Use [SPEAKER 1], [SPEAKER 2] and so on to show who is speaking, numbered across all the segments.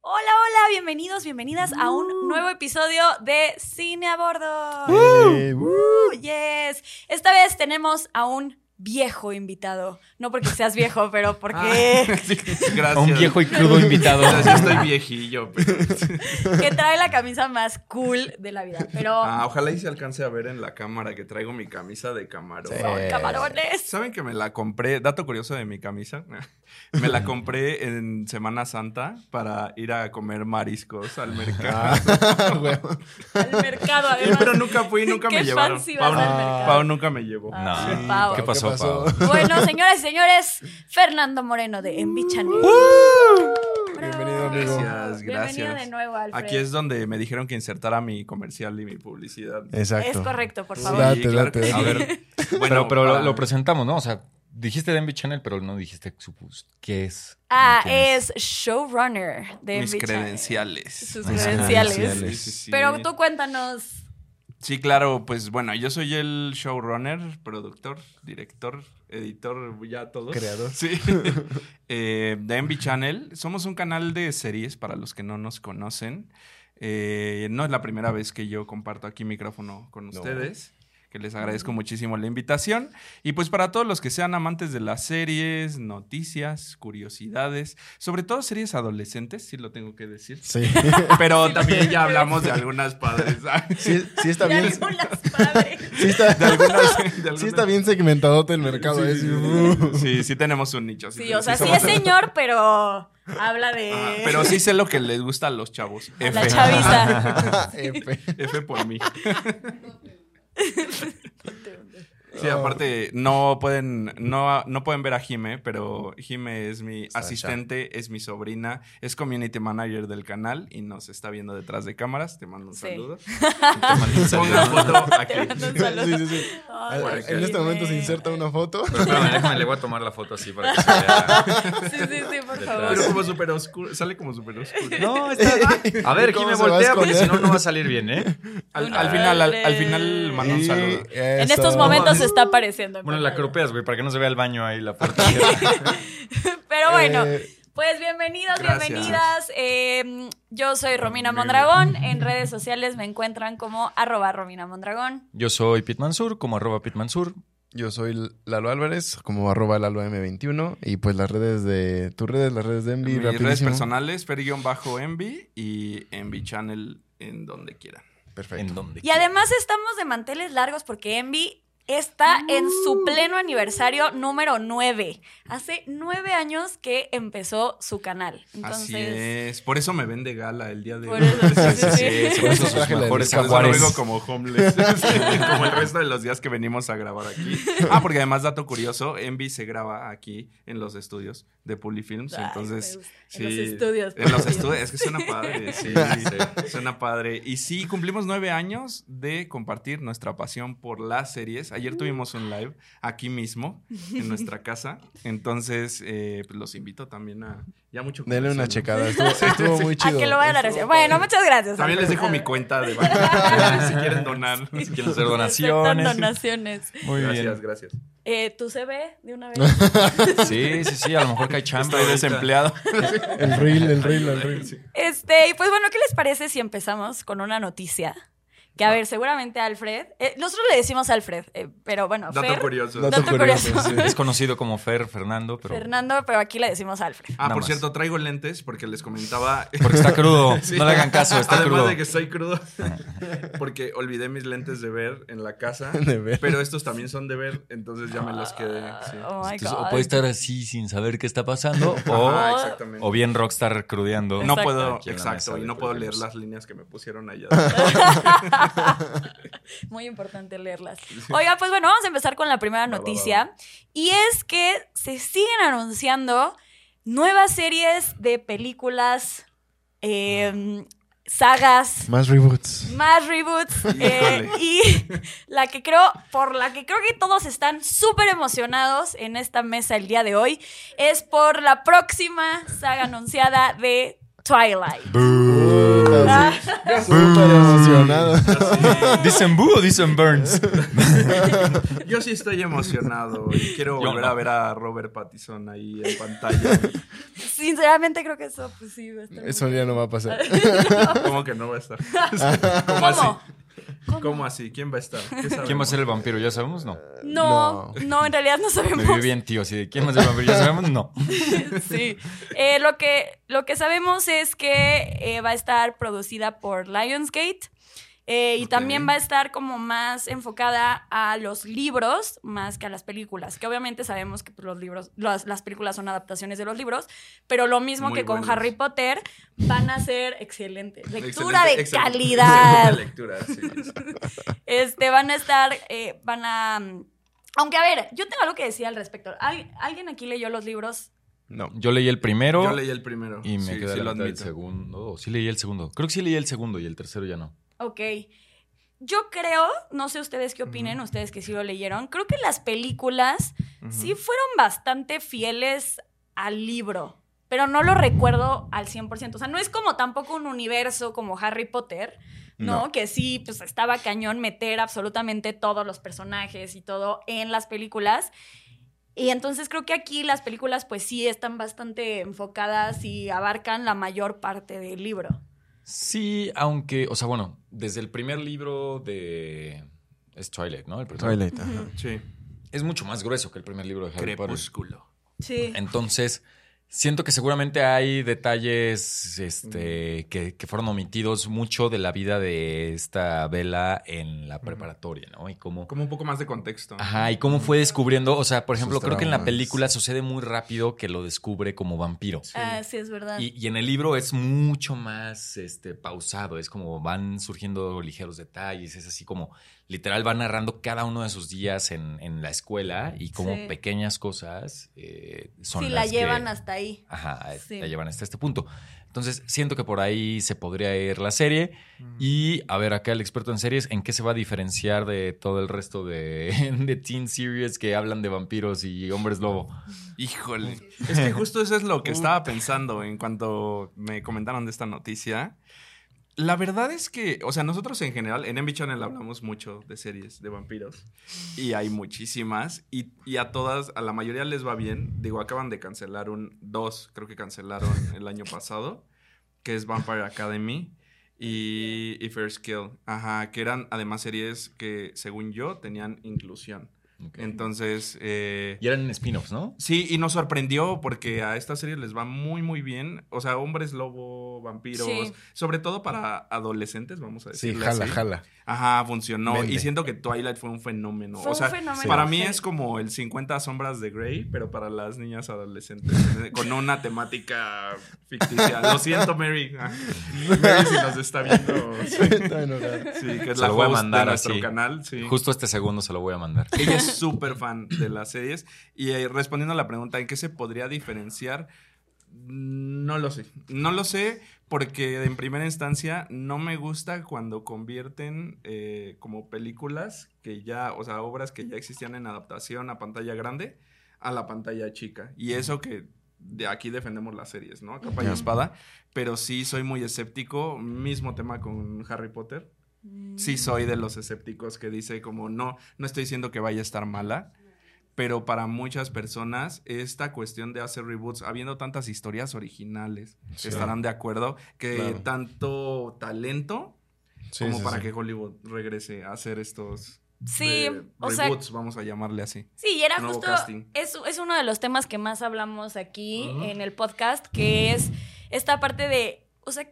[SPEAKER 1] Hola, hola, bienvenidos, bienvenidas a
[SPEAKER 2] Uh.
[SPEAKER 1] un nuevo episodio de Cine a Bordo.
[SPEAKER 3] Eh,
[SPEAKER 1] Uh, yes. Esta vez tenemos a un viejo invitado. No porque seas viejo, pero porque
[SPEAKER 2] Ah, Sí, gracias.
[SPEAKER 3] a un viejo y crudo invitado.
[SPEAKER 2] O sea, sí estoy viejillo. pero-
[SPEAKER 1] que trae la camisa más cool de la vida. Pero
[SPEAKER 2] Ah, ojalá y se alcance a ver en la cámara que traigo mi camisa de camarón.
[SPEAKER 3] Sí.
[SPEAKER 1] son camarones.
[SPEAKER 2] ¿Saben que me la compré? Dato curioso de mi camisa. Me la compré en Semana Santa para ir a comer mariscos al mercado.
[SPEAKER 3] Ah, huevo.
[SPEAKER 1] Al mercado, además.
[SPEAKER 2] Pero nunca fui, nunca
[SPEAKER 1] Qué
[SPEAKER 2] me llevaron. Ah,
[SPEAKER 1] fancy vas
[SPEAKER 2] Pau,
[SPEAKER 1] al
[SPEAKER 2] nu-
[SPEAKER 1] mercado.
[SPEAKER 2] Pau nunca me llevó.
[SPEAKER 1] Ah.
[SPEAKER 4] No.
[SPEAKER 1] Sí, Pau.
[SPEAKER 4] ¿Qué pasó, Pau?
[SPEAKER 1] Bueno, señoras y señores, Fernando Moreno de Envy Channel.
[SPEAKER 3] Bienvenido, amigo.
[SPEAKER 2] Gracias,
[SPEAKER 1] Bienvenido de
[SPEAKER 2] gracias.
[SPEAKER 1] nuevo, Alfred.
[SPEAKER 2] Aquí es donde me dijeron que insertara mi comercial y mi publicidad.
[SPEAKER 3] Exacto.
[SPEAKER 1] Es correcto, por
[SPEAKER 2] Sí,
[SPEAKER 1] favor.
[SPEAKER 3] Date,
[SPEAKER 2] claro
[SPEAKER 3] date,
[SPEAKER 2] que sí.
[SPEAKER 3] date.
[SPEAKER 2] A ver,
[SPEAKER 4] Bueno, pero lo,
[SPEAKER 2] para-
[SPEAKER 4] lo presentamos, ¿no? O sea, dijiste de Envy Channel, pero no dijiste su- qué es.
[SPEAKER 1] Ah,
[SPEAKER 4] ¿Quién
[SPEAKER 1] es showrunner de
[SPEAKER 2] mis
[SPEAKER 1] Envy Channel.
[SPEAKER 2] credenciales.
[SPEAKER 1] Sus
[SPEAKER 4] Mis
[SPEAKER 1] credenciales.
[SPEAKER 4] credenciales.
[SPEAKER 2] Sí, sí, sí.
[SPEAKER 1] Pero tú cuéntanos.
[SPEAKER 2] Sí, claro, pues bueno, yo soy el showrunner, productor, director, editor, ya todos.
[SPEAKER 3] Creador.
[SPEAKER 2] Sí. Eh, de Envy Channel. Somos un canal de series para los que no nos conocen. Eh, no es la primera vez que yo comparto aquí micrófono con ustedes. Que
[SPEAKER 1] Mm.
[SPEAKER 2] les agradezco muchísimo la invitación. Y pues para todos los que sean amantes de las series, noticias, curiosidades, sobre todo series adolescentes, sí lo tengo que decir.
[SPEAKER 3] Sí.
[SPEAKER 1] Ah,
[SPEAKER 2] Pero también ya hablamos de algunas padres. ¿sabes?
[SPEAKER 3] sí. sí está
[SPEAKER 1] Ya
[SPEAKER 3] bien.
[SPEAKER 1] son las padres.
[SPEAKER 3] Sí está,
[SPEAKER 2] De algunas- de algunas-
[SPEAKER 3] sí está bien segmentado el mercado.
[SPEAKER 2] Sí,
[SPEAKER 3] eh, sí.
[SPEAKER 2] sí, sí, sí. Sí, sí tenemos un nicho.
[SPEAKER 1] Sí, o sea, sí
[SPEAKER 2] somos-
[SPEAKER 1] es señor, pero habla de.
[SPEAKER 2] Ah, pero sí sé lo que les gusta a los chavos. F.
[SPEAKER 1] La chaviza.
[SPEAKER 3] F.
[SPEAKER 2] F por mí.
[SPEAKER 3] Ah.
[SPEAKER 2] Sí, aparte, no pueden, no, no pueden ver a Jime, pero Jime es mi
[SPEAKER 3] Sasha.
[SPEAKER 2] asistente, es mi sobrina, es community manager del canal y nos está viendo detrás de cámaras. Te mando un
[SPEAKER 1] Sí.
[SPEAKER 2] saludo.
[SPEAKER 4] mando un
[SPEAKER 2] Ponga
[SPEAKER 4] saludo.
[SPEAKER 2] foto
[SPEAKER 1] Te mando
[SPEAKER 2] aquí.
[SPEAKER 1] un saludo.
[SPEAKER 3] Sí, sí, sí.
[SPEAKER 1] Ay,
[SPEAKER 2] Por acá.
[SPEAKER 3] en este momento se
[SPEAKER 1] dime.
[SPEAKER 3] inserta una foto.
[SPEAKER 4] Pero espérame, déjame, le voy a tomar la foto así para que se vea.
[SPEAKER 1] Sí, sí, sí, por
[SPEAKER 2] Pero
[SPEAKER 1] favor.
[SPEAKER 2] como súper oscuro, sale como súper oscuro.
[SPEAKER 4] No, está. A ver, aquí
[SPEAKER 3] ¿Cómo
[SPEAKER 4] me
[SPEAKER 3] se va a
[SPEAKER 4] voltea porque si
[SPEAKER 3] esconder?
[SPEAKER 4] no, no va a salir bien, ¿eh?
[SPEAKER 2] Al,
[SPEAKER 1] Una
[SPEAKER 2] al final, al,
[SPEAKER 1] doble.
[SPEAKER 2] al final manda un
[SPEAKER 3] Y
[SPEAKER 2] saludo.
[SPEAKER 1] En
[SPEAKER 3] eso.
[SPEAKER 1] estos momentos está apareciendo. en
[SPEAKER 4] Bueno, la
[SPEAKER 1] pantalla.
[SPEAKER 4] cropeas, güey, para que no se vea el baño ahí, la puerta.
[SPEAKER 1] Pero bueno,
[SPEAKER 3] Eh,
[SPEAKER 1] pues bienvenidos,
[SPEAKER 2] Gracias.
[SPEAKER 1] bienvenidas. Eh, yo soy Romina Mondragón. En redes sociales me encuentran como arroba Romina Mondragón.
[SPEAKER 4] Yo soy Pitmansur, como arroba Pitmansur.
[SPEAKER 3] Yo soy Lalo Álvarez, como arroba Lalo M21. Y pues las redes de... Tus redes, las redes de Envy,
[SPEAKER 2] Mis redes
[SPEAKER 3] rapidísimo.
[SPEAKER 2] personales, Fer-Envy y Envy Channel en donde quieran.
[SPEAKER 3] Perfecto.
[SPEAKER 4] ¿En dónde?
[SPEAKER 1] Y además estamos de manteles largos porque Envy está en
[SPEAKER 2] Mm.
[SPEAKER 1] su pleno aniversario número 9. Hace nueve años que empezó su canal. Entonces,
[SPEAKER 2] Así es. Por eso me ven de gala el día de
[SPEAKER 1] Por
[SPEAKER 2] hoy.
[SPEAKER 1] eso, sí, sí, sí.
[SPEAKER 4] Por eso sus
[SPEAKER 3] Traje la
[SPEAKER 4] mejores
[SPEAKER 3] lista.
[SPEAKER 2] Por eso no vengo
[SPEAKER 4] jaguares.
[SPEAKER 2] como homeless, como el resto de los días que venimos a grabar aquí. Ah, porque además, dato curioso, Envy se graba aquí en los estudios de Pulifilms,
[SPEAKER 1] Ay,
[SPEAKER 2] entonces...
[SPEAKER 1] me gusta. en
[SPEAKER 2] sí,
[SPEAKER 1] los estudios.
[SPEAKER 2] En los
[SPEAKER 1] por Dios.
[SPEAKER 2] estudios, es que suena padre, sí, sí, suena padre. Y sí, cumplimos nueve años de compartir nuestra pasión por las series. Ayer tuvimos un live aquí mismo, en nuestra casa. Entonces, eh, pues, los invito también a... Ya mucho
[SPEAKER 3] Denle una
[SPEAKER 2] comercial, ¿no?
[SPEAKER 3] checada. Estuvo, estuvo muy
[SPEAKER 1] A
[SPEAKER 3] chido.
[SPEAKER 1] que lo vayan a recibir. Bueno, muchas gracias.
[SPEAKER 2] También les
[SPEAKER 1] Alfredo.
[SPEAKER 2] dejo mi cuenta de banco, si quieren donar.
[SPEAKER 4] Si quieren hacer
[SPEAKER 1] Aceptan
[SPEAKER 4] donaciones.
[SPEAKER 1] donaciones.
[SPEAKER 4] Muy
[SPEAKER 2] Gracias,
[SPEAKER 4] bien.
[SPEAKER 2] gracias.
[SPEAKER 1] Eh, ¿Tu CV de una vez?
[SPEAKER 4] Sí, sí, sí, a lo mejor que hay chamba.
[SPEAKER 2] Estoy desempleado.
[SPEAKER 3] El reel, el reel, el reel.
[SPEAKER 1] Este, y pues bueno, ¿qué les parece si empezamos con una noticia? Que a ver, seguramente Alfred. eh, nosotros le decimos Alfred, eh, pero bueno,
[SPEAKER 2] Dato
[SPEAKER 1] Fer,
[SPEAKER 2] curioso.
[SPEAKER 3] Dato
[SPEAKER 1] Dato curioso.
[SPEAKER 3] curioso, sí.
[SPEAKER 4] Es conocido como Fer Fernando, pero.
[SPEAKER 1] Fernando, pero aquí le decimos Alfred.
[SPEAKER 2] Ah,
[SPEAKER 4] Nada
[SPEAKER 2] por
[SPEAKER 4] más.
[SPEAKER 2] cierto, traigo lentes porque les comentaba.
[SPEAKER 4] Porque está crudo.
[SPEAKER 2] Sí.
[SPEAKER 4] No le hagan caso, está
[SPEAKER 2] Además
[SPEAKER 4] crudo.
[SPEAKER 2] de que estoy crudo. Porque olvidé mis lentes de ver en la casa.
[SPEAKER 3] De ver.
[SPEAKER 2] Pero estos también son de ver, entonces ya Ah, me los quedé. sí.
[SPEAKER 1] Oh my
[SPEAKER 4] Entonces,
[SPEAKER 1] God.
[SPEAKER 4] o puede estar así sin saber qué está pasando, o,
[SPEAKER 2] Ajá, exactamente.
[SPEAKER 4] o bien Rockstar crudeando.
[SPEAKER 2] No
[SPEAKER 1] Exacto.
[SPEAKER 2] puedo,
[SPEAKER 4] Aquí en la mesa
[SPEAKER 2] exacto,
[SPEAKER 4] de
[SPEAKER 2] y no puedo leer las
[SPEAKER 4] problemas.
[SPEAKER 2] líneas que me pusieron allá.
[SPEAKER 1] Muy importante leerlas. Oiga, pues bueno, vamos a empezar con la primera
[SPEAKER 2] Va, va,
[SPEAKER 1] noticia.
[SPEAKER 2] va,
[SPEAKER 1] Y es que se siguen anunciando nuevas series de películas, eh, sagas,
[SPEAKER 3] Más reboots.
[SPEAKER 1] más reboots. eh,
[SPEAKER 2] Híjole.
[SPEAKER 1] y la que creo, por la que creo que todos están súper emocionados en esta mesa el día de hoy, es por la próxima saga anunciada de Twilight.
[SPEAKER 3] Ah. Súper emocionado.
[SPEAKER 4] ¿Dicen Boo o dicen Burns?
[SPEAKER 2] Yo sí estoy emocionado y quiero volver a ver a Robert Pattinson ahí en pantalla.
[SPEAKER 1] Sinceramente creo que eso, pues sí, va a estar
[SPEAKER 3] Eso ya no va a pasar.
[SPEAKER 2] ¿Cómo que no va a estar?
[SPEAKER 1] muy- ¿Cómo?
[SPEAKER 2] ¿Cómo, así? ¿Cómo así? ¿Quién va a estar? ¿Qué
[SPEAKER 4] ¿Quién va a
[SPEAKER 2] sabemos?
[SPEAKER 4] ser el vampiro? ¿Ya sabemos? No.
[SPEAKER 1] No, no,
[SPEAKER 3] No.
[SPEAKER 1] en realidad no
[SPEAKER 4] Me
[SPEAKER 1] sabemos.
[SPEAKER 4] vio bien tío así de ¿Quién va a ser el vampiro? ¿Ya sabemos? No.
[SPEAKER 1] Sí. Eh, lo, que, lo que sabemos es que eh, va a estar producida por Lionsgate. eh, y
[SPEAKER 2] Ok.
[SPEAKER 1] también va a estar como más enfocada a los libros más que a las películas. Que obviamente sabemos que pues, los libros, las, las películas son adaptaciones de los libros, pero lo mismo
[SPEAKER 2] Muy
[SPEAKER 1] que con
[SPEAKER 2] buenas.
[SPEAKER 1] Harry Potter van a ser excelente. Lectura
[SPEAKER 2] Excelente,
[SPEAKER 1] de
[SPEAKER 2] excelente.
[SPEAKER 1] calidad.
[SPEAKER 2] Excelente lectura, sí.
[SPEAKER 1] Este, van a estar, eh, van a... Aunque, a ver, yo tengo algo que decir al respecto. Al- ¿Alguien aquí leyó los libros?
[SPEAKER 3] No.
[SPEAKER 4] Yo leí el primero
[SPEAKER 2] Yo leí el primero.
[SPEAKER 4] y me
[SPEAKER 2] sí,
[SPEAKER 4] quedé
[SPEAKER 2] sí lo
[SPEAKER 4] a la mitad del
[SPEAKER 2] admito.
[SPEAKER 4] segundo. O Sí leí el segundo. Creo que sí leí el segundo y el tercero ya no.
[SPEAKER 1] Ok. Yo creo, no sé ustedes qué opinen,
[SPEAKER 2] Ujú.
[SPEAKER 1] ustedes que sí lo leyeron, creo que las películas
[SPEAKER 2] Ujú.
[SPEAKER 1] sí fueron bastante fieles al libro, pero no lo recuerdo al 100%. O sea, no es como tampoco un universo como Harry Potter, ¿no? Que sí, pues estaba cañón meter absolutamente todos los personajes y todo en las películas. Y entonces creo que aquí las películas pues sí están bastante enfocadas y abarcan la mayor parte del libro.
[SPEAKER 4] Sí, aunque, o sea, bueno, desde el primer libro de... Es Twilight, ¿no? El primero.
[SPEAKER 3] Twilight.
[SPEAKER 1] Ujú.
[SPEAKER 3] ajá.
[SPEAKER 2] Sí.
[SPEAKER 4] Es mucho más grueso que el primer libro de Harry Potter.
[SPEAKER 2] Crepúsculo.
[SPEAKER 1] Sí.
[SPEAKER 4] Entonces, siento que seguramente hay detalles este, que, que fueron omitidos mucho de la vida de esta Vela en la preparatoria, ¿no? Y cómo.
[SPEAKER 2] Como un poco más de contexto.
[SPEAKER 4] Ajá, y cómo fue descubriendo. O sea, por
[SPEAKER 3] Sus
[SPEAKER 4] ejemplo, creo que en la
[SPEAKER 3] traumas.
[SPEAKER 4] película sucede muy rápido que lo descubre como vampiro.
[SPEAKER 1] Ah, sí, es verdad.
[SPEAKER 4] Y, y en el libro es mucho más este, pausado, es como van surgiendo ligeros detalles, es así como literal van narrando cada uno de sus días en, en la escuela y como
[SPEAKER 1] Sí.
[SPEAKER 4] pequeñas cosas eh, son
[SPEAKER 1] sí, la
[SPEAKER 4] las
[SPEAKER 1] llevan
[SPEAKER 4] que,
[SPEAKER 1] hasta ahí.
[SPEAKER 4] Ajá, eh,
[SPEAKER 1] Sí.
[SPEAKER 4] la llevan hasta este punto. Entonces, siento que por ahí se podría ir la serie.
[SPEAKER 2] Mm.
[SPEAKER 4] Y a ver, acá el experto en series, ¿en qué se va a diferenciar de todo el resto de, de teen series que hablan de vampiros y hombres lobo?
[SPEAKER 2] Híjole. Es que justo eso es lo que estaba pensando en cuanto me comentaron de esta noticia. La verdad es que, o sea, nosotros en general, en MB Channel hablamos mucho de series de vampiros y hay muchísimas y, y a todas, a la mayoría les va bien. Digo, acaban de cancelar un, dos, creo que cancelaron el año pasado, que es Vampire Academy y, y First Kill. Ajá, que eran además series que, según yo, tenían inclusión. Entonces, eh,
[SPEAKER 4] Y eran spin-offs, ¿no?
[SPEAKER 2] Sí, y nos sorprendió porque a esta serie les va muy, muy bien. O sea, hombres lobo, vampiros,
[SPEAKER 1] Sí.
[SPEAKER 2] sobre todo para adolescentes, vamos a
[SPEAKER 3] Sí,
[SPEAKER 2] decirle
[SPEAKER 3] jala,
[SPEAKER 2] así.
[SPEAKER 3] jala.
[SPEAKER 2] Ajá, funcionó.
[SPEAKER 3] Vende.
[SPEAKER 2] Y siento que Twilight fue un fenómeno.
[SPEAKER 1] Fue
[SPEAKER 2] o
[SPEAKER 1] un
[SPEAKER 2] sea,
[SPEAKER 1] fenómeno,
[SPEAKER 2] para
[SPEAKER 1] sí.
[SPEAKER 2] mí es como el 50 sombras de Grey, pero para las niñas adolescentes, con una temática ficticia. Lo siento, Mary. Ah, Mary, si nos está viendo. Sí,
[SPEAKER 3] Está enojada.
[SPEAKER 2] Sí, que es
[SPEAKER 4] Se
[SPEAKER 2] la
[SPEAKER 4] lo voy a
[SPEAKER 2] host
[SPEAKER 4] mandar
[SPEAKER 2] de nuestro
[SPEAKER 4] así.
[SPEAKER 2] canal. Sí.
[SPEAKER 4] Justo este segundo se lo voy a mandar.
[SPEAKER 2] Ella es súper fan de las series. Y eh, respondiendo a la pregunta, ¿en qué se podría diferenciar? No lo sé. No lo sé porque en primera instancia no me gusta cuando convierten eh, como películas que ya, o sea, obras que ya existían en adaptación a pantalla grande a la pantalla chica. Y eso que de aquí defendemos las series, ¿no? A Capa y
[SPEAKER 3] Ujú.
[SPEAKER 2] espada. Pero sí soy muy escéptico. Mismo tema con Harry Potter sí soy de los escépticos que dice como no, no estoy diciendo que vaya a estar mala, pero para muchas personas esta cuestión de hacer reboots, habiendo tantas historias originales,
[SPEAKER 3] Sí.
[SPEAKER 2] estarán de acuerdo que
[SPEAKER 3] Claro.
[SPEAKER 2] tanto talento
[SPEAKER 3] Sí,
[SPEAKER 2] como
[SPEAKER 3] sí,
[SPEAKER 2] para
[SPEAKER 3] sí.
[SPEAKER 2] que Hollywood regrese a hacer estos
[SPEAKER 1] Sí,
[SPEAKER 2] eh,
[SPEAKER 1] o sea,
[SPEAKER 2] reboots, vamos a llamarle así.
[SPEAKER 1] sí, y era
[SPEAKER 2] nuevo
[SPEAKER 1] justo.
[SPEAKER 2] casting.
[SPEAKER 1] Es, es uno de los temas que más hablamos aquí
[SPEAKER 2] Ujú.
[SPEAKER 1] en el podcast, que es esta parte de. O sea,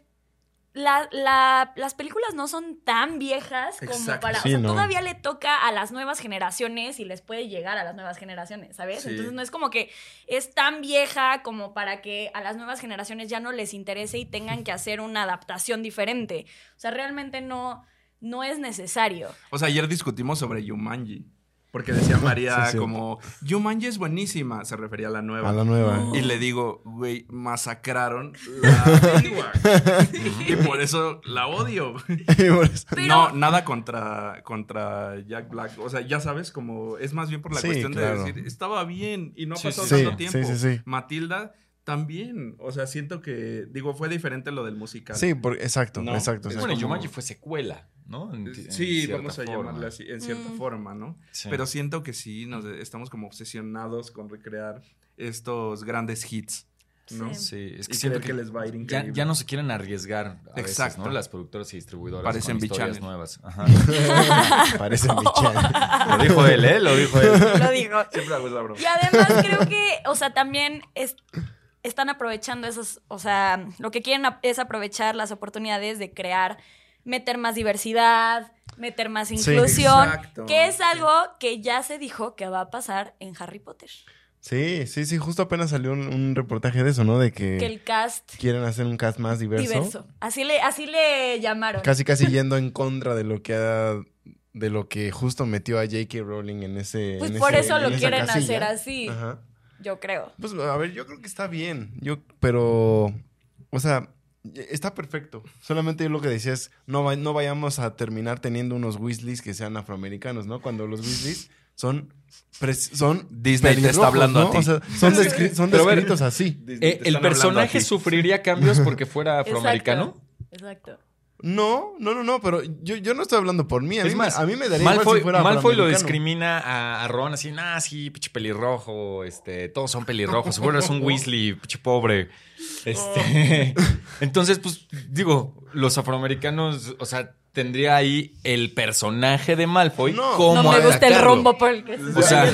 [SPEAKER 1] la- la- las películas no son tan viejas como
[SPEAKER 2] Exacto.
[SPEAKER 1] para.
[SPEAKER 3] Sí,
[SPEAKER 1] o sea,
[SPEAKER 3] no.
[SPEAKER 1] todavía le toca a las nuevas generaciones y les puede llegar a las nuevas generaciones, ¿sabes?
[SPEAKER 2] Sí.
[SPEAKER 1] Entonces no es como que es tan vieja como para que a las nuevas generaciones ya no les interese y tengan que hacer una adaptación diferente. O sea, realmente no, no es necesario.
[SPEAKER 2] O sea, ayer discutimos sobre Yumanji. Porque decía María
[SPEAKER 3] Sí, sí.
[SPEAKER 2] como, Yumanji es buenísima, se refería a la nueva.
[SPEAKER 3] A la nueva.
[SPEAKER 2] Y le digo, güey, masacraron la antigua. y por eso la odio.
[SPEAKER 3] Y por eso-
[SPEAKER 1] Pero-
[SPEAKER 2] No, nada contra, contra Jack Black. O sea, ya sabes, como es más bien por la
[SPEAKER 3] Sí,
[SPEAKER 2] cuestión
[SPEAKER 3] claro.
[SPEAKER 2] de decir, estaba bien y no ha
[SPEAKER 4] Sí,
[SPEAKER 2] pasado
[SPEAKER 3] sí,
[SPEAKER 2] tanto
[SPEAKER 3] sí.
[SPEAKER 2] tiempo.
[SPEAKER 3] Sí, sí, sí.
[SPEAKER 2] Matilda También, o sea, siento que, digo, fue diferente lo del musical. Eh,
[SPEAKER 3] Sí, por- exacto,
[SPEAKER 2] No.
[SPEAKER 3] exacto.
[SPEAKER 2] Es
[SPEAKER 3] exacto.
[SPEAKER 4] bueno,
[SPEAKER 2] como-
[SPEAKER 4] Jumanji fue secuela, ¿no? En- en
[SPEAKER 2] Sí,
[SPEAKER 4] cierta
[SPEAKER 2] vamos a
[SPEAKER 4] forma.
[SPEAKER 2] llamarla así, en cierta
[SPEAKER 1] Mm.
[SPEAKER 2] forma, ¿no?
[SPEAKER 4] Sí.
[SPEAKER 2] Pero siento que sí, nos estamos como obsesionados con recrear estos grandes hits, ¿no?
[SPEAKER 1] Sí.
[SPEAKER 4] Sí, es que
[SPEAKER 2] Y
[SPEAKER 4] siento
[SPEAKER 2] creer que les va a ir
[SPEAKER 4] ya,
[SPEAKER 2] increíble.
[SPEAKER 4] ya no se quieren arriesgar. a veces,
[SPEAKER 2] Exacto.
[SPEAKER 4] ¿no? Las productoras y distribuidoras.
[SPEAKER 2] Parecen
[SPEAKER 4] con historias
[SPEAKER 2] Bichane.
[SPEAKER 4] nuevas. Ajá.
[SPEAKER 3] Parece Michelle.
[SPEAKER 4] Lo dijo él, ¿eh? Lo dijo él.
[SPEAKER 1] Lo digo.
[SPEAKER 2] Siempre hago esa broma.
[SPEAKER 1] Y además creo que, o sea, también es- están aprovechando esas, o sea, lo que quieren ap- es aprovechar las oportunidades de crear, meter más diversidad, meter más inclusión,
[SPEAKER 2] exacto.
[SPEAKER 1] que es algo que ya se dijo que va a pasar en Harry Potter.
[SPEAKER 3] Sí, sí, sí. Justo apenas salió un, un reportaje de eso, ¿no? De que,
[SPEAKER 1] Que el cast
[SPEAKER 3] quieren hacer un cast más diverso.
[SPEAKER 1] diverso. Así le, así le llamaron.
[SPEAKER 3] Casi, casi yendo en contra de lo que ha- de lo que justo metió a J.K. Rowling en ese.
[SPEAKER 1] Pues
[SPEAKER 3] en
[SPEAKER 1] por
[SPEAKER 3] ese-
[SPEAKER 1] eso
[SPEAKER 3] en
[SPEAKER 1] lo
[SPEAKER 3] esa
[SPEAKER 1] quieren
[SPEAKER 3] casilla.
[SPEAKER 1] hacer así,
[SPEAKER 3] Ajá.
[SPEAKER 1] yo creo.
[SPEAKER 3] Pues a ver, yo creo que está bien. Yo, pero. O sea, está perfecto. Solamente yo lo que decía es: no, va- no vayamos a terminar teniendo unos Weasleys que sean afroamericanos, ¿no? Cuando los Weasleys son. pres- son
[SPEAKER 2] Disney te
[SPEAKER 3] pelirrojos,
[SPEAKER 2] está hablando a
[SPEAKER 3] ¿no?
[SPEAKER 2] ti.
[SPEAKER 3] O sea, son, descri- son
[SPEAKER 4] Pero a ver,
[SPEAKER 3] descritos así.
[SPEAKER 2] Disney,
[SPEAKER 4] Eh,
[SPEAKER 2] te están
[SPEAKER 4] ¿El
[SPEAKER 2] hablando a
[SPEAKER 4] personaje
[SPEAKER 2] ti.
[SPEAKER 4] sufriría cambios porque fuera afroamericano?
[SPEAKER 1] Exacto. exacto.
[SPEAKER 3] No, no, no, no, pero yo, yo no estoy hablando por mí. A,
[SPEAKER 4] Es
[SPEAKER 3] mí, me-
[SPEAKER 4] más,
[SPEAKER 3] a mí me daría igual
[SPEAKER 4] Malfoy,
[SPEAKER 3] si fuera
[SPEAKER 4] Malfoy lo
[SPEAKER 3] afroamericano.
[SPEAKER 4] discrimina a, a Ron así, nah, sí, pinche pelirrojo, este, todos son pelirrojos, seguro es un Weasley, pinche pobre.
[SPEAKER 1] Oh.
[SPEAKER 4] Este, entonces, pues, digo, los afroamericanos, o sea, tendría ahí el personaje de Malfoy
[SPEAKER 3] No.
[SPEAKER 1] No
[SPEAKER 4] como
[SPEAKER 1] me gusta el
[SPEAKER 4] atacarlo.
[SPEAKER 1] rumbo por el que se
[SPEAKER 4] O sea,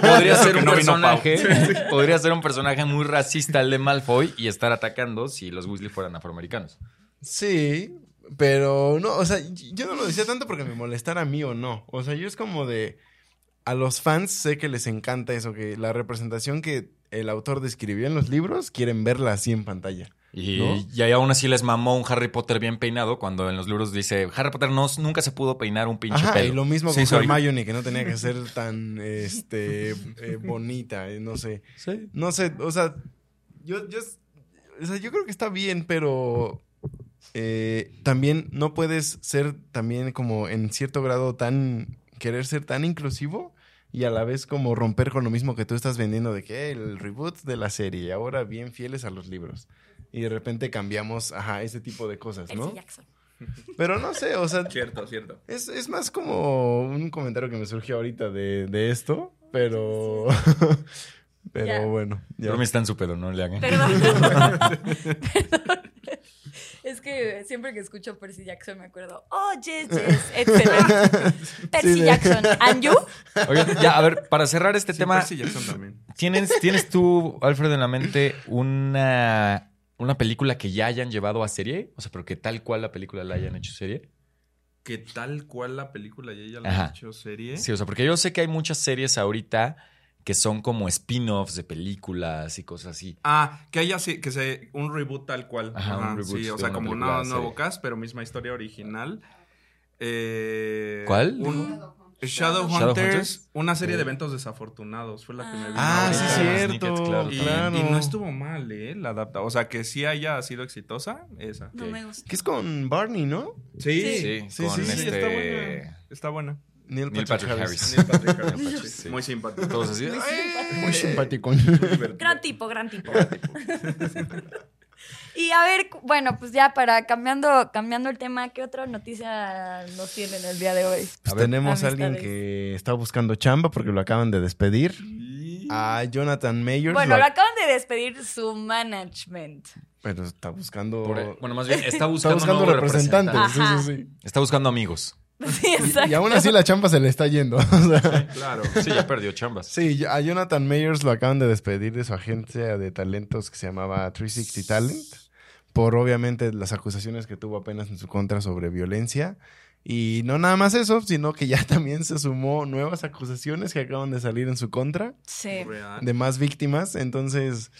[SPEAKER 4] podría
[SPEAKER 2] Eso
[SPEAKER 4] ser
[SPEAKER 2] que
[SPEAKER 4] un
[SPEAKER 2] no vino Pau.
[SPEAKER 4] personaje, podría ser un personaje muy racista el de Malfoy y estar atacando si los Weasley fueran afroamericanos.
[SPEAKER 3] Sí, pero no, o sea, yo no lo decía tanto porque me molestara a mí o no. O sea, yo es como de. A los fans sé que les encanta eso, que la representación que el autor describió en los libros quieren verla así en pantalla.
[SPEAKER 4] Y,
[SPEAKER 3] ¿No?
[SPEAKER 4] y ahí aún así les mamó un Harry Potter bien peinado cuando en los libros dice Harry Potter no, nunca se pudo peinar un pinche
[SPEAKER 3] Ajá, y
[SPEAKER 4] pelo.
[SPEAKER 3] lo mismo
[SPEAKER 2] Sí,
[SPEAKER 3] con
[SPEAKER 2] soy.
[SPEAKER 3] Hermione, que no tenía que ser tan este eh, bonita, eh, no sé. No sé, o sea, yo, yo, o sea, yo creo que está bien, pero eh, también no puedes ser también como en cierto grado tan, querer ser tan inclusivo y a la vez como romper con lo mismo que tú estás vendiendo de que el reboot de la serie, ahora bien fieles a los libros. Y de repente cambiamos, ajá, ese tipo de cosas,
[SPEAKER 1] Percy
[SPEAKER 3] ¿no?
[SPEAKER 1] Jackson.
[SPEAKER 3] Pero no sé, o sea,
[SPEAKER 2] Cierto, cierto.
[SPEAKER 3] es, es más como un comentario que me surgió ahorita de, de esto, pero... pero
[SPEAKER 1] Ya.
[SPEAKER 3] bueno. ya.
[SPEAKER 4] Pero me está en su pelo, no le hagan.
[SPEAKER 1] Perdón. Perdón. Es que siempre que escucho Percy Jackson me acuerdo, oh, yes, yes, excelente. Percy
[SPEAKER 3] Sí, de-
[SPEAKER 1] Jackson, ¿and you?
[SPEAKER 4] Oigan, ya, a ver, para cerrar este
[SPEAKER 2] Sí,
[SPEAKER 4] tema,
[SPEAKER 3] pues
[SPEAKER 2] Percy Jackson también.
[SPEAKER 4] ¿tienes, ¿tienes tú, Alfred, en la mente una, una película que ya hayan llevado a serie? O sea, pero que tal cual la película la hayan hecho serie.
[SPEAKER 2] Que tal cual la película ya ella la
[SPEAKER 4] Ajá.
[SPEAKER 2] ha hecho serie.
[SPEAKER 4] Sí, o sea, porque yo sé que hay muchas series ahorita que son como spin-offs de películas y cosas así.
[SPEAKER 2] Ah, que haya sí, que se un reboot tal cual.
[SPEAKER 4] Ajá,
[SPEAKER 2] Ajá,
[SPEAKER 4] un reboot
[SPEAKER 2] sí, o
[SPEAKER 4] de
[SPEAKER 2] sea,
[SPEAKER 4] una
[SPEAKER 2] como un
[SPEAKER 4] película,
[SPEAKER 2] nuevo
[SPEAKER 4] sí.
[SPEAKER 2] cast, pero misma historia original. Eh,
[SPEAKER 4] ¿Cuál?
[SPEAKER 2] un- Shadow
[SPEAKER 4] Shadow
[SPEAKER 2] Hunters,
[SPEAKER 4] Hunters.
[SPEAKER 2] una serie de
[SPEAKER 4] Sí.
[SPEAKER 2] eventos desafortunados, fue la que me vino.
[SPEAKER 3] Ah, sí,
[SPEAKER 2] ahorita.
[SPEAKER 4] Ah,
[SPEAKER 3] cierto.
[SPEAKER 4] snippets, claro,
[SPEAKER 2] Y,
[SPEAKER 4] claro.
[SPEAKER 2] y no estuvo mal, ¿eh? La adapta. O sea, que sí haya sido exitosa, esa.
[SPEAKER 1] No me gusta.
[SPEAKER 3] Que es con Barney, ¿no?
[SPEAKER 1] Sí.
[SPEAKER 4] Sí,
[SPEAKER 3] Sí,
[SPEAKER 4] con
[SPEAKER 3] sí, sí,
[SPEAKER 4] este...
[SPEAKER 2] está buena. Está buena.
[SPEAKER 3] Neil
[SPEAKER 4] Neil Patrick Harris.
[SPEAKER 2] Neil Patrick Harris.
[SPEAKER 4] Neil Patrick, sí.
[SPEAKER 2] Muy simpático.
[SPEAKER 4] Todos así.
[SPEAKER 3] Muy simpático. Pues
[SPEAKER 2] Muy divertido.
[SPEAKER 1] Gran tipo, gran tipo. Y a ver, cu- bueno, pues ya para cambiando, cambiando el tema, ¿qué otra noticia nos tienen el día de hoy?
[SPEAKER 3] Pues tenemos a alguien
[SPEAKER 1] Amistades.
[SPEAKER 3] que está buscando chamba porque lo acaban de despedir.
[SPEAKER 2] Y-
[SPEAKER 3] A Jonathan Mayers.
[SPEAKER 1] Bueno,
[SPEAKER 3] lo-
[SPEAKER 1] lo acaban de despedir su management.
[SPEAKER 3] Pero está buscando.
[SPEAKER 4] Por- bueno, más bien, está
[SPEAKER 3] Está
[SPEAKER 4] buscando,
[SPEAKER 3] buscando
[SPEAKER 4] nuevos
[SPEAKER 3] representantes.
[SPEAKER 4] representantes.
[SPEAKER 3] sí,
[SPEAKER 1] Ajá.
[SPEAKER 3] sí, sí.
[SPEAKER 4] Está buscando amigos.
[SPEAKER 1] Sí,
[SPEAKER 3] Y, y
[SPEAKER 1] exacto.
[SPEAKER 3] aún así la chamba se le está yendo. o sea.
[SPEAKER 2] Claro.
[SPEAKER 4] Sí, ya perdió chambas.
[SPEAKER 3] sí, a Jonathan Mayers lo acaban de despedir de su agencia de talentos que se llamaba 360 Talent. Por obviamente las acusaciones que tuvo apenas en su contra sobre violencia. Y no nada más eso, sino que ya también se sumó nuevas acusaciones que acaban de salir en su contra.
[SPEAKER 1] Sí.
[SPEAKER 2] Real.
[SPEAKER 3] de más víctimas. Entonces,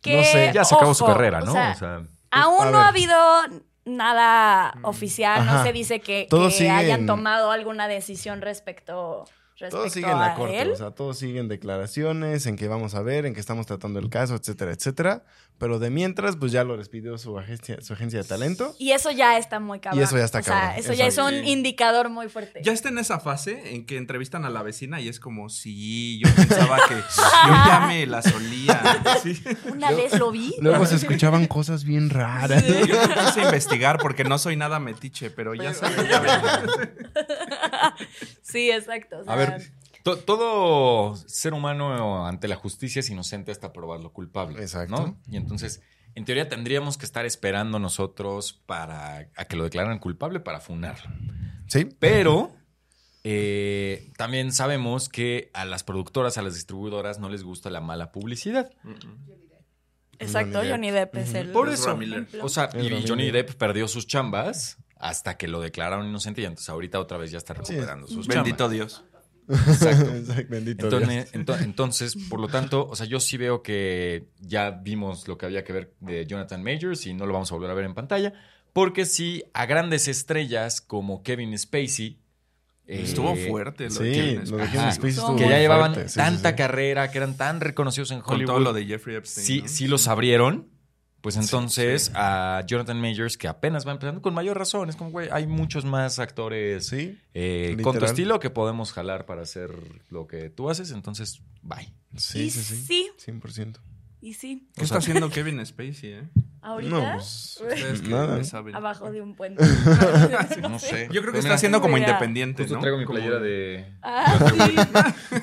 [SPEAKER 1] Que-
[SPEAKER 3] no sé.
[SPEAKER 4] Ya se acabó su
[SPEAKER 1] Ojo,
[SPEAKER 4] carrera,
[SPEAKER 1] o
[SPEAKER 4] ¿no? O
[SPEAKER 1] sea,
[SPEAKER 4] sea,
[SPEAKER 1] Aún
[SPEAKER 3] Pues, A
[SPEAKER 1] no
[SPEAKER 3] ver.
[SPEAKER 1] ha habido nada
[SPEAKER 2] Mm.
[SPEAKER 1] oficial,
[SPEAKER 3] Ajá.
[SPEAKER 1] no se dice que,
[SPEAKER 3] Todo
[SPEAKER 1] que
[SPEAKER 3] sigue
[SPEAKER 1] hayan
[SPEAKER 3] en-
[SPEAKER 1] tomado alguna decisión respecto respecto
[SPEAKER 3] Todos siguen la
[SPEAKER 1] a
[SPEAKER 3] corte,
[SPEAKER 1] él.
[SPEAKER 3] o sea, todos siguen declaraciones en que vamos a ver, en que estamos tratando el caso, etcétera, etcétera. Pero de mientras, pues ya lo despidió su agencia, su agencia de talento.
[SPEAKER 1] Y eso ya está muy cabrón.
[SPEAKER 3] eso ya está
[SPEAKER 1] O
[SPEAKER 3] cabrón.
[SPEAKER 1] sea, eso,
[SPEAKER 3] Eso
[SPEAKER 1] ya es un
[SPEAKER 2] sí.
[SPEAKER 1] indicador muy fuerte.
[SPEAKER 2] Ya está en esa fase en que entrevistan a la vecina y es como, sí, yo pensaba que yo ya me la solía. Sí.
[SPEAKER 1] Una vez lo vi.
[SPEAKER 3] Luego se escuchaban cosas bien raras.
[SPEAKER 2] Yo no quise investigar porque no soy nada metiche, pero ya sabes.
[SPEAKER 1] Sí, exacto. o sea,
[SPEAKER 4] A ver, to- todo ser humano ante la justicia es inocente hasta probarlo culpable.
[SPEAKER 3] Exacto.
[SPEAKER 4] ¿no? Y entonces, en teoría, tendríamos que estar esperando nosotros para a que lo declararan culpable para funarlo.
[SPEAKER 3] Sí,
[SPEAKER 4] Pero eh, también sabemos que a las productoras, a las distribuidoras, no les gusta la mala publicidad.
[SPEAKER 1] Exacto,
[SPEAKER 3] Johnny Depp.
[SPEAKER 1] Johnny Depp es
[SPEAKER 3] Ujú.
[SPEAKER 1] el.
[SPEAKER 2] Por
[SPEAKER 1] el
[SPEAKER 2] eso.
[SPEAKER 1] ejemplo.
[SPEAKER 4] O sea,
[SPEAKER 3] Es
[SPEAKER 4] y
[SPEAKER 3] horrible.
[SPEAKER 4] Johnny Depp perdió sus chambas hasta que lo declararon inocente y entonces ahorita otra vez ya está recuperando sus
[SPEAKER 2] Bendito Dios.
[SPEAKER 4] chambas. Exacto.
[SPEAKER 3] Exacto, bendito Dios.
[SPEAKER 4] Entonces, ento- entonces, por lo tanto, o sea, yo sí veo que ya vimos lo que había que ver de Jonathan Majors y no lo vamos a volver a ver en pantalla, porque sí, a grandes estrellas como Kevin Spacey... eh,
[SPEAKER 2] Estuvo fuerte. Lo de
[SPEAKER 3] Sí,
[SPEAKER 2] Kevin
[SPEAKER 3] lo de
[SPEAKER 2] Spacey.
[SPEAKER 3] Kevin
[SPEAKER 4] Ajá.
[SPEAKER 3] Spacey estuvo
[SPEAKER 1] Son
[SPEAKER 4] Que
[SPEAKER 3] muy
[SPEAKER 4] ya llevaban
[SPEAKER 3] fuerte, sí, sí,
[SPEAKER 4] tanta
[SPEAKER 3] sí.
[SPEAKER 4] carrera, que eran tan reconocidos en
[SPEAKER 2] Con
[SPEAKER 4] Hollywood.
[SPEAKER 2] todo lo de Jeffrey Epstein.
[SPEAKER 4] sí,
[SPEAKER 2] ¿no?
[SPEAKER 4] sí los abrieron. Pues entonces
[SPEAKER 2] sí.
[SPEAKER 4] a Jonathan Majors, que apenas va empezando, con mayor razón, es como, güey, hay muchos más actores
[SPEAKER 3] Sí,
[SPEAKER 4] eh, con tu
[SPEAKER 3] Literal.
[SPEAKER 4] estilo que podemos jalar para hacer lo que tú haces, entonces, bye.
[SPEAKER 3] sí,
[SPEAKER 1] y
[SPEAKER 3] sí, sí.
[SPEAKER 1] sí,
[SPEAKER 3] 100%.
[SPEAKER 1] y sí.
[SPEAKER 2] ¿Qué está haciendo Kevin Spacey, eh?
[SPEAKER 1] Ahorita,
[SPEAKER 3] No, pues,
[SPEAKER 2] Ustedes que
[SPEAKER 3] Nada.
[SPEAKER 2] le saben.
[SPEAKER 1] abajo de un puente.
[SPEAKER 4] No sé.
[SPEAKER 2] Yo creo que
[SPEAKER 4] Pues
[SPEAKER 2] está
[SPEAKER 4] mira,
[SPEAKER 2] haciendo como
[SPEAKER 1] Mira.
[SPEAKER 2] independiente,
[SPEAKER 4] Justo
[SPEAKER 2] ¿no?
[SPEAKER 4] traigo mi
[SPEAKER 2] Como-
[SPEAKER 4] playera de...
[SPEAKER 1] Ah, sí.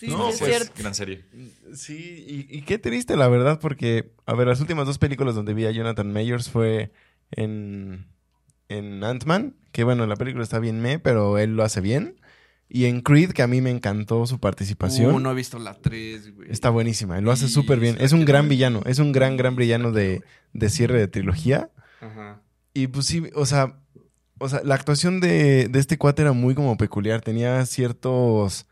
[SPEAKER 1] Sí,
[SPEAKER 3] No,
[SPEAKER 1] sí, es
[SPEAKER 3] pues,
[SPEAKER 1] cierto.
[SPEAKER 4] Gran serie.
[SPEAKER 3] Sí, y, y qué triste, la verdad, porque, a ver, las últimas dos películas donde vi a Jonathan Mayers fue en, en Ant-Man, que bueno, la película está bien me, pero él lo hace bien. Y en Creed, que a mí me encantó su participación.
[SPEAKER 2] Uh, no he visto la 3, güey.
[SPEAKER 3] Está buenísima, y lo hace
[SPEAKER 2] Y
[SPEAKER 3] súper bien.
[SPEAKER 2] está
[SPEAKER 3] Es un
[SPEAKER 2] que
[SPEAKER 3] gran
[SPEAKER 2] no-
[SPEAKER 3] villano, es un gran, gran villano de, de cierre de trilogía.
[SPEAKER 2] Ajá.
[SPEAKER 3] Y pues sí, o sea, o sea, la actuación de, de este cuate era muy como peculiar. Tenía ciertos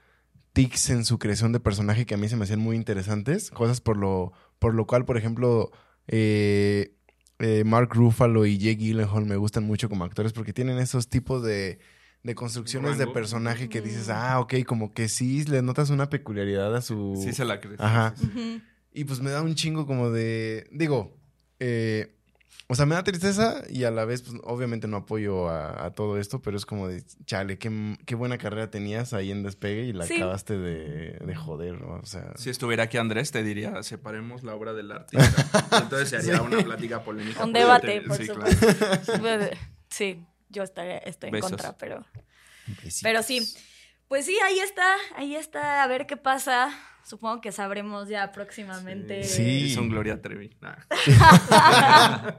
[SPEAKER 3] tics en su creación de personaje que a mí se me hacían muy interesantes. Cosas por lo, por lo cual, por ejemplo, eh, eh, Mark Ruffalo y Jake Gyllenhaal me gustan mucho como actores porque tienen esos tipos de, de construcciones de
[SPEAKER 2] Rango.
[SPEAKER 3] personaje que dices,
[SPEAKER 1] Mm.
[SPEAKER 3] ah, ok, como que sí le notas una peculiaridad a su...
[SPEAKER 2] Sí se la crees.
[SPEAKER 3] Ajá.
[SPEAKER 2] Sí, sí, sí.
[SPEAKER 1] Ujú.
[SPEAKER 3] Y pues me da un chingo como de. Digo, eh, o sea, me da tristeza y a la vez, pues obviamente no apoyo a, a todo esto, pero es como de, chale, qué, m- qué buena carrera tenías ahí en despegue y la
[SPEAKER 1] Sí.
[SPEAKER 3] acabaste de, de joder, ¿no? O sea.
[SPEAKER 2] Si estuviera aquí Andrés, te diría, separemos la obra del artista. Entonces se haría una plática polémica.
[SPEAKER 1] Un
[SPEAKER 2] por
[SPEAKER 1] debate,
[SPEAKER 2] la
[SPEAKER 1] por
[SPEAKER 2] tele. Sí,
[SPEAKER 1] supuesto.
[SPEAKER 2] claro.
[SPEAKER 1] Pues, Sí, yo estaré, estoy en
[SPEAKER 2] Besos.
[SPEAKER 1] contra, pero. Pero sí. Pues sí, ahí está, ahí está, a ver qué pasa. Supongo que sabremos ya próximamente.
[SPEAKER 3] Sí.
[SPEAKER 2] Hizo un Gloria Trevi. Nah.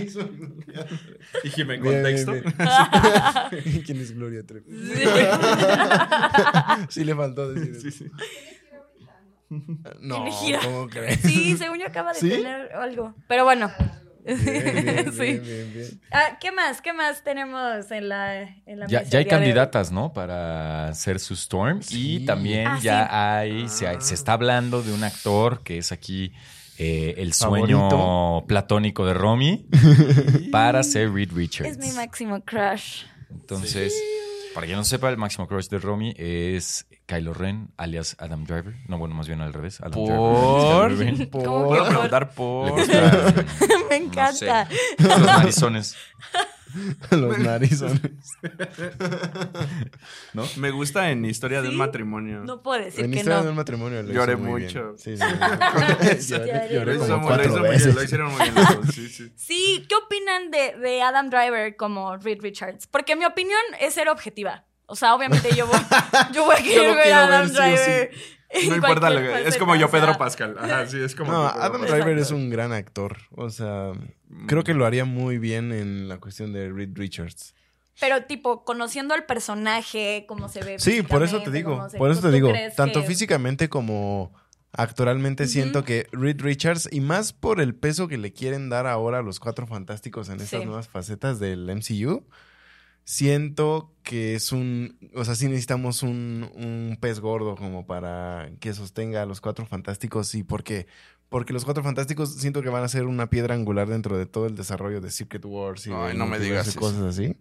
[SPEAKER 2] Dijime en
[SPEAKER 3] Bien, bien,
[SPEAKER 2] contexto.
[SPEAKER 3] bien. ¿Quién es Gloria Trevi?
[SPEAKER 1] Sí.
[SPEAKER 3] Sí le faltó decir eso.
[SPEAKER 2] Sí, sí.
[SPEAKER 3] No,
[SPEAKER 1] Tiene gira.
[SPEAKER 3] ¿cómo crees?
[SPEAKER 1] Sí, según yo acaba de
[SPEAKER 3] ¿Sí?
[SPEAKER 1] tener algo. Pero bueno.
[SPEAKER 3] Bien, bien,
[SPEAKER 1] sí.
[SPEAKER 3] bien, bien, bien.
[SPEAKER 1] Ah, ¿Qué más? ¿Qué más tenemos en la, en la
[SPEAKER 4] Ya,
[SPEAKER 1] mesa
[SPEAKER 4] ya hay
[SPEAKER 1] el día de hoy?
[SPEAKER 4] candidatas, ¿no? Para hacer su Storm.
[SPEAKER 3] Sí.
[SPEAKER 4] Y también
[SPEAKER 1] Ah,
[SPEAKER 4] ya
[SPEAKER 1] sí.
[SPEAKER 4] hay, se, se está hablando de un actor que es aquí eh, el sueño
[SPEAKER 3] Favorito.
[SPEAKER 4] platónico de Romy para ser Reed Richards.
[SPEAKER 1] Es mi máximo crush.
[SPEAKER 4] Entonces, para quien no sepa, el máximo crush de Romy es Kylo Ren, alias Adam Driver. No, bueno, más bien al revés. Adam
[SPEAKER 2] Por-
[SPEAKER 4] Driver. es Kylo Ren.
[SPEAKER 1] ¿Cómo
[SPEAKER 2] Puedo
[SPEAKER 1] que
[SPEAKER 2] preguntar
[SPEAKER 4] Le
[SPEAKER 2] por.
[SPEAKER 4] gusta,
[SPEAKER 1] Me
[SPEAKER 4] no sé,
[SPEAKER 1] encanta.
[SPEAKER 4] los marizones.
[SPEAKER 3] Los narizones.
[SPEAKER 2] Me gusta en Historia de un
[SPEAKER 1] ¿Sí?
[SPEAKER 2] matrimonio.
[SPEAKER 1] No puedo decir
[SPEAKER 3] En
[SPEAKER 1] que
[SPEAKER 3] historia de
[SPEAKER 1] no.
[SPEAKER 3] un matrimonio lo
[SPEAKER 2] Lloré
[SPEAKER 3] hizo muy
[SPEAKER 2] mucho.
[SPEAKER 3] bien. Sí, sí. sí. lloré,
[SPEAKER 1] Lloré
[SPEAKER 3] lloré
[SPEAKER 2] Lo hizo
[SPEAKER 3] como
[SPEAKER 2] muy- lo, hizo
[SPEAKER 3] cuatro
[SPEAKER 2] muy bien, lo
[SPEAKER 3] veces.
[SPEAKER 2] hicieron muy bien. los dos, Sí, sí.
[SPEAKER 1] Sí, ¿qué opinan de, de Adam Driver como Reed Richards? Porque mi opinión es ser objetiva. O sea, obviamente yo voy, yo voy a querer ver
[SPEAKER 3] lo quiero
[SPEAKER 1] a
[SPEAKER 3] ver
[SPEAKER 1] Adam
[SPEAKER 3] sí o
[SPEAKER 1] Driver. en
[SPEAKER 2] No importa lo
[SPEAKER 1] cualquier
[SPEAKER 2] que. Es
[SPEAKER 1] faceta,
[SPEAKER 2] como yo,
[SPEAKER 1] o sea,
[SPEAKER 2] Pedro Pascal. Ajá, sí, es como.
[SPEAKER 3] No,
[SPEAKER 2] yo, Pedro
[SPEAKER 3] Adam
[SPEAKER 2] Pascal.
[SPEAKER 3] Driver es un gran actor. O sea, creo
[SPEAKER 2] Mm.
[SPEAKER 3] que lo haría muy bien en la cuestión de Reed Richards.
[SPEAKER 1] Pero tipo, conociendo al personaje, cómo se ve.
[SPEAKER 3] Sí, por eso te
[SPEAKER 1] físicamente,
[SPEAKER 3] digo.
[SPEAKER 1] cómo se-
[SPEAKER 3] Por eso
[SPEAKER 1] ¿tú-
[SPEAKER 3] te
[SPEAKER 1] tú
[SPEAKER 3] digo.
[SPEAKER 1] crees
[SPEAKER 3] Tanto
[SPEAKER 1] que-
[SPEAKER 3] físicamente como actoralmente
[SPEAKER 1] Ujú.
[SPEAKER 3] siento que Reed Richards, y más por el peso que le quieren dar ahora a los cuatro fantásticos en estas
[SPEAKER 1] Sí.
[SPEAKER 3] nuevas facetas del MCU, Siento que es un. O sea, sí necesitamos un, un pez gordo como para que sostenga a los cuatro fantásticos. Y porque. Porque los cuatro fantásticos siento que van a ser una piedra angular dentro de todo el desarrollo de Secret Wars y de
[SPEAKER 2] Ay, no me
[SPEAKER 3] multiverso
[SPEAKER 2] digas
[SPEAKER 3] y cosas
[SPEAKER 2] eso.
[SPEAKER 3] así.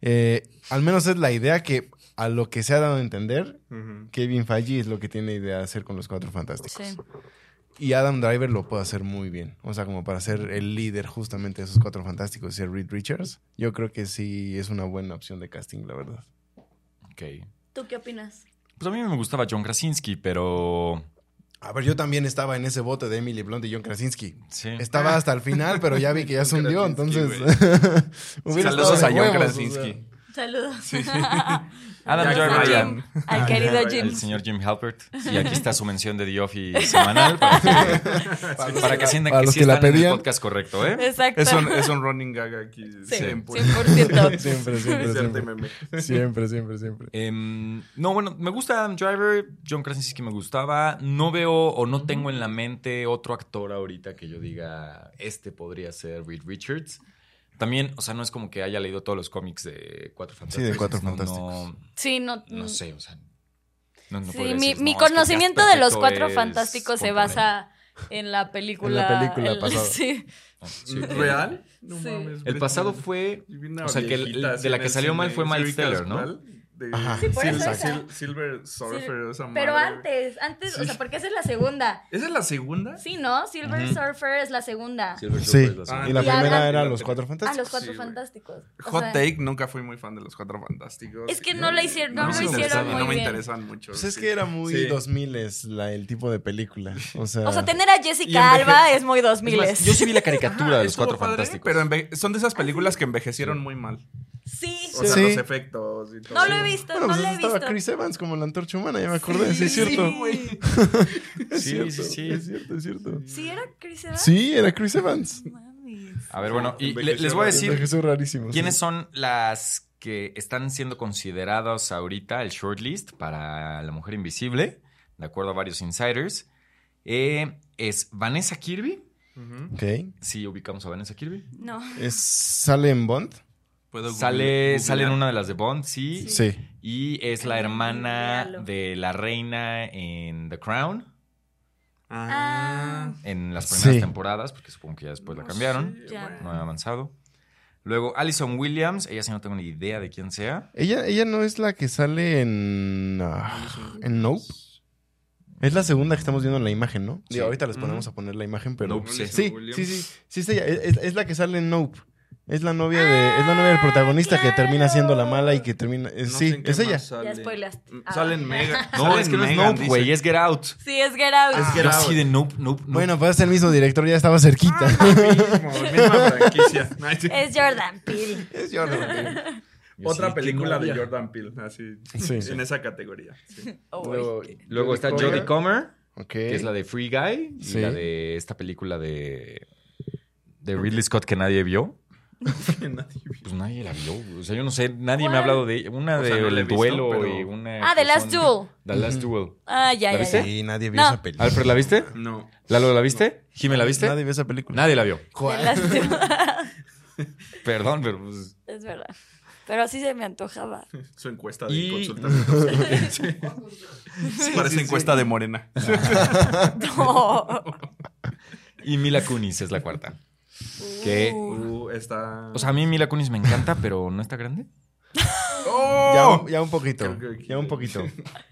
[SPEAKER 3] Eh, al menos es la idea que a lo que se ha dado a entender,
[SPEAKER 2] Ujú.
[SPEAKER 3] Kevin Feige es lo que tiene idea de hacer con los cuatro fantásticos.
[SPEAKER 1] Sí.
[SPEAKER 3] Y Adam Driver lo puede hacer muy bien. O sea, como para ser el líder justamente de esos cuatro fantásticos y ser Reed Richards, yo creo que sí es una buena opción de casting, la verdad.
[SPEAKER 4] Ok.
[SPEAKER 1] ¿Tú qué opinas?
[SPEAKER 4] Pues a mí me gustaba John Krasinski, pero.
[SPEAKER 3] A ver, yo también estaba en ese bote de Emily Blunt y John Krasinski.
[SPEAKER 4] Sí.
[SPEAKER 3] Estaba hasta el final, pero ya vi que ya se hundió,
[SPEAKER 2] Krasinski,
[SPEAKER 3] entonces... hubiera estado
[SPEAKER 2] Saludos
[SPEAKER 3] de
[SPEAKER 2] a John
[SPEAKER 3] huevos, o
[SPEAKER 2] Krasinski.
[SPEAKER 1] Saludos.
[SPEAKER 4] Adam
[SPEAKER 2] Jack
[SPEAKER 4] Joy
[SPEAKER 2] Ryan.
[SPEAKER 4] Ryan.
[SPEAKER 1] Al querido Jim.
[SPEAKER 4] El señor Jim Halpert. Y aquí está su mención de The Office semanal para que,
[SPEAKER 3] sea, para los
[SPEAKER 4] para que
[SPEAKER 3] la-
[SPEAKER 4] sientan
[SPEAKER 3] para
[SPEAKER 4] que
[SPEAKER 3] los
[SPEAKER 4] sí
[SPEAKER 3] que la
[SPEAKER 4] están en el
[SPEAKER 3] pedían.
[SPEAKER 4] podcast correcto, ¿eh?
[SPEAKER 1] Exacto.
[SPEAKER 2] Es un, es un running gag aquí.
[SPEAKER 1] Sí,
[SPEAKER 2] siempre.
[SPEAKER 1] 100%.
[SPEAKER 3] Siempre, siempre,
[SPEAKER 2] Inserte
[SPEAKER 3] siempre.
[SPEAKER 2] meme.
[SPEAKER 3] Siempre, siempre, siempre.
[SPEAKER 4] Em, no, bueno, me gusta Adam Driver, John Krasinski me gustaba. No veo o no tengo en la mente otro actor ahorita que yo diga, este podría ser Reed Richards. También, o sea, no es como que haya leído todos los cómics de Cuatro Fantásticos.
[SPEAKER 3] Cuatro
[SPEAKER 4] no-
[SPEAKER 3] Fantásticos.
[SPEAKER 1] Sí, no.
[SPEAKER 4] No, no sé, o sea. no- no
[SPEAKER 1] Mm. Sí,
[SPEAKER 4] podría
[SPEAKER 1] mi,
[SPEAKER 4] decir,
[SPEAKER 1] mi
[SPEAKER 4] "No, es que
[SPEAKER 1] conocimiento
[SPEAKER 4] Jack
[SPEAKER 1] de los
[SPEAKER 4] Perfecto
[SPEAKER 1] cuatro
[SPEAKER 4] es
[SPEAKER 1] fantásticos se
[SPEAKER 4] Superman".
[SPEAKER 1] basa en la película.
[SPEAKER 3] película
[SPEAKER 1] el-
[SPEAKER 3] pasada.
[SPEAKER 1] Sí.
[SPEAKER 4] Ah, sí, ok.
[SPEAKER 2] ¿Real?
[SPEAKER 1] Sí.
[SPEAKER 4] El pasado fue. o sea, que el- de la que salió mal fue Miles Teller, ¿no?
[SPEAKER 3] Ajá.
[SPEAKER 1] Sí, por
[SPEAKER 2] Sil-
[SPEAKER 1] eso
[SPEAKER 2] Sil-
[SPEAKER 1] esa.
[SPEAKER 2] Silver Surfer, esa madre.
[SPEAKER 1] Pero antes, antes, o
[SPEAKER 2] Sí.
[SPEAKER 1] sea, porque esa es la segunda.
[SPEAKER 2] ¿Esa es la segunda?
[SPEAKER 1] Sí, ¿no? Silver
[SPEAKER 4] Ujú.
[SPEAKER 1] Surfer es la segunda.
[SPEAKER 4] Silver
[SPEAKER 3] Sí.
[SPEAKER 4] Surfer es la
[SPEAKER 2] Ah,
[SPEAKER 3] Y la
[SPEAKER 1] Y Adam-
[SPEAKER 3] primera era
[SPEAKER 2] la
[SPEAKER 3] Los
[SPEAKER 2] prim-
[SPEAKER 3] Cuatro
[SPEAKER 1] A
[SPEAKER 3] Fantásticos.
[SPEAKER 1] los cuatro
[SPEAKER 2] Sí, güey.
[SPEAKER 1] fantásticos. O
[SPEAKER 2] Hot
[SPEAKER 1] sea,
[SPEAKER 2] Take, nunca fui muy fan de los Cuatro Fantásticos.
[SPEAKER 1] Es que no la hicieron- no
[SPEAKER 3] lo
[SPEAKER 2] me
[SPEAKER 3] hicieron
[SPEAKER 2] interesan,
[SPEAKER 3] muy
[SPEAKER 2] No me
[SPEAKER 1] bien.
[SPEAKER 2] interesan mucho.
[SPEAKER 3] Pues es
[SPEAKER 2] sí.
[SPEAKER 3] que era muy
[SPEAKER 2] Sí.
[SPEAKER 3] 2000 es la, el tipo de película. O sea,
[SPEAKER 1] O sea, tener a
[SPEAKER 3] Ah. Y
[SPEAKER 1] Jessica
[SPEAKER 3] enveje-
[SPEAKER 1] Alba es muy dos
[SPEAKER 4] Es más,
[SPEAKER 1] miles.
[SPEAKER 4] yo sí vi la
[SPEAKER 2] Ajá,
[SPEAKER 4] caricatura de los
[SPEAKER 2] estuvo
[SPEAKER 4] Cuatro
[SPEAKER 2] Ah, padre,
[SPEAKER 4] Fantásticos.
[SPEAKER 2] Pero enve- son de esas películas que envejecieron muy mal.
[SPEAKER 1] Sí.
[SPEAKER 2] O sea,
[SPEAKER 3] Sí.
[SPEAKER 2] los efectos y todo.
[SPEAKER 1] No lo he visto,
[SPEAKER 3] bueno,
[SPEAKER 1] no
[SPEAKER 3] pues
[SPEAKER 1] lo he
[SPEAKER 3] estaba
[SPEAKER 1] visto.
[SPEAKER 3] Chris Evans como la antorcha humana, ya me acordé, sí, es cierto.
[SPEAKER 2] güey.
[SPEAKER 3] Es
[SPEAKER 4] Sí,
[SPEAKER 3] cierto,
[SPEAKER 4] sí, sí.
[SPEAKER 3] Es cierto, es cierto.
[SPEAKER 1] Sí, era Chris Evans.
[SPEAKER 3] Sí, era Chris Evans.
[SPEAKER 1] Mames.
[SPEAKER 4] A ver, bueno, y le-
[SPEAKER 2] Envejeció
[SPEAKER 4] les voy a
[SPEAKER 2] raro.
[SPEAKER 4] decir
[SPEAKER 3] Envejeció rarísimo. sí.
[SPEAKER 4] ¿Quiénes son las que están siendo consideradas ahorita el shortlist para La Mujer Invisible? De acuerdo a varios insiders. Eh, es Vanessa Kirby.
[SPEAKER 2] Ujú.
[SPEAKER 3] Ok.
[SPEAKER 4] Sí, ubicamos a Vanessa Kirby.
[SPEAKER 1] No.
[SPEAKER 3] Es, ¿Sale en Bond?
[SPEAKER 2] Puedo googlear-
[SPEAKER 4] Sale, sale en
[SPEAKER 2] googlear.
[SPEAKER 4] una de las de Bond, sí.
[SPEAKER 1] Sí.
[SPEAKER 3] Sí.
[SPEAKER 4] Y es la
[SPEAKER 1] Ay,
[SPEAKER 4] hermana
[SPEAKER 1] míralo.
[SPEAKER 4] de la reina en The Crown,
[SPEAKER 2] Ah.
[SPEAKER 4] en las primeras
[SPEAKER 3] Sí.
[SPEAKER 4] temporadas, porque supongo que ya después la
[SPEAKER 2] No
[SPEAKER 4] cambiaron.
[SPEAKER 2] sé,
[SPEAKER 1] Ya.
[SPEAKER 4] No
[SPEAKER 2] güey.
[SPEAKER 4] han avanzado. Luego Alison Williams, ella sí no tengo ni idea de quién sea.
[SPEAKER 3] Ella, ella no es la que sale en. ah, en Nope. Es la segunda que estamos viendo en la imagen, ¿no?
[SPEAKER 4] Sí.
[SPEAKER 3] Digo, ahorita les
[SPEAKER 2] Ujú.
[SPEAKER 3] ponemos a poner la imagen, pero.
[SPEAKER 4] Nope, sí.
[SPEAKER 3] Sí,
[SPEAKER 2] Williams.
[SPEAKER 3] sí, sí. Sí, es ella. Es, es la que sale en Nope. Es la novia de. Es la novia del
[SPEAKER 1] Ah,
[SPEAKER 3] protagonista que termina siendo la mala y que termina. eh,
[SPEAKER 2] No sé
[SPEAKER 3] sí,
[SPEAKER 2] en qué
[SPEAKER 3] es ella.
[SPEAKER 2] más sale.
[SPEAKER 1] Ya spoileaste.
[SPEAKER 2] Mm,
[SPEAKER 1] Ah.
[SPEAKER 2] Salen Mega.
[SPEAKER 4] No, es que no es Nope, güey, es Get Out.
[SPEAKER 1] Sí, es Get Out.
[SPEAKER 2] Es Get
[SPEAKER 4] Yo
[SPEAKER 2] Out.
[SPEAKER 4] sí de Nope, Nope, Nope.
[SPEAKER 3] Bueno, pues es el mismo director, ya estaba cerquita.
[SPEAKER 1] Ah.
[SPEAKER 2] Misma franquicia. Ay, sí.
[SPEAKER 1] Es Jordan Peele.
[SPEAKER 3] es Jordan. Peele.
[SPEAKER 4] Yo sí,
[SPEAKER 2] Otra
[SPEAKER 4] qué
[SPEAKER 2] película de
[SPEAKER 4] novia.
[SPEAKER 2] Jordan Peele, así,
[SPEAKER 3] Sí.
[SPEAKER 2] en esa categoría. sí.
[SPEAKER 1] Oh,
[SPEAKER 3] Luego,
[SPEAKER 4] Luego está Jodie Comer,
[SPEAKER 3] Ok.
[SPEAKER 4] que es la de Free Guy, y
[SPEAKER 3] Sí.
[SPEAKER 4] la de esta película de, de Ridley Scott que nadie vio.
[SPEAKER 2] Que nadie vio.
[SPEAKER 4] Pues nadie la vio. O sea, yo no sé, nadie me
[SPEAKER 1] ¿Cuál?
[SPEAKER 4] ha hablado de una
[SPEAKER 2] O
[SPEAKER 4] de
[SPEAKER 2] sea, no la he
[SPEAKER 4] El
[SPEAKER 2] visto,
[SPEAKER 4] Duelo
[SPEAKER 2] pero-
[SPEAKER 4] y una.
[SPEAKER 1] Ah, The
[SPEAKER 4] que
[SPEAKER 1] Last
[SPEAKER 4] son-
[SPEAKER 1] Duel.
[SPEAKER 4] The Last Duel.
[SPEAKER 1] Ah, ya,
[SPEAKER 4] ¿La
[SPEAKER 1] ya,
[SPEAKER 4] viste?
[SPEAKER 1] ya.
[SPEAKER 3] Sí, nadie vio
[SPEAKER 1] No.
[SPEAKER 3] esa película.
[SPEAKER 4] Alfred, ¿la viste?
[SPEAKER 2] No.
[SPEAKER 4] ¿Lalo, la viste? ¿Jime, la viste?
[SPEAKER 3] Nadie
[SPEAKER 4] Nadie,
[SPEAKER 3] vio esa película.
[SPEAKER 4] la vio.
[SPEAKER 1] The Last Duel.
[SPEAKER 4] Perdón, pero. pues,
[SPEAKER 1] es verdad. Pero así se me antojaba.
[SPEAKER 2] Su encuesta de
[SPEAKER 4] Y-
[SPEAKER 2] consulta. Sí. Parece encuesta de Morena.
[SPEAKER 1] No.
[SPEAKER 4] Y Mila Kunis es la cuarta. ¿Qué?
[SPEAKER 1] Uh.
[SPEAKER 2] Uh, está.
[SPEAKER 4] O sea, a mí Mila Kunis me encanta, pero no está grande.
[SPEAKER 3] Ya,
[SPEAKER 2] ¡Oh!
[SPEAKER 3] un- ya un poquito.
[SPEAKER 2] Creo que aquí-
[SPEAKER 3] Ya un poquito.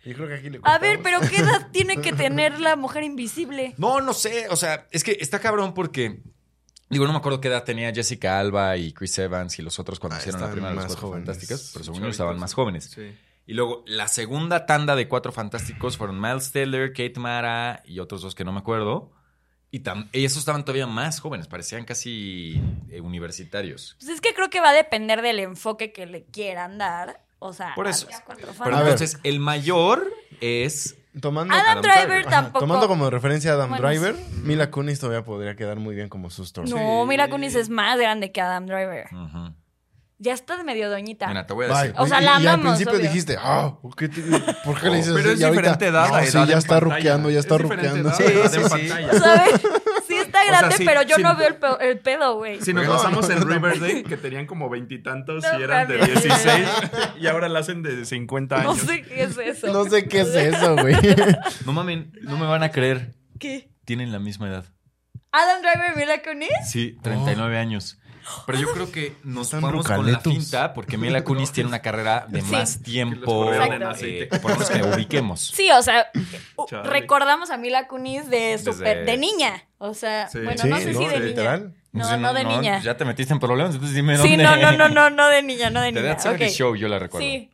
[SPEAKER 3] Yo creo que aquí le
[SPEAKER 1] A ver,
[SPEAKER 3] cortamos.
[SPEAKER 1] pero ¿qué edad tiene que tener la mujer invisible?
[SPEAKER 4] No, no sé. O sea, es que está cabrón porque. Digo, no me acuerdo qué edad tenía Jessica Alba y Chris Evans y los otros cuando
[SPEAKER 3] Ah,
[SPEAKER 4] hicieron la
[SPEAKER 3] estaban
[SPEAKER 4] primera de los
[SPEAKER 3] más
[SPEAKER 4] cuatro
[SPEAKER 3] jóvenes.
[SPEAKER 4] fantásticas, pero según yo
[SPEAKER 2] Chavitos.
[SPEAKER 4] estaban más jóvenes.
[SPEAKER 2] Sí.
[SPEAKER 4] Y luego la segunda tanda de cuatro fantásticos fueron Miles Teller, Kate Mara y otros dos que no me acuerdo. Y tam- y esos estaban todavía más jóvenes, parecían casi eh, universitarios.
[SPEAKER 1] Pues es que creo que va a depender del enfoque que le quieran dar. O sea,
[SPEAKER 4] Por
[SPEAKER 1] a
[SPEAKER 4] eso.
[SPEAKER 1] los cuatro
[SPEAKER 3] A
[SPEAKER 4] Pero
[SPEAKER 3] ver.
[SPEAKER 1] fantásticos.
[SPEAKER 4] entonces el mayor es
[SPEAKER 3] Tomando,
[SPEAKER 1] Adam,
[SPEAKER 4] Adam
[SPEAKER 1] Driver,
[SPEAKER 4] Driver.
[SPEAKER 3] Ajá,
[SPEAKER 1] tampoco.
[SPEAKER 3] tomando como referencia a Adam
[SPEAKER 1] Bueno,
[SPEAKER 3] Driver, Mila Kunis todavía podría quedar muy bien como su story.
[SPEAKER 1] No,
[SPEAKER 2] Sí.
[SPEAKER 1] Mila Kunis es más grande que Adam Driver.
[SPEAKER 4] Ujú.
[SPEAKER 1] Ya está medio doñita.
[SPEAKER 4] Mira, te voy a
[SPEAKER 3] Bye.
[SPEAKER 4] decir.
[SPEAKER 1] O sea, la
[SPEAKER 3] y, y al
[SPEAKER 1] amamos,
[SPEAKER 3] principio
[SPEAKER 1] obvio.
[SPEAKER 3] dijiste, ah, ¿qué te- ¿por qué le dices
[SPEAKER 2] Pero
[SPEAKER 3] así?
[SPEAKER 2] es
[SPEAKER 3] Y ahorita,
[SPEAKER 2] diferente edad
[SPEAKER 3] no,
[SPEAKER 2] a edad
[SPEAKER 3] sí, ya
[SPEAKER 2] en
[SPEAKER 3] está
[SPEAKER 2] pantalla.
[SPEAKER 3] ruqueando, ya está
[SPEAKER 2] Es diferente
[SPEAKER 3] ruqueando.
[SPEAKER 2] edad a
[SPEAKER 3] Sí,
[SPEAKER 2] edad
[SPEAKER 3] sí,
[SPEAKER 2] en
[SPEAKER 3] sí.
[SPEAKER 2] pantalla.
[SPEAKER 1] ¿Sabes? Sí está está grande,
[SPEAKER 2] sí,
[SPEAKER 1] pero yo
[SPEAKER 2] sí.
[SPEAKER 1] no veo el pe- el pedo, güey.
[SPEAKER 2] Si nos
[SPEAKER 3] No,
[SPEAKER 2] basamos
[SPEAKER 3] no,
[SPEAKER 2] en
[SPEAKER 3] no,
[SPEAKER 2] Riverdale, que tenían como veintitantos
[SPEAKER 1] No
[SPEAKER 2] y eran de
[SPEAKER 1] mames.
[SPEAKER 2] 16, y ahora la hacen de 50
[SPEAKER 1] No
[SPEAKER 2] años.
[SPEAKER 1] sé qué es eso.
[SPEAKER 3] No sé qué es eso, güey.
[SPEAKER 4] No mamen, no me van a creer.
[SPEAKER 1] ¿Qué?
[SPEAKER 4] Tienen la misma edad.
[SPEAKER 1] ¿Adam Driver Mila Kunis?
[SPEAKER 4] Sí, 39 años. Pero yo creo que nos
[SPEAKER 3] Están
[SPEAKER 4] vamos con la
[SPEAKER 3] brucaletos.
[SPEAKER 4] finta porque Mila Kunis tiene una carrera de
[SPEAKER 1] Sí.
[SPEAKER 4] más tiempo.
[SPEAKER 2] Que los
[SPEAKER 1] corrieron en
[SPEAKER 4] eh,
[SPEAKER 2] aceite.
[SPEAKER 4] por lo menos que ubiquemos.
[SPEAKER 1] Sí, o sea, u-
[SPEAKER 2] Chale.
[SPEAKER 1] recordamos a Mila Kunis de
[SPEAKER 4] Desde-
[SPEAKER 1] super, de niña. O sea,
[SPEAKER 2] Sí.
[SPEAKER 1] bueno,
[SPEAKER 2] Sí,
[SPEAKER 1] no sé
[SPEAKER 2] ¿no?
[SPEAKER 1] si de niña.
[SPEAKER 3] literal.
[SPEAKER 1] No,
[SPEAKER 4] Sí,
[SPEAKER 1] no de niña.
[SPEAKER 4] pues, Ya te metiste en problemas, entonces dime
[SPEAKER 1] Sí,
[SPEAKER 4] dónde.
[SPEAKER 1] no, no, no, no, no de niña, no de
[SPEAKER 4] The
[SPEAKER 1] niña.
[SPEAKER 4] That 70's
[SPEAKER 1] ok.
[SPEAKER 4] Show, yo la recuerdo.
[SPEAKER 1] Sí.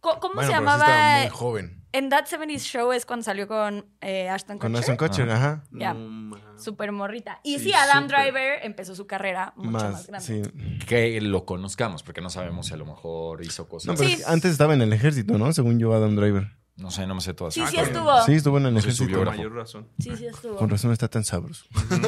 [SPEAKER 1] Co- ¿Cómo
[SPEAKER 3] Bueno,
[SPEAKER 1] se
[SPEAKER 3] pero sí estaba
[SPEAKER 1] llamaba?
[SPEAKER 3] muy joven.
[SPEAKER 1] en That 70's Show es cuando salió con eh, Ashton
[SPEAKER 3] Con
[SPEAKER 1] Kutcher.
[SPEAKER 3] Aston Kutcher, ajá.
[SPEAKER 1] Ya.
[SPEAKER 2] No, ma.
[SPEAKER 1] Súper morrita. Y sí,
[SPEAKER 2] Sí,
[SPEAKER 1] Adam
[SPEAKER 2] súper.
[SPEAKER 1] Driver empezó su carrera mucho más,
[SPEAKER 3] Más,
[SPEAKER 1] grande.
[SPEAKER 3] sí.
[SPEAKER 4] Que lo conozcamos, porque no sabemos si a lo mejor hizo
[SPEAKER 3] No,
[SPEAKER 4] cosas.
[SPEAKER 3] pero
[SPEAKER 1] Sí.
[SPEAKER 3] es que antes estaba en el ejército, ¿no? Según yo, Adam Driver.
[SPEAKER 4] No sé, no me sé todas.
[SPEAKER 1] Sí,
[SPEAKER 4] Ah,
[SPEAKER 1] sí
[SPEAKER 4] claro.
[SPEAKER 1] estuvo.
[SPEAKER 3] Sí,
[SPEAKER 1] Sí,
[SPEAKER 3] estuvo en el
[SPEAKER 4] No sé,
[SPEAKER 3] ejército.
[SPEAKER 4] subió.
[SPEAKER 2] Con
[SPEAKER 4] biógrafo.
[SPEAKER 2] mayor razón.
[SPEAKER 1] sí, estuvo.
[SPEAKER 3] Con razón está tan sabroso.
[SPEAKER 1] Mm.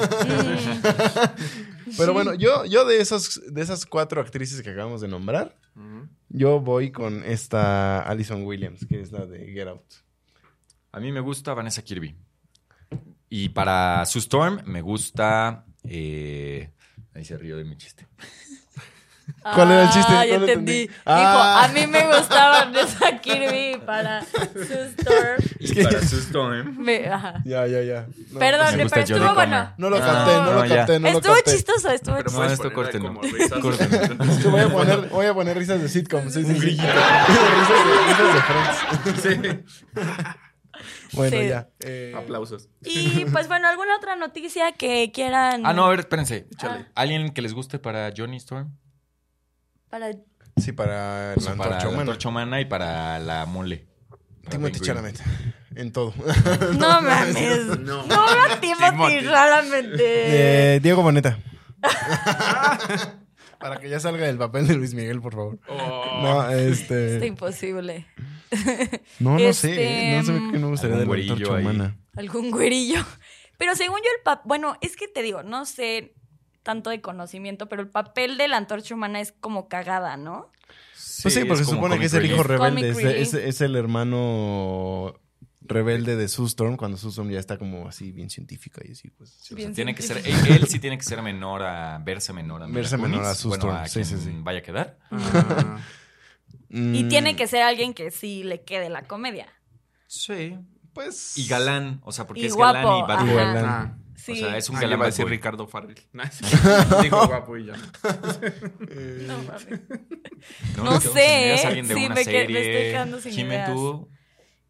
[SPEAKER 3] Pero bueno, yo, yo de, esas, de esas cuatro actrices que acabamos de nombrar,
[SPEAKER 2] Ujú.
[SPEAKER 3] yo voy con esta Alison Williams, que es la de Get Out.
[SPEAKER 4] A mí me gusta Vanessa Kirby. Y para Sue Storm me gusta. eh, ahí se rió de mi chiste.
[SPEAKER 3] ¿Cuál era el chiste?
[SPEAKER 1] Ah, ya
[SPEAKER 3] No lo
[SPEAKER 1] entendí.
[SPEAKER 3] entendí.
[SPEAKER 1] Dijo,
[SPEAKER 3] Ah.
[SPEAKER 1] a mí me gustaba Vanessa Kirby para su store.
[SPEAKER 4] Y para Sue
[SPEAKER 2] ¿eh?
[SPEAKER 4] Storm.
[SPEAKER 1] Me- ajá.
[SPEAKER 3] Ya, ya, ya. No,
[SPEAKER 1] Perdón,
[SPEAKER 4] me
[SPEAKER 1] pero
[SPEAKER 4] gusta
[SPEAKER 1] estuvo
[SPEAKER 4] Jodie
[SPEAKER 1] bueno.
[SPEAKER 4] Comer.
[SPEAKER 3] No lo
[SPEAKER 4] No,
[SPEAKER 3] capté, no,
[SPEAKER 4] no,
[SPEAKER 3] lo
[SPEAKER 4] Ah, ya.
[SPEAKER 3] capté, no lo
[SPEAKER 1] estuvo
[SPEAKER 3] capté.
[SPEAKER 1] chistoso, estuvo
[SPEAKER 2] Pero
[SPEAKER 1] chistoso.
[SPEAKER 4] puedes
[SPEAKER 2] puedes
[SPEAKER 4] esto
[SPEAKER 2] ponerla
[SPEAKER 4] córtenlo.
[SPEAKER 2] como risas.
[SPEAKER 3] Es que voy a poner, voy a poner risas de sitcom. Sí, sí, sí. risas, de, risas de Friends.
[SPEAKER 2] Sí.
[SPEAKER 3] Bueno,
[SPEAKER 1] Sí.
[SPEAKER 3] ya. Eh,
[SPEAKER 2] Aplausos.
[SPEAKER 1] Y pues bueno, ¿alguna otra noticia que quieran
[SPEAKER 4] Ah, no, a ver, espérense.
[SPEAKER 1] Chale.
[SPEAKER 4] ¿Alguien que les guste para Johnny Storm?
[SPEAKER 1] para
[SPEAKER 3] Sí, para
[SPEAKER 4] O sea,
[SPEAKER 3] la
[SPEAKER 4] Pues para
[SPEAKER 3] antorcha
[SPEAKER 4] la
[SPEAKER 3] humana.
[SPEAKER 4] antorcha humana y para la mole. Para
[SPEAKER 3] Timothy
[SPEAKER 4] Penguin.
[SPEAKER 3] Chalamet. En todo.
[SPEAKER 1] No mames. No,
[SPEAKER 2] No.
[SPEAKER 1] no Timothy
[SPEAKER 2] Timothy.
[SPEAKER 1] raramente.
[SPEAKER 3] Eh, Diego Boneta. para que ya salga del papel de Luis Miguel, por favor.
[SPEAKER 2] Oh.
[SPEAKER 3] No, este.
[SPEAKER 1] Está imposible.
[SPEAKER 3] No, no
[SPEAKER 1] Este,
[SPEAKER 3] sé. No sé qué me gustaría de
[SPEAKER 4] algún
[SPEAKER 3] la
[SPEAKER 4] güerillo
[SPEAKER 3] antorcha
[SPEAKER 4] ahí.
[SPEAKER 3] humana.
[SPEAKER 1] Algún güerillo. Pero según yo el papel, bueno, es que te digo, no sé tanto de conocimiento, pero el papel de la antorcha humana es como cagada, ¿no?
[SPEAKER 3] Pues sí, porque
[SPEAKER 4] es
[SPEAKER 3] se
[SPEAKER 4] como
[SPEAKER 3] supone que
[SPEAKER 4] comic
[SPEAKER 3] es el hijo
[SPEAKER 4] relief.
[SPEAKER 3] rebelde.
[SPEAKER 1] Comic
[SPEAKER 3] Es,
[SPEAKER 1] relief.
[SPEAKER 3] es- es el hermano rebelde de Sue Storm cuando Sue Storm ya está como así bien científica y así pues.
[SPEAKER 4] O sea, tiene que ser, él, él sí tiene que ser menor a verse menor a Mila
[SPEAKER 3] Verse menor
[SPEAKER 4] Kunis,
[SPEAKER 3] a Sue
[SPEAKER 4] bueno,
[SPEAKER 3] Storm, sí,
[SPEAKER 4] quien
[SPEAKER 3] sí, sí.
[SPEAKER 4] vaya a quedar.
[SPEAKER 2] Ah.
[SPEAKER 1] Y
[SPEAKER 3] Mm.
[SPEAKER 1] tiene que ser alguien que sí le quede la comedia.
[SPEAKER 4] Sí.
[SPEAKER 3] pues
[SPEAKER 4] Y galán, o sea, porque
[SPEAKER 1] Y
[SPEAKER 4] es galán
[SPEAKER 1] guapo,
[SPEAKER 4] y bad
[SPEAKER 1] ajá.
[SPEAKER 4] boy.
[SPEAKER 3] Galán.
[SPEAKER 2] Ah.
[SPEAKER 1] Sí.
[SPEAKER 4] O sea, es un
[SPEAKER 2] Ah, yo
[SPEAKER 4] galán
[SPEAKER 2] iba a
[SPEAKER 4] bad
[SPEAKER 2] decir
[SPEAKER 4] boy.
[SPEAKER 2] Ricardo Farrell. Digo guapo y ya.
[SPEAKER 1] No, mames. No
[SPEAKER 4] Entonces, ¿tendrías
[SPEAKER 1] sé,
[SPEAKER 4] alguien de
[SPEAKER 1] sí,
[SPEAKER 4] una
[SPEAKER 1] me que- me
[SPEAKER 4] serie?
[SPEAKER 1] estoy quedando sin
[SPEAKER 4] Jimé,
[SPEAKER 1] ideas.
[SPEAKER 4] tú,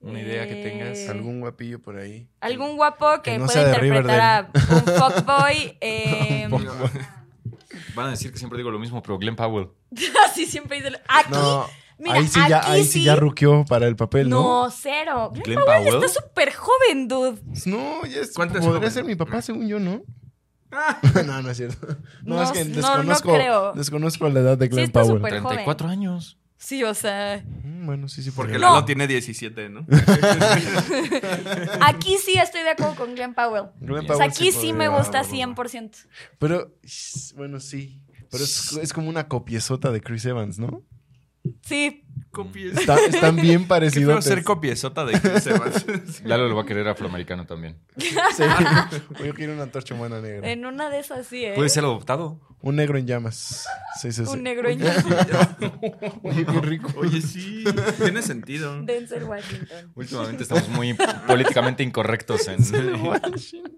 [SPEAKER 4] una idea que tengas.
[SPEAKER 1] Eh,
[SPEAKER 3] algún guapillo por ahí.
[SPEAKER 1] Algún guapo que,
[SPEAKER 3] Que no
[SPEAKER 1] pueda
[SPEAKER 3] sea de
[SPEAKER 1] interpretar a un fuckboy. Eh,
[SPEAKER 4] Van a decir que siempre digo lo mismo, pero Glenn Powell.
[SPEAKER 1] así siempre dice. Aquí,
[SPEAKER 3] No,
[SPEAKER 1] mira,
[SPEAKER 3] ahí sí ya
[SPEAKER 1] aquí
[SPEAKER 3] ahí sí ya ruqueó para el papel, ¿no?
[SPEAKER 1] No, cero. Glenn
[SPEAKER 4] Glenn
[SPEAKER 1] Powell
[SPEAKER 4] Powell.
[SPEAKER 1] Oh, está súper joven, dude.
[SPEAKER 3] Pues, No, ya es,
[SPEAKER 2] ¿Cuánto es
[SPEAKER 3] podría
[SPEAKER 2] joven?
[SPEAKER 3] ser mi papá según yo, ¿no?
[SPEAKER 4] Ah.
[SPEAKER 3] no, no es cierto. No,
[SPEAKER 1] No,
[SPEAKER 3] es que
[SPEAKER 1] no, no
[SPEAKER 3] desconozco,
[SPEAKER 1] creo.
[SPEAKER 3] desconozco la edad de Glenn
[SPEAKER 1] está
[SPEAKER 3] Powell.
[SPEAKER 1] súper- joven.
[SPEAKER 4] 34 años.
[SPEAKER 1] Sí, o sea.
[SPEAKER 3] Mm, bueno, sí, sí.
[SPEAKER 2] Porque
[SPEAKER 3] podría.
[SPEAKER 1] No.
[SPEAKER 2] Lalo tiene 17, ¿no?
[SPEAKER 1] Aquí sí estoy de acuerdo con Glenn Powell.
[SPEAKER 3] Glenn
[SPEAKER 4] pues,
[SPEAKER 1] O sea,
[SPEAKER 3] Powell
[SPEAKER 1] aquí sí me
[SPEAKER 3] podría.
[SPEAKER 1] gusta 100%.
[SPEAKER 3] Pero, sh- bueno, sí. Pero es, es como una copiezota de Chris Evans, ¿no?
[SPEAKER 1] Sí,
[SPEAKER 2] Copies.
[SPEAKER 3] Está- están bien
[SPEAKER 2] Qué feo
[SPEAKER 3] parecidos.
[SPEAKER 2] ser copiesota de Chris Evans.
[SPEAKER 4] Lalo lo va a querer afroamericano también.
[SPEAKER 2] Ah.
[SPEAKER 3] Yo quiero una antorcha humana negra.
[SPEAKER 1] en una de esas sí, ¿eh?
[SPEAKER 4] Puede ser adoptado.
[SPEAKER 3] Un negro en llamas. Sí, sí, sí.
[SPEAKER 1] Un negro en
[SPEAKER 3] Oye, qué rico.
[SPEAKER 2] Oye, sí. Tiene sentido.
[SPEAKER 1] Denzel Washington.
[SPEAKER 4] Últimamente estamos muy políticamente incorrectos en...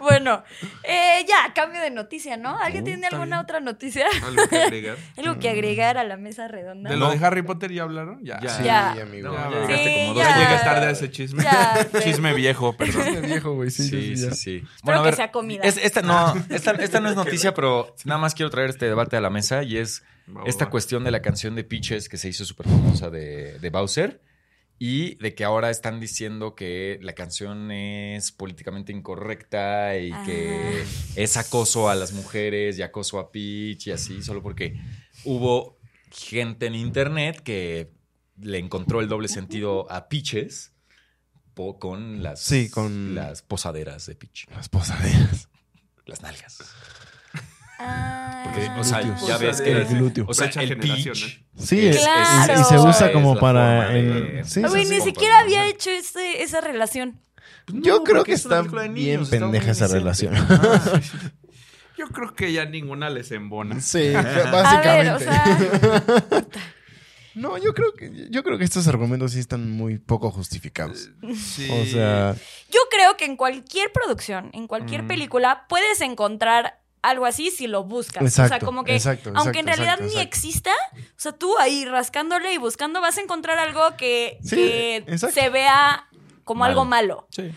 [SPEAKER 1] Bueno, eh, ya, cambio de noticia, ¿no? ¿Alguien
[SPEAKER 4] Uh,
[SPEAKER 1] tiene
[SPEAKER 2] está
[SPEAKER 1] alguna
[SPEAKER 2] bien.
[SPEAKER 1] otra noticia?
[SPEAKER 2] Algo que agregar.
[SPEAKER 1] Algo que agregar a la mesa redonda.
[SPEAKER 2] ¿De lo de Harry Potter ya hablaron? Ya.
[SPEAKER 4] Ya.
[SPEAKER 3] Sí,
[SPEAKER 1] Ya.
[SPEAKER 3] amigo.
[SPEAKER 2] No, ya
[SPEAKER 3] Ya.
[SPEAKER 2] llegaste
[SPEAKER 1] Sí,
[SPEAKER 4] como dos
[SPEAKER 1] ya.
[SPEAKER 4] veces.
[SPEAKER 2] Llegas tarde a ese chisme.
[SPEAKER 1] Ya, sí.
[SPEAKER 2] Chisme viejo, perdón.
[SPEAKER 3] Qué viejo, güey. Sí, sí, sí. ya.
[SPEAKER 1] que sea comida.
[SPEAKER 4] es- esta, no, esta, esta no es noticia, pero nada más quiero traer este debate a la mesa y es
[SPEAKER 2] Va, va,
[SPEAKER 4] esta
[SPEAKER 2] va.
[SPEAKER 4] cuestión de la canción de Peaches que se hizo súper famosa de, de Bowser y de que ahora están diciendo que la canción es políticamente incorrecta y que es acoso a las mujeres y acoso a Peach y así, solo porque hubo gente en internet que le encontró el doble sentido a Peaches po- con las,
[SPEAKER 3] Sí, con-
[SPEAKER 4] las posaderas de Peach,
[SPEAKER 3] Las posaderas.
[SPEAKER 4] las nalgas.
[SPEAKER 1] Ah,
[SPEAKER 4] Porque, o sea,
[SPEAKER 3] glúteos.
[SPEAKER 4] ya ves
[SPEAKER 3] El
[SPEAKER 4] que...
[SPEAKER 3] glúteo.
[SPEAKER 4] O sea,
[SPEAKER 2] Brecha
[SPEAKER 4] el
[SPEAKER 2] generacional.
[SPEAKER 4] Peach...
[SPEAKER 3] Sí,
[SPEAKER 4] es-
[SPEAKER 1] Claro.
[SPEAKER 3] y se
[SPEAKER 1] Esa
[SPEAKER 3] usa
[SPEAKER 4] es
[SPEAKER 3] como
[SPEAKER 4] la
[SPEAKER 3] para.
[SPEAKER 4] forma de-
[SPEAKER 3] el- sí,
[SPEAKER 1] Güey,
[SPEAKER 3] sí,
[SPEAKER 1] ni
[SPEAKER 3] sí.
[SPEAKER 1] siquiera había hecho ese- esa relación.
[SPEAKER 3] Pues no, Yo creo que está bien niños, pendeja está esa relación. Ah,
[SPEAKER 2] sí. Yo creo que ya ninguna les embona.
[SPEAKER 3] Sí, básicamente. A ver, o sea... No, yo creo que yo creo que estos argumentos sí están muy poco justificados.
[SPEAKER 2] Eh,
[SPEAKER 3] Sí. Pues, O sea,
[SPEAKER 1] yo creo que en cualquier producción, en cualquier mm. película puedes encontrar algo así si lo buscas. Exacto, o sea, como que exacto, aunque exacto, en realidad ni exista, o sea, tú ahí rascándole y buscando vas a encontrar algo que, sí, que se vea como malo. algo malo.
[SPEAKER 2] Sí.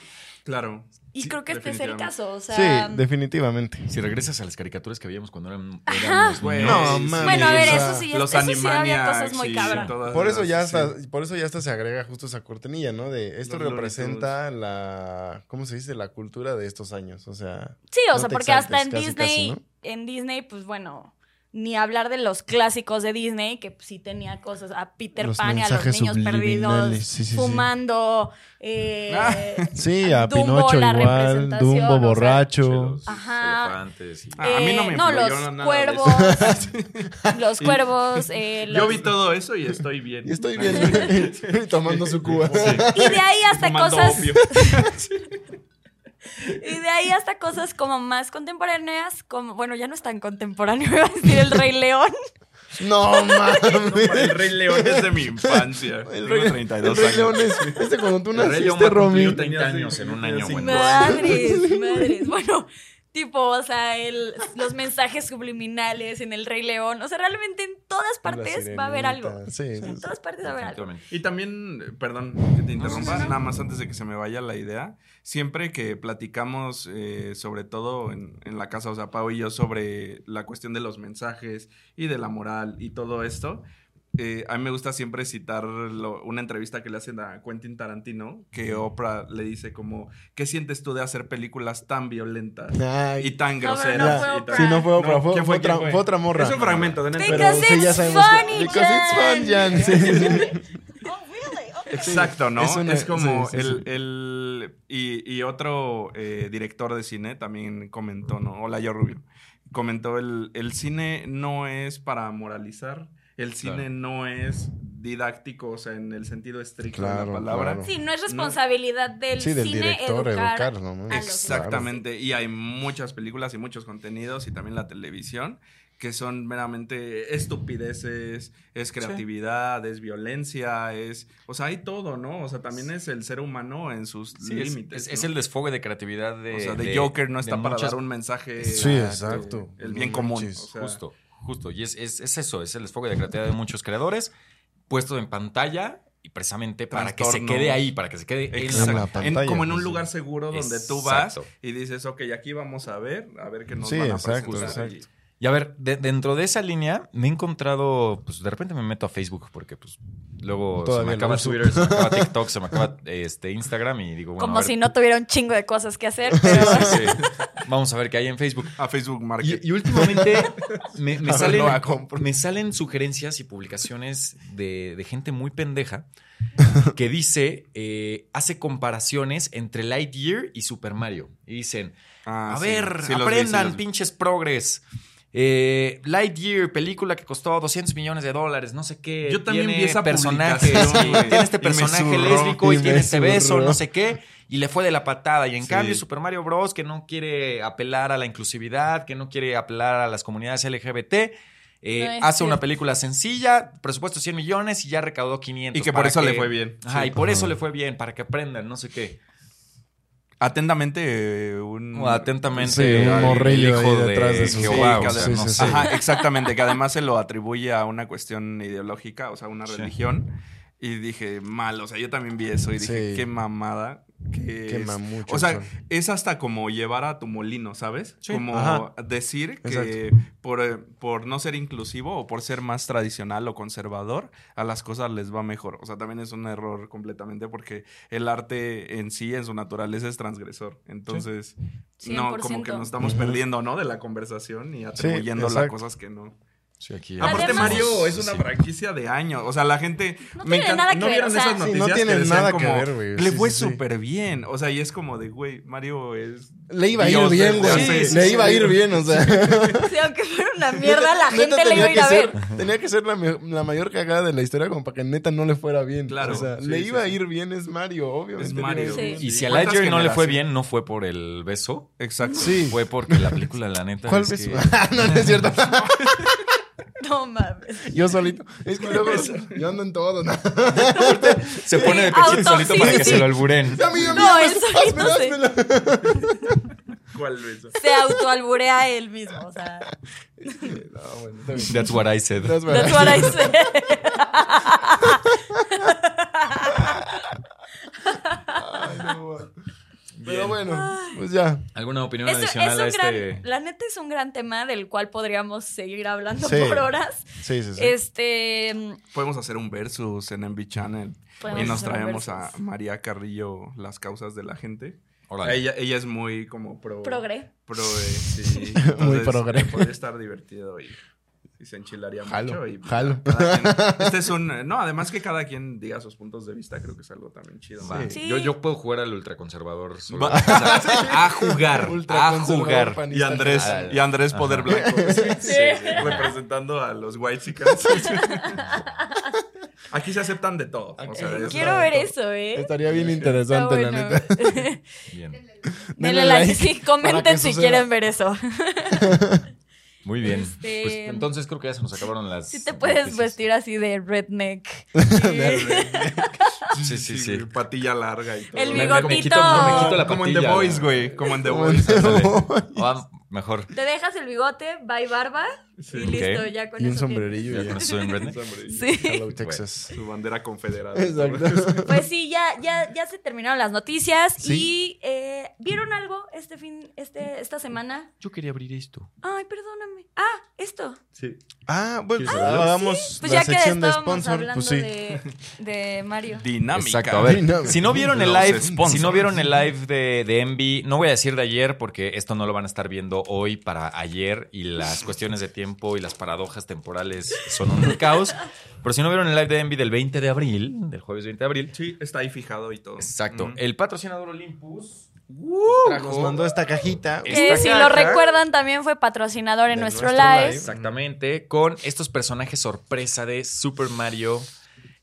[SPEAKER 2] Claro.
[SPEAKER 1] Y
[SPEAKER 2] sí,
[SPEAKER 1] creo que este es el caso, o
[SPEAKER 3] sea... Sí, definitivamente.
[SPEAKER 4] Si regresas a las caricaturas que veíamos cuando eran...
[SPEAKER 1] Éramos,
[SPEAKER 3] bueno, no, mames.
[SPEAKER 1] Bueno, a ver, eso sí, los eso animania, sí cosas muy sí, cabras.
[SPEAKER 3] Por eso, ya hasta, por eso ya hasta se agrega justo esa cortinilla, ¿no? De esto los representa los... la... ¿Cómo se dice? La cultura de estos años, o sea...
[SPEAKER 1] Sí, o, no o sea, porque exaltes, hasta en casi, Disney, casi, ¿no? en Disney, pues bueno ni hablar de los clásicos de Disney, que sí tenía cosas, a Peter los Pan y a los niños perdidos, sí, sí, fumando, sí, eh, ah,
[SPEAKER 3] sí a, a Dumbo, Pinocho igual, Dumbo borracho, o
[SPEAKER 1] sea, ajá, elefantes, y... eh, a mí no me no, los, nada cuervos, los cuervos, eh, los cuervos,
[SPEAKER 2] yo vi todo eso y estoy bien,
[SPEAKER 3] y estoy bien, tomando su cuba,
[SPEAKER 1] y de ahí hasta fumando cosas, Y de ahí hasta cosas como más contemporáneas, como, bueno, ya no es tan contemporáneo, iba a decir el Rey León.
[SPEAKER 3] No mames.
[SPEAKER 2] el Rey León es de mi infancia.
[SPEAKER 3] El Rey, 32 el Rey años. León es. Este cuando tú naciste, Romy.
[SPEAKER 2] Yo tenía años en un año, bueno.
[SPEAKER 1] Madres, madres. Bueno, tipo, o sea, el, los mensajes subliminales en el Rey León. O sea, realmente en todas partes va a haber algo. Sí, en todas partes va a haber algo.
[SPEAKER 2] Y también, eh, perdón que te interrumpa, no, sí, sí. nada más antes de que se me vaya la idea, siempre que platicamos, eh, sobre todo en, en, la casa, o sea, Pau y yo, sobre la cuestión de los mensajes y de la moral y todo esto. Eh, a mí me gusta siempre citar lo, una entrevista que le hacen a Quentin Tarantino, que Oprah le dice como, ¿qué sientes tú de hacer películas tan violentas Ay. y tan groseras?
[SPEAKER 3] No,
[SPEAKER 2] no y tan...
[SPEAKER 3] Sí, no fue Oprah, no, fue, fue, fue, otra, fue, otra, morra.
[SPEAKER 2] Es un fragmento de
[SPEAKER 1] Netflix. Pero sí, ya sabemos funny, que, Because Jan. it's fun, Jan.
[SPEAKER 2] Exacto, ¿no? Es, una, es como sí, sí, el, el, y, y otro eh, director de cine también comentó, ¿no? Hola, yo Rubio. Comentó, el, el cine no es para moralizar, el cine claro. no es didáctico, o sea, en el sentido estricto claro, de la palabra. Claro.
[SPEAKER 1] Sí, no es responsabilidad no. del sí, del cine director, educar, educar ¿no?
[SPEAKER 2] Exactamente, y hay muchas películas y muchos contenidos y también la televisión que son meramente estupideces, es creatividad, sí. es violencia, es... O sea, hay todo, ¿no? O sea, también es el ser humano en sus sí, límites.
[SPEAKER 4] Es, es, es, el desfogue de creatividad de...
[SPEAKER 2] O sea, de, de Joker no está para muchas... dar un mensaje...
[SPEAKER 3] Sí, exacto.
[SPEAKER 2] De, el bien común. O sea,
[SPEAKER 4] Justo justo. Y es, es, es, eso, es el desfogue de creatividad de muchos creadores, puesto en pantalla y precisamente para Transtorno. que se quede ahí, para que se quede
[SPEAKER 2] en la pantalla. En, como en un lugar seguro donde exacto. tú vas y dices, ok, aquí vamos a ver, a ver qué nos sí, van a exacto, presentar. Exacto.
[SPEAKER 4] Y a ver, de, dentro de esa línea me he encontrado, pues de repente me meto a Facebook porque pues luego Todavía se me acaba no Twitter, se me acaba TikTok, se me acaba este, Instagram y digo, bueno,
[SPEAKER 1] Como si no tuviera un chingo de cosas que hacer, pero... sí.
[SPEAKER 4] Vamos a ver qué hay en Facebook.
[SPEAKER 2] A Facebook Market.
[SPEAKER 4] Y, y últimamente me, me salen, no, a me salen sugerencias y publicaciones de, de gente muy pendeja que dice, eh, hace comparaciones entre Lightyear y Super Mario. Y dicen, ah, a sí, ver, sí, aprendan vi, pinches progres. Eh, Lightyear, película que costó 200 millones de dólares, no sé qué.
[SPEAKER 2] Yo también
[SPEAKER 4] tiene
[SPEAKER 2] vi esa
[SPEAKER 4] personajes, y, tiene este personaje y surró, lésbico y, y tiene este beso, no sé qué, y le fue de la patada. Y en sí. cambio, Super Mario Bros., que no quiere apelar a la inclusividad, que no quiere apelar a las comunidades LGBT. Eh, no hace cierto. una película sencilla, presupuesto 100 millones y ya recaudó 500.
[SPEAKER 2] Y que por eso que, le fue bien.
[SPEAKER 4] Ajá, sí, y por ajá. eso le fue bien, para que aprendan, no sé qué.
[SPEAKER 2] Atentamente, eh, un.
[SPEAKER 4] O atentamente, sí,
[SPEAKER 3] un morrillo hijo de, detrás de su
[SPEAKER 2] Jehová. Sí, o sea, sí, no sé. Ajá, exactamente, que además se lo atribuye a una cuestión ideológica, o sea, una religión. Y dije, mal, o sea, yo también vi eso y dije, qué mamada. Que
[SPEAKER 3] Quema mucho.
[SPEAKER 2] O sea, son. es hasta como llevar a tu molino, ¿sabes? Como Ajá. decir que por, eh, por, no ser inclusivo o por ser más tradicional o conservador, a las cosas les va mejor. O sea, también es un error completamente porque el arte en sí, en su naturaleza, es transgresor. Entonces, sí. no, como que nos estamos uh -huh. perdiendo, ¿no? De la conversación y atribuyendo sí, las cosas que no.
[SPEAKER 4] Sí, aquí.
[SPEAKER 2] Aparte,
[SPEAKER 1] Además-
[SPEAKER 2] Mario es una
[SPEAKER 4] Sí.
[SPEAKER 2] franquicia de años. O sea, la gente.
[SPEAKER 1] No
[SPEAKER 2] me
[SPEAKER 1] tiene
[SPEAKER 2] encanta-
[SPEAKER 1] nada que
[SPEAKER 2] ¿No
[SPEAKER 1] ver,
[SPEAKER 2] vieron
[SPEAKER 1] o sea-
[SPEAKER 2] esas
[SPEAKER 1] Sí, no
[SPEAKER 2] noticias? que
[SPEAKER 3] tiene
[SPEAKER 2] decían
[SPEAKER 3] nada que
[SPEAKER 2] como,
[SPEAKER 3] ver, güey.
[SPEAKER 2] Le
[SPEAKER 3] Sí,
[SPEAKER 2] fue
[SPEAKER 3] sí, sí.
[SPEAKER 2] súper bien. O sea, y es como de, güey, Mario es.
[SPEAKER 3] Le iba a ir
[SPEAKER 2] Dios
[SPEAKER 3] bien,
[SPEAKER 2] del
[SPEAKER 3] güey.
[SPEAKER 2] arte.
[SPEAKER 3] le iba a ir bien, o sea.
[SPEAKER 1] O sea, aunque fuera una mierda, la
[SPEAKER 3] Neta
[SPEAKER 1] gente le iba a
[SPEAKER 3] tenía
[SPEAKER 1] ir a
[SPEAKER 3] que
[SPEAKER 1] ver.
[SPEAKER 3] ser- Tenía que ser la, me- la mayor cagada de la historia como para que neta no le fuera bien.
[SPEAKER 2] Claro,
[SPEAKER 3] O sea,
[SPEAKER 2] sí,
[SPEAKER 3] le
[SPEAKER 2] sí,
[SPEAKER 3] iba a
[SPEAKER 2] sí.
[SPEAKER 3] ir bien, es Mario, obviamente.
[SPEAKER 2] Es
[SPEAKER 3] le iba a ir
[SPEAKER 2] Mario.
[SPEAKER 1] Sí.
[SPEAKER 3] bien.
[SPEAKER 4] Y si a
[SPEAKER 2] ¿Cuántas
[SPEAKER 4] Lightyear no le fue
[SPEAKER 2] generaciones?
[SPEAKER 4] bien, no fue por el beso,
[SPEAKER 2] Exacto.
[SPEAKER 3] Sí.
[SPEAKER 4] fue porque la película, la neta.
[SPEAKER 3] ¿Cuál
[SPEAKER 4] es
[SPEAKER 3] beso?
[SPEAKER 4] que-
[SPEAKER 3] no, no es cierto.
[SPEAKER 1] No mames.
[SPEAKER 3] Yo solito. Es que luego yo ando en todo. ¿no?
[SPEAKER 4] Se pone de pechito
[SPEAKER 1] Auto,
[SPEAKER 4] solito
[SPEAKER 1] sí,
[SPEAKER 4] para
[SPEAKER 1] sí,
[SPEAKER 4] que
[SPEAKER 1] sí.
[SPEAKER 4] se lo alburen.
[SPEAKER 3] Dame, dame,
[SPEAKER 1] No,
[SPEAKER 3] dame,
[SPEAKER 1] él solito
[SPEAKER 3] házmelo,
[SPEAKER 1] se-
[SPEAKER 3] házmelo.
[SPEAKER 2] ¿Cuál beso?
[SPEAKER 1] Se autoalburea él mismo, o sea.
[SPEAKER 3] No, bueno, está bien.
[SPEAKER 4] That's what I said.
[SPEAKER 3] That's what I-
[SPEAKER 1] That's what I said.
[SPEAKER 3] Ay, no. Pero
[SPEAKER 2] Bien.
[SPEAKER 3] bueno, pues ya.
[SPEAKER 4] ¿Alguna opinión
[SPEAKER 1] Eso- Es,
[SPEAKER 4] adicional
[SPEAKER 1] un
[SPEAKER 4] a este?
[SPEAKER 1] gran, la neta es un gran tema del cual podríamos seguir hablando
[SPEAKER 3] Sí.
[SPEAKER 1] por horas.
[SPEAKER 3] Sí, sí, sí.
[SPEAKER 1] Este
[SPEAKER 2] Podemos hacer un versus en MV Channel.
[SPEAKER 1] Podemos
[SPEAKER 2] y nos
[SPEAKER 1] hacer un
[SPEAKER 2] traemos a
[SPEAKER 1] versus.
[SPEAKER 2] María Carrillo, las causas de la gente.
[SPEAKER 4] Órale.
[SPEAKER 2] Ella, ella es muy como pro.
[SPEAKER 1] progre.
[SPEAKER 2] pro, eh, sí.
[SPEAKER 3] Muy
[SPEAKER 2] Entonces,
[SPEAKER 3] progre.
[SPEAKER 2] eh, Podría estar divertido y, y se enchilaría
[SPEAKER 3] Jalo,
[SPEAKER 2] mucho. Y,
[SPEAKER 3] jalo.
[SPEAKER 2] cada quien- este es un. No, además que cada quien diga sus puntos de vista, creo que es algo también chido.
[SPEAKER 4] Va.
[SPEAKER 1] Sí.
[SPEAKER 4] Yo, yo puedo jugar al ultraconservador solo.
[SPEAKER 2] Va-
[SPEAKER 4] O sea, a jugar. A
[SPEAKER 3] Ultraconservador
[SPEAKER 4] jugar.
[SPEAKER 3] panista.
[SPEAKER 2] Y Andrés,
[SPEAKER 4] Ah,
[SPEAKER 2] y Andrés
[SPEAKER 4] ajá.
[SPEAKER 2] Poder Blanco. Sí, sí, Representando a los White Chicans. Aquí se aceptan de todo. o sea,
[SPEAKER 3] Aquí-
[SPEAKER 2] es-
[SPEAKER 1] Quiero ver eso, ¿eh?
[SPEAKER 3] Estaría bien
[SPEAKER 1] Está
[SPEAKER 3] interesante, la
[SPEAKER 1] bueno.
[SPEAKER 3] neta.
[SPEAKER 4] Bien.
[SPEAKER 1] Denle like, sí,
[SPEAKER 3] para que
[SPEAKER 1] comenten si
[SPEAKER 3] suceda.
[SPEAKER 1] quieren ver eso.
[SPEAKER 4] Muy bien.
[SPEAKER 1] Este-
[SPEAKER 4] Pues, entonces creo que ya se nos acabaron las.
[SPEAKER 1] Si te puedes
[SPEAKER 4] noticias.
[SPEAKER 1] vestir así de redneck.
[SPEAKER 4] Sí, sí, sí.
[SPEAKER 2] Patilla larga y todo.
[SPEAKER 1] El
[SPEAKER 4] Me- me-
[SPEAKER 1] bigotito.
[SPEAKER 4] me quito- no, me quito la
[SPEAKER 2] Como en The
[SPEAKER 4] patilla,
[SPEAKER 2] Voice,
[SPEAKER 4] la-
[SPEAKER 2] güey. Como en The
[SPEAKER 3] Como en
[SPEAKER 2] Voice.
[SPEAKER 3] The
[SPEAKER 2] ándale.
[SPEAKER 3] Voice.
[SPEAKER 4] O a- mejor.
[SPEAKER 1] Te dejas el bigote, bye barba
[SPEAKER 2] Sí.
[SPEAKER 1] y listo,
[SPEAKER 4] Ok.
[SPEAKER 1] ya con
[SPEAKER 3] Y un
[SPEAKER 1] eso. tienes.
[SPEAKER 3] sombrerillo.
[SPEAKER 4] Ya
[SPEAKER 3] y-
[SPEAKER 4] con eso soy un redneck.
[SPEAKER 2] Hombre, y
[SPEAKER 1] Sí.
[SPEAKER 3] Hello, Texas.
[SPEAKER 2] Su bandera confederada.
[SPEAKER 3] Exacto.
[SPEAKER 1] Pues sí, ya, ya, ya se terminaron las noticias.
[SPEAKER 3] Sí.
[SPEAKER 1] Y eh, ¿vieron algo este fin, este, esta semana?
[SPEAKER 4] Yo quería abrir esto.
[SPEAKER 1] Ay, perdóname. Ah, esto.
[SPEAKER 2] Sí.
[SPEAKER 3] Ah, bueno,
[SPEAKER 4] ¿Quieres hablar?
[SPEAKER 3] hagamos
[SPEAKER 1] Pues
[SPEAKER 3] la
[SPEAKER 1] ya que
[SPEAKER 3] sección de
[SPEAKER 1] estábamos
[SPEAKER 3] sponsor.
[SPEAKER 1] hablando
[SPEAKER 3] Pues sí.
[SPEAKER 1] de, de Mario.
[SPEAKER 2] Dinámica.
[SPEAKER 4] Exacto, a ver.
[SPEAKER 3] Dinámica.
[SPEAKER 4] Si no vieron el
[SPEAKER 2] Los
[SPEAKER 4] live,
[SPEAKER 2] sponsors.
[SPEAKER 4] si no vieron el live de, de Envy, no voy a decir de ayer porque esto no lo van a estar viendo hoy para ayer y las cuestiones de tiempo y las paradojas temporales son un caos. Pero si no vieron el live de Envy del 20 de abril, del jueves 20 de abril,
[SPEAKER 2] Sí, está ahí fijado y todo.
[SPEAKER 4] exacto.
[SPEAKER 3] Mm.
[SPEAKER 4] Eh.
[SPEAKER 2] Ujú.
[SPEAKER 4] El patrocinador Olympus
[SPEAKER 3] Nos mandó esta cajita.
[SPEAKER 2] eh,
[SPEAKER 1] Que
[SPEAKER 4] Esta
[SPEAKER 1] si
[SPEAKER 4] caja
[SPEAKER 1] lo recuerdan, también fue patrocinador en
[SPEAKER 3] de
[SPEAKER 1] nuestro,
[SPEAKER 3] nuestro
[SPEAKER 1] live.
[SPEAKER 3] live.
[SPEAKER 4] Exactamente, con estos personajes sorpresa de Super Mario.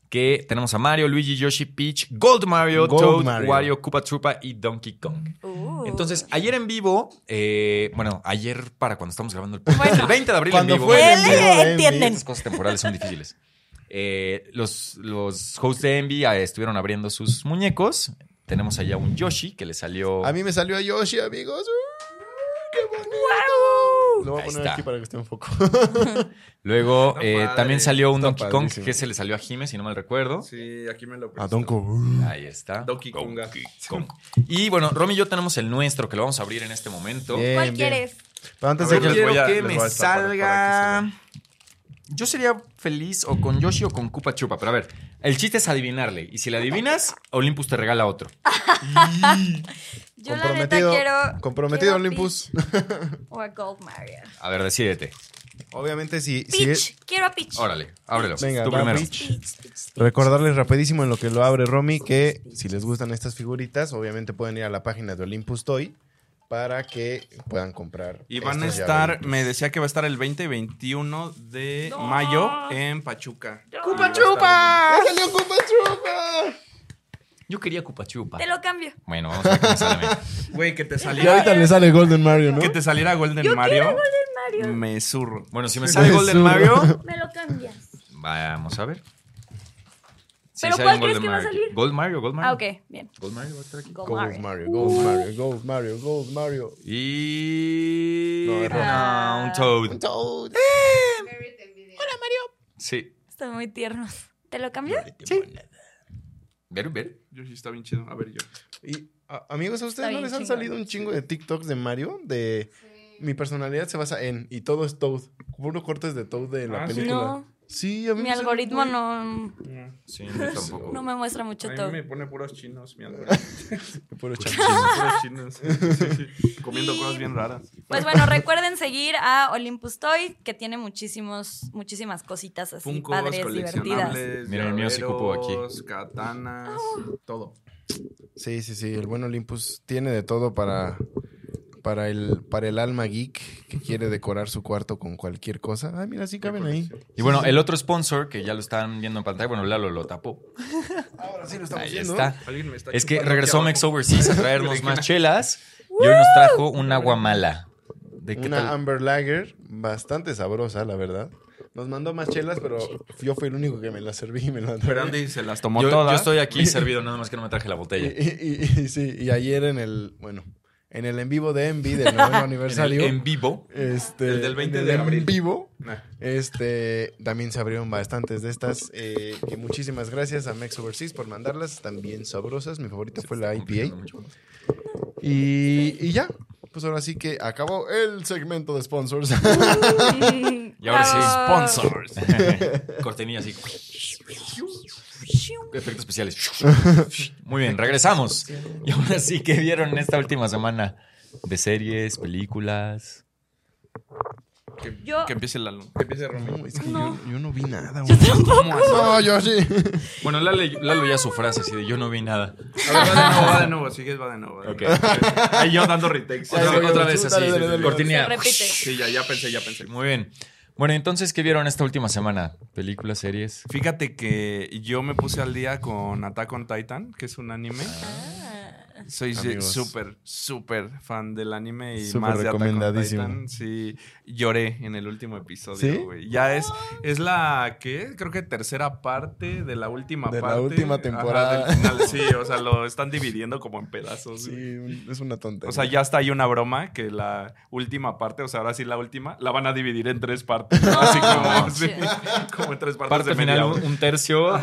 [SPEAKER 4] Que tenemos a Mario, Luigi, Yoshi, Peach, Gold Mario,
[SPEAKER 3] Gold
[SPEAKER 4] Toad,
[SPEAKER 3] Mario.
[SPEAKER 4] Wario, Koopa Troopa y Donkey Kong.
[SPEAKER 1] Uh.
[SPEAKER 4] Entonces, ayer en vivo, eh, bueno, ayer para cuando estamos grabando el podcast,
[SPEAKER 1] Bueno.
[SPEAKER 4] el 20 de abril en
[SPEAKER 3] Cuando
[SPEAKER 4] vivo.
[SPEAKER 3] fue
[SPEAKER 1] Él
[SPEAKER 3] el video de
[SPEAKER 1] entienden.
[SPEAKER 4] Estas cosas temporales son difíciles. Eh, los, los hosts de Envy eh, estuvieron abriendo sus muñecos. Tenemos allá un Yoshi que le
[SPEAKER 2] oh.
[SPEAKER 4] salió.
[SPEAKER 3] A mí me salió a Yoshi, amigos. ¡Uh, ¡Qué bonito! Lo voy a
[SPEAKER 4] Ahí
[SPEAKER 3] poner
[SPEAKER 4] está.
[SPEAKER 3] aquí para que esté un poco.
[SPEAKER 4] Luego
[SPEAKER 2] Está
[SPEAKER 4] eh,
[SPEAKER 2] padre.
[SPEAKER 4] también salió un
[SPEAKER 3] Está
[SPEAKER 4] Donkey Kong
[SPEAKER 3] padrísimo.
[SPEAKER 4] que se le salió a Jime, si no mal recuerdo.
[SPEAKER 2] Sí, aquí me lo
[SPEAKER 3] A
[SPEAKER 2] prestó.
[SPEAKER 3] Donko.
[SPEAKER 4] Ahí está.
[SPEAKER 2] Donkey Konga.
[SPEAKER 4] Kong. Y bueno, Romy y yo tenemos el nuestro que lo vamos a abrir en este momento.
[SPEAKER 3] Bien,
[SPEAKER 1] ¿Cuál
[SPEAKER 3] bien.
[SPEAKER 1] quieres?
[SPEAKER 3] Pero antes
[SPEAKER 2] A
[SPEAKER 3] de
[SPEAKER 2] ver,
[SPEAKER 3] que
[SPEAKER 2] les
[SPEAKER 4] Quiero
[SPEAKER 2] voy a-
[SPEAKER 4] que
[SPEAKER 2] les
[SPEAKER 4] me
[SPEAKER 2] voy a destapar para que se
[SPEAKER 4] salga. Yo sería feliz o con Yoshi o con Koopa Chupa. Pero a ver, el chiste es adivinarle. Y si le adivinas, Olympus te regala otro.
[SPEAKER 1] Yo la neta
[SPEAKER 3] comprometido,
[SPEAKER 1] quiero.
[SPEAKER 3] comprometido
[SPEAKER 1] quiero a
[SPEAKER 3] Olympus.
[SPEAKER 1] Peach O a Gold Mario.
[SPEAKER 4] A ver, decídete.
[SPEAKER 3] Obviamente, si, si
[SPEAKER 1] Peach,
[SPEAKER 3] es-
[SPEAKER 1] quiero a Peach.
[SPEAKER 4] Órale, ábrelo.
[SPEAKER 3] Venga,
[SPEAKER 4] Tú
[SPEAKER 3] va,
[SPEAKER 4] primero.
[SPEAKER 3] Rich.
[SPEAKER 1] Peach, Peach, Peach.
[SPEAKER 3] Recordarles rapidísimo en lo que lo abre Romy que si les gustan estas figuritas, obviamente pueden ir a la página de Olympus Toy para que puedan comprar.
[SPEAKER 2] Y van a
[SPEAKER 3] estos
[SPEAKER 2] estar,
[SPEAKER 3] llaveritos.
[SPEAKER 2] me decía que va a estar el 20 y 21 de
[SPEAKER 1] No.
[SPEAKER 2] mayo en Pachuca.
[SPEAKER 1] ¡Koopa
[SPEAKER 2] Chupa!
[SPEAKER 3] ¡Ya ¡Ah, salió Koopa Troopa!
[SPEAKER 4] Yo quería Koopa Chupa.
[SPEAKER 1] Te lo cambio.
[SPEAKER 4] Bueno, vamos a ver qué me sale. a mí.
[SPEAKER 2] Güey, que te
[SPEAKER 3] Y
[SPEAKER 2] saliera,
[SPEAKER 3] ahorita le sale Golden Mario, ¿no?
[SPEAKER 2] que te saliera Golden
[SPEAKER 1] Yo
[SPEAKER 2] Mario.
[SPEAKER 1] quiero Golden Mario.
[SPEAKER 2] Me zurro.
[SPEAKER 4] Bueno, si me sale Golden
[SPEAKER 3] Jesús. Mm.
[SPEAKER 4] Mario,
[SPEAKER 1] Me lo cambias.
[SPEAKER 4] vamos a ver. Si
[SPEAKER 1] ¿Pero
[SPEAKER 4] sale
[SPEAKER 1] cuál
[SPEAKER 4] un
[SPEAKER 1] crees
[SPEAKER 4] Golden
[SPEAKER 1] que va a
[SPEAKER 4] Mario.
[SPEAKER 1] salir?
[SPEAKER 4] Gold Mario, Gold Mario.
[SPEAKER 1] Ah, ok, bien.
[SPEAKER 4] Gold Mario va a estar aquí.
[SPEAKER 1] Gold
[SPEAKER 3] Gold
[SPEAKER 1] Mario.
[SPEAKER 3] Mario, Gold Mario, Gold Mario, Gold Mario.
[SPEAKER 4] Y.
[SPEAKER 3] No, error.
[SPEAKER 4] No, un Toad.
[SPEAKER 2] Oh,
[SPEAKER 3] Toad.
[SPEAKER 4] Sí.
[SPEAKER 1] Están muy tiernos. ¿Te lo cambio?
[SPEAKER 4] Ver, ver.
[SPEAKER 2] Yo sí está bien chido. A ver, yo.
[SPEAKER 3] Y, a- amigos, ¿a
[SPEAKER 1] Está
[SPEAKER 3] ustedes no
[SPEAKER 1] bien
[SPEAKER 3] les han
[SPEAKER 1] chingón.
[SPEAKER 3] salido un chingo de TikToks de Mario? De mi personalidad se basa en, y todo es Toad. Puro cortes de Toad de la
[SPEAKER 2] Ah, ¿sí?
[SPEAKER 3] película.
[SPEAKER 1] No.
[SPEAKER 3] Sí, a mí
[SPEAKER 1] Mi
[SPEAKER 3] me sale
[SPEAKER 1] algoritmo
[SPEAKER 3] muy-
[SPEAKER 1] no,
[SPEAKER 4] Sí, yo tampoco.
[SPEAKER 1] no me muestra mucho
[SPEAKER 2] Mm, A
[SPEAKER 1] todo.
[SPEAKER 2] mí me pone puros chinos, mi algoritmo.
[SPEAKER 3] Me pone chance.
[SPEAKER 2] puros chinos. Sí, sí. Comiendo
[SPEAKER 1] Y-
[SPEAKER 2] cosas bien raras.
[SPEAKER 1] Pues bueno, recuerden seguir a Olympus Toy, que tiene muchísimos, muchísimas cositas así
[SPEAKER 2] Funkos,
[SPEAKER 1] padres, divertidas.
[SPEAKER 2] coleccionables,
[SPEAKER 4] Mira, el mío sí cupo aquí.
[SPEAKER 2] llaveros, Katanas, todo.
[SPEAKER 3] Sí, sí, sí. El buen Olympus tiene de todo para, para, el, para el alma geek que quiere decorar su cuarto con cualquier cosa. Ah, mira, sí caben ahí.
[SPEAKER 4] Y bueno, el otro sponsor que ya lo están viendo en pantalla, bueno, Lalo lo tapó.
[SPEAKER 3] Ahora sí lo
[SPEAKER 4] Ahí está.
[SPEAKER 2] Alguien me está
[SPEAKER 4] Es que
[SPEAKER 2] chupando
[SPEAKER 4] regresó
[SPEAKER 2] aquí
[SPEAKER 4] Mex
[SPEAKER 2] abajo.
[SPEAKER 4] Overseas a traernos más chelas y hoy nos trajo un agua mala. ¿De qué
[SPEAKER 3] Una
[SPEAKER 4] tal?
[SPEAKER 3] Amber Lager bastante sabrosa, la verdad. Nos mandó más chelas, pero yo fui el único que me las serví y me las
[SPEAKER 2] Pero Andy se las tomó
[SPEAKER 4] Yo, yo
[SPEAKER 2] todas.
[SPEAKER 4] estoy aquí servido, nada más que no me traje la
[SPEAKER 3] Y,
[SPEAKER 4] botella.
[SPEAKER 3] y- y- y sí, y ayer en el, bueno, en el en vivo de Envy del nuevo
[SPEAKER 4] En, el-
[SPEAKER 3] aniversario.
[SPEAKER 4] en vivo.
[SPEAKER 3] este,
[SPEAKER 2] El del 20
[SPEAKER 3] en el
[SPEAKER 2] de
[SPEAKER 3] en
[SPEAKER 2] abril.
[SPEAKER 3] vivo.
[SPEAKER 2] Nah.
[SPEAKER 3] Este, también se abrieron bastantes de estas. eh, y muchísimas gracias a Mex Overseas por mandarlas. Están bien sabrosas. Mi favorita fue la IPA. Y, y ya. Pues ahora sí que acabó el segmento de sponsors.
[SPEAKER 4] Y ahora sí,
[SPEAKER 1] Bravo.
[SPEAKER 4] sponsors. Cortinilla así. Efectos especiales. Muy bien, regresamos. Y ahora sí, ¿qué vieron esta última semana? De series, películas.
[SPEAKER 2] Que,
[SPEAKER 1] Yo-
[SPEAKER 2] que empiece la Que empiece Romy.
[SPEAKER 3] No, es que
[SPEAKER 1] No.
[SPEAKER 3] Yo, yo no vi nada.
[SPEAKER 1] Yo
[SPEAKER 3] güey.
[SPEAKER 1] tampoco.
[SPEAKER 3] No, yo sí.
[SPEAKER 4] Bueno, Lalo, Lalo ya su frase así de yo no vi nada.
[SPEAKER 2] A ver, va de nuevo, va de nuevo. Sigues, va de nuevo. va de
[SPEAKER 4] Ok.
[SPEAKER 2] nuevo. Ahí yo dando retakes.
[SPEAKER 4] Otra,
[SPEAKER 3] Ya,
[SPEAKER 4] otra
[SPEAKER 3] dale,
[SPEAKER 4] vez así,
[SPEAKER 3] dale, dale, dale.
[SPEAKER 1] Se
[SPEAKER 4] cortinilla. Pues,
[SPEAKER 1] repite.
[SPEAKER 2] Sí, ya, ya pensé, ya pensé.
[SPEAKER 4] Muy bien. Bueno, entonces, ¿qué vieron esta última semana? ¿Películas, series?
[SPEAKER 2] Fíjate que yo me puse al día con Attack on Titan, que es un anime.
[SPEAKER 1] Ah.
[SPEAKER 2] Soy se-
[SPEAKER 3] Amigos.
[SPEAKER 2] súper, súper fan del anime y
[SPEAKER 3] Súper
[SPEAKER 2] más de Attack on
[SPEAKER 3] recomendadísimo.
[SPEAKER 2] Titan. Sí, lloré en el último episodio,
[SPEAKER 3] ¿Sí?
[SPEAKER 2] güey. Ya es, es la, ¿qué? Creo que tercera parte de la última
[SPEAKER 3] De la
[SPEAKER 2] parte.
[SPEAKER 3] última
[SPEAKER 2] Ajá,
[SPEAKER 3] temporada.
[SPEAKER 2] del final, sí, o sea, lo están dividiendo como en pedazos.
[SPEAKER 3] Sí,
[SPEAKER 2] güey.
[SPEAKER 3] un- es una tontería.
[SPEAKER 2] O sea, ya está ahí una broma que la última parte, o sea, ahora sí la última, la van a dividir en tres partes.
[SPEAKER 1] No
[SPEAKER 2] así como,
[SPEAKER 1] manches.
[SPEAKER 2] sí, como en tres partes
[SPEAKER 4] Parte
[SPEAKER 2] de media
[SPEAKER 4] final,
[SPEAKER 2] hora.
[SPEAKER 4] un, un tercio.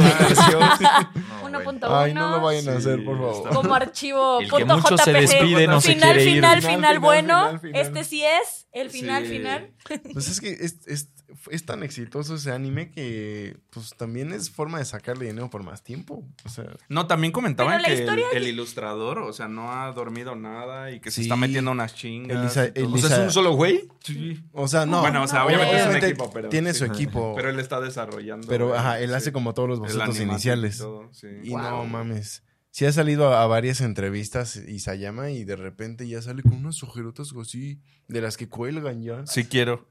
[SPEAKER 1] Uno punto
[SPEAKER 3] Ay,
[SPEAKER 1] uno.
[SPEAKER 3] no lo vayan a
[SPEAKER 2] Sí,
[SPEAKER 3] hacer, por
[SPEAKER 2] está-
[SPEAKER 3] favor.
[SPEAKER 1] Como archivo.
[SPEAKER 4] El que
[SPEAKER 1] punto
[SPEAKER 4] mucho se
[SPEAKER 1] JPG.
[SPEAKER 4] despide,
[SPEAKER 2] no se
[SPEAKER 1] final,
[SPEAKER 4] quiere ir.
[SPEAKER 1] final, final,
[SPEAKER 3] Final, final,
[SPEAKER 1] bueno.
[SPEAKER 3] final, final.
[SPEAKER 1] Este sí es el final,
[SPEAKER 2] Sí.
[SPEAKER 1] final.
[SPEAKER 3] Pues es que es, es- es tan exitoso ese anime que pues también es forma de sacarle dinero por más tiempo. O sea,
[SPEAKER 2] No, también comentaban
[SPEAKER 1] Pero la
[SPEAKER 2] que el,
[SPEAKER 1] historia
[SPEAKER 2] el ilustrador, o sea, no ha dormido nada y que se
[SPEAKER 3] Sí.
[SPEAKER 2] está metiendo unas chingas.
[SPEAKER 3] Elisa-
[SPEAKER 2] y todo.
[SPEAKER 3] Elisa-
[SPEAKER 4] O sea, es un solo güey.
[SPEAKER 2] Sí.
[SPEAKER 3] o sea, no.
[SPEAKER 2] Bueno, o sea,
[SPEAKER 1] No,
[SPEAKER 2] obviamente es un
[SPEAKER 3] Obviamente
[SPEAKER 2] equipo, pero.
[SPEAKER 3] tiene
[SPEAKER 2] sí.
[SPEAKER 3] su equipo.
[SPEAKER 2] Pero él está desarrollando. eh,
[SPEAKER 3] Pero, ajá, él
[SPEAKER 2] sí.
[SPEAKER 3] hace como todos los
[SPEAKER 2] El
[SPEAKER 3] bocetos
[SPEAKER 2] animatic Y,
[SPEAKER 3] iniciales.
[SPEAKER 2] todo, sí.
[SPEAKER 3] Y
[SPEAKER 2] Wow.
[SPEAKER 3] no mames. Sí ha salido a, a varias entrevistas Isayama y de repente ya sale con unas ojerotas así, de las que cuelgan ya.
[SPEAKER 2] Sí quiero.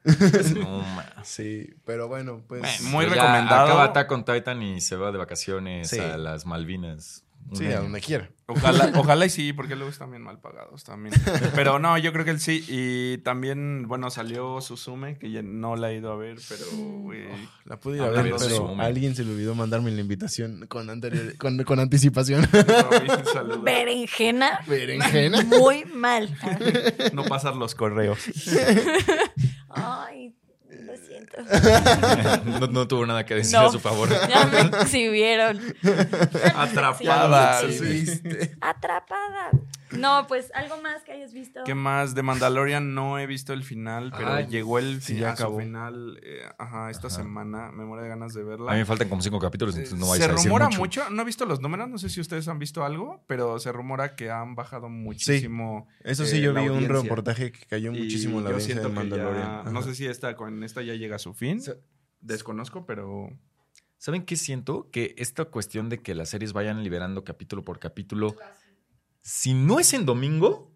[SPEAKER 4] No, ma.
[SPEAKER 3] Sí, pero bueno, pues...
[SPEAKER 2] Ah, Bueno, muy
[SPEAKER 4] Ya
[SPEAKER 2] recomendado.
[SPEAKER 4] Acaba Attack on Titan y se va de vacaciones
[SPEAKER 3] Sí.
[SPEAKER 4] a las Malvinas. Un
[SPEAKER 3] sí,
[SPEAKER 4] año.
[SPEAKER 3] a donde quiera.
[SPEAKER 2] Ojalá, ojalá y sí, porque luego están bien mal pagados también. Pero no, yo creo que él sí. Y también, bueno, salió Susume, que ya no la he ido a ver, pero güey,
[SPEAKER 3] La pude ir
[SPEAKER 2] Ah,
[SPEAKER 3] a ver,
[SPEAKER 4] Hablando de
[SPEAKER 3] pero
[SPEAKER 4] Suzume.
[SPEAKER 3] a alguien se le olvidó mandarme la invitación con, anterior, con, con anticipación.
[SPEAKER 2] Robin, saludos.
[SPEAKER 1] Berenjena.
[SPEAKER 3] Berenjena.
[SPEAKER 1] Muy mal.
[SPEAKER 2] no pasar los correos.
[SPEAKER 1] Ay, lo siento.
[SPEAKER 4] no, no tuvo nada que decir
[SPEAKER 1] No.
[SPEAKER 4] a su favor.
[SPEAKER 1] Ya me exhibieron.
[SPEAKER 2] Atrapada.
[SPEAKER 1] Sí, sí, sí. Atrapada. No, pues algo más que hayas visto.
[SPEAKER 2] ¿Qué más? De Mandalorian no he visto el final, pero
[SPEAKER 4] Ay,
[SPEAKER 2] llegó el
[SPEAKER 3] sí,
[SPEAKER 2] fi-
[SPEAKER 3] ya
[SPEAKER 2] a su
[SPEAKER 3] acabó.
[SPEAKER 2] final. eh, ajá, esta semana me muero de ganas de verla.
[SPEAKER 4] A mí me faltan como cinco capítulos,
[SPEAKER 2] Eh,
[SPEAKER 4] entonces no vais
[SPEAKER 2] se
[SPEAKER 4] a decir
[SPEAKER 2] rumora
[SPEAKER 4] mucho.
[SPEAKER 2] mucho. no he visto los números, no sé si ustedes han visto algo, pero se rumora que han bajado muchísimo.
[SPEAKER 3] Eso
[SPEAKER 2] eh,
[SPEAKER 3] sí, yo
[SPEAKER 2] la
[SPEAKER 3] vi un
[SPEAKER 2] audiencia.
[SPEAKER 3] reportaje que cayó
[SPEAKER 2] Y
[SPEAKER 3] muchísimo la
[SPEAKER 2] yo
[SPEAKER 3] audiencia de
[SPEAKER 2] siento que ya-
[SPEAKER 3] Mandalorian.
[SPEAKER 2] no
[SPEAKER 3] Ajá.
[SPEAKER 2] sé si esta con esta ya llega a su fin.
[SPEAKER 4] Se-
[SPEAKER 2] Desconozco, pero
[SPEAKER 4] ¿Saben qué siento? Que esta cuestión de que las series vayan liberando capítulo por capítulo, si no es en domingo,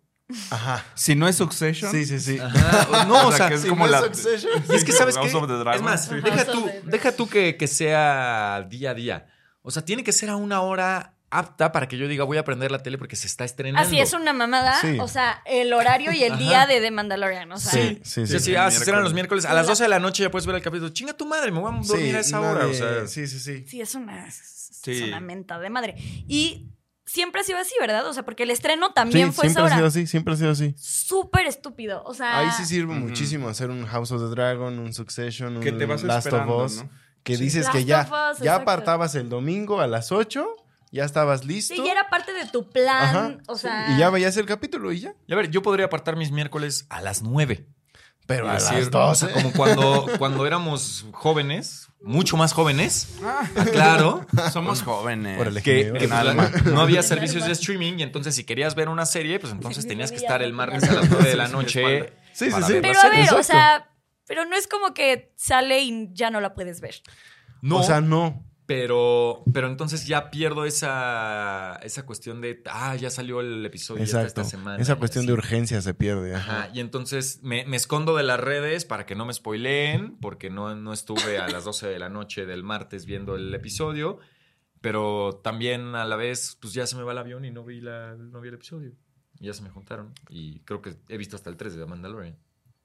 [SPEAKER 3] Ajá.
[SPEAKER 2] si no es Succession,
[SPEAKER 3] Sí, sí, sí.
[SPEAKER 4] no, o sea,
[SPEAKER 2] que es
[SPEAKER 3] si no
[SPEAKER 2] como
[SPEAKER 3] es
[SPEAKER 2] la
[SPEAKER 3] Succession.
[SPEAKER 4] Y es que sabes
[SPEAKER 2] House
[SPEAKER 4] que
[SPEAKER 2] of the Dragon.
[SPEAKER 4] es más,
[SPEAKER 1] Sí.
[SPEAKER 4] deja
[SPEAKER 1] House of
[SPEAKER 4] tú,
[SPEAKER 1] the Dragon.
[SPEAKER 4] deja tú que, que sea día a día. O sea, tiene que ser a una hora apta para que yo diga voy a prender la tele porque se está estrenando.
[SPEAKER 1] Así Ah, es una mamada.
[SPEAKER 3] Sí.
[SPEAKER 1] O sea, el horario y el día de The Mandalorian. O sea,
[SPEAKER 4] Sí,
[SPEAKER 3] Sí,
[SPEAKER 4] sí,
[SPEAKER 3] sí,
[SPEAKER 4] sí.
[SPEAKER 3] sí.
[SPEAKER 4] ah, se estrenan los miércoles. A las
[SPEAKER 1] La-
[SPEAKER 4] 12 de la noche ya puedes ver el capítulo. Chinga tu madre, me voy a dormir a esa hora. O
[SPEAKER 3] nadie-
[SPEAKER 4] sea,
[SPEAKER 3] Sí, sí, sí.
[SPEAKER 1] sí, es una,
[SPEAKER 2] Sí.
[SPEAKER 1] es una menta de madre. Y siempre ha sido así, ¿verdad? O sea, porque el estreno también
[SPEAKER 3] Sí,
[SPEAKER 1] fue esa
[SPEAKER 3] siempre ha sido
[SPEAKER 1] hora. Ah.
[SPEAKER 3] así, siempre ha sido así.
[SPEAKER 1] Súper estúpido. O sea,
[SPEAKER 3] Ahí sí sirve
[SPEAKER 2] Ujú.
[SPEAKER 3] muchísimo hacer un House of the Dragon, un Succession, un
[SPEAKER 2] que te vas
[SPEAKER 3] Last of
[SPEAKER 2] esperando,
[SPEAKER 3] Us,
[SPEAKER 2] ¿no?
[SPEAKER 3] que
[SPEAKER 4] Sí.
[SPEAKER 3] dices
[SPEAKER 1] Last
[SPEAKER 3] que ya,
[SPEAKER 1] of Us,
[SPEAKER 3] ya
[SPEAKER 1] exacto.
[SPEAKER 3] apartabas el domingo a las 8, ya estabas listo.
[SPEAKER 1] sí, ya era parte de tu plan.
[SPEAKER 3] Ajá,
[SPEAKER 1] o
[SPEAKER 3] sí,
[SPEAKER 1] sea,
[SPEAKER 3] y ya veías el capítulo y ya.
[SPEAKER 4] y a ver, yo podría apartar mis miércoles a las 9.
[SPEAKER 3] Pero a
[SPEAKER 4] decir,
[SPEAKER 3] las 12.
[SPEAKER 4] o sea, como cuando, cuando éramos jóvenes, mucho más jóvenes, claro,
[SPEAKER 2] Ah, Somos jóvenes.
[SPEAKER 3] Órale.
[SPEAKER 4] que,
[SPEAKER 3] Ni
[SPEAKER 4] que,
[SPEAKER 3] un
[SPEAKER 4] pues,
[SPEAKER 3] alma.
[SPEAKER 4] no había servicios de streaming y entonces si querías ver una serie, pues entonces
[SPEAKER 1] Sí,
[SPEAKER 4] tenías que
[SPEAKER 1] sí,
[SPEAKER 4] estar
[SPEAKER 1] ya.
[SPEAKER 4] el martes a las 9 de la
[SPEAKER 2] Sí,
[SPEAKER 4] noche.
[SPEAKER 3] Sí, sí,
[SPEAKER 4] para
[SPEAKER 3] sí.
[SPEAKER 4] ver la
[SPEAKER 1] Pero a ver,
[SPEAKER 4] serie.
[SPEAKER 1] o
[SPEAKER 3] Exacto.
[SPEAKER 1] sea, pero no es como que sale y ya no la puedes ver.
[SPEAKER 4] No,
[SPEAKER 3] O sea, no.
[SPEAKER 4] pero, pero entonces ya pierdo esa, esa cuestión de, ah, ya salió el episodio hasta
[SPEAKER 3] Exacto.
[SPEAKER 4] esta semana.
[SPEAKER 3] Esa
[SPEAKER 4] y
[SPEAKER 3] cuestión
[SPEAKER 4] así.
[SPEAKER 3] de urgencia se pierde. ajá.
[SPEAKER 4] Ajá, y entonces me, me escondo de las redes para que no me spoileen, porque no, no estuve a las 12 de la noche del martes viendo el episodio, pero también a la vez, pues ya se me va el avión y no vi, la, no vi el episodio. Y ya se me juntaron y creo que he visto hasta el 3 de The Mandalorian.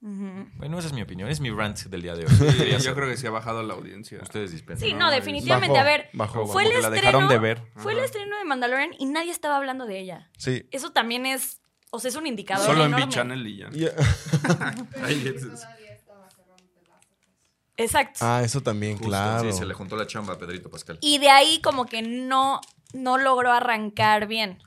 [SPEAKER 1] Ujú.
[SPEAKER 4] Bueno, esa es mi opinión, es mi rant del día de hoy.
[SPEAKER 2] Sí, yo creo que sí ha bajado la audiencia.
[SPEAKER 4] Ustedes dispensen.
[SPEAKER 1] Sí,
[SPEAKER 2] No,
[SPEAKER 1] no,
[SPEAKER 2] es-
[SPEAKER 1] definitivamente.
[SPEAKER 3] Bajó,
[SPEAKER 1] a ver, fue
[SPEAKER 3] bajó, bajó.
[SPEAKER 1] el
[SPEAKER 2] que la
[SPEAKER 1] estreno.
[SPEAKER 2] dejaron de ver.
[SPEAKER 1] Fue el
[SPEAKER 2] Ajá.
[SPEAKER 1] estreno de Mandalorian y nadie estaba hablando de ella.
[SPEAKER 3] Sí.
[SPEAKER 1] Eso también es, o sea, es un indicador.
[SPEAKER 2] Solo en
[SPEAKER 1] enorme.
[SPEAKER 2] B-Channel y ya.
[SPEAKER 3] Ya.
[SPEAKER 2] Ahí es-
[SPEAKER 1] Exacto.
[SPEAKER 3] Ah, eso también,
[SPEAKER 4] Justo,
[SPEAKER 3] claro.
[SPEAKER 4] Sí, se le juntó la chamba a Pedrito Pascal.
[SPEAKER 1] Y de ahí como que no, no logró arrancar bien.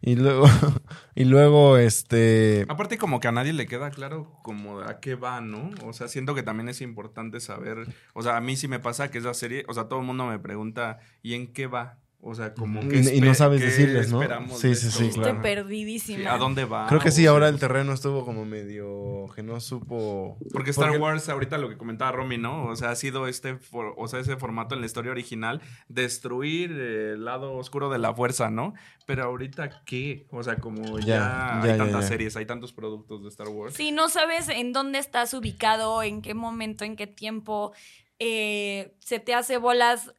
[SPEAKER 3] Y luego, y luego, este.
[SPEAKER 2] Aparte como que a nadie le queda claro como a qué va, ¿no? O sea, siento que también es importante saber, o sea, a mí sí me pasa que esa serie, o sea, todo el mundo me pregunta, ¿y en qué va? O sea, como que...
[SPEAKER 3] Y- y no sabes
[SPEAKER 2] qué
[SPEAKER 3] decirles, ¿no?
[SPEAKER 2] esperamos
[SPEAKER 3] Sí,
[SPEAKER 2] de
[SPEAKER 3] sí,
[SPEAKER 2] esto?
[SPEAKER 3] sí,
[SPEAKER 2] O sea,
[SPEAKER 3] claro.
[SPEAKER 1] Estoy perdidísima.
[SPEAKER 2] sí, ¿A dónde va?
[SPEAKER 3] Creo que
[SPEAKER 2] O
[SPEAKER 3] sí,
[SPEAKER 2] sea,
[SPEAKER 3] ahora el terreno estuvo como medio que no supo.
[SPEAKER 2] Porque Star Wars, ahorita lo que comentaba Romy, ¿no? O sea, ha sido este, for- o sea, ese formato en la historia original, destruir eh, el lado oscuro de la fuerza, ¿no? Pero ahorita, ¿qué? O sea, como ya,
[SPEAKER 3] Ya,
[SPEAKER 2] hay
[SPEAKER 3] ya, ya,
[SPEAKER 2] tantas
[SPEAKER 3] ya.
[SPEAKER 2] series, hay tantos productos de Star Wars.
[SPEAKER 1] Si no sabes en dónde estás ubicado, en qué momento, en qué tiempo, eh, se te hace bolas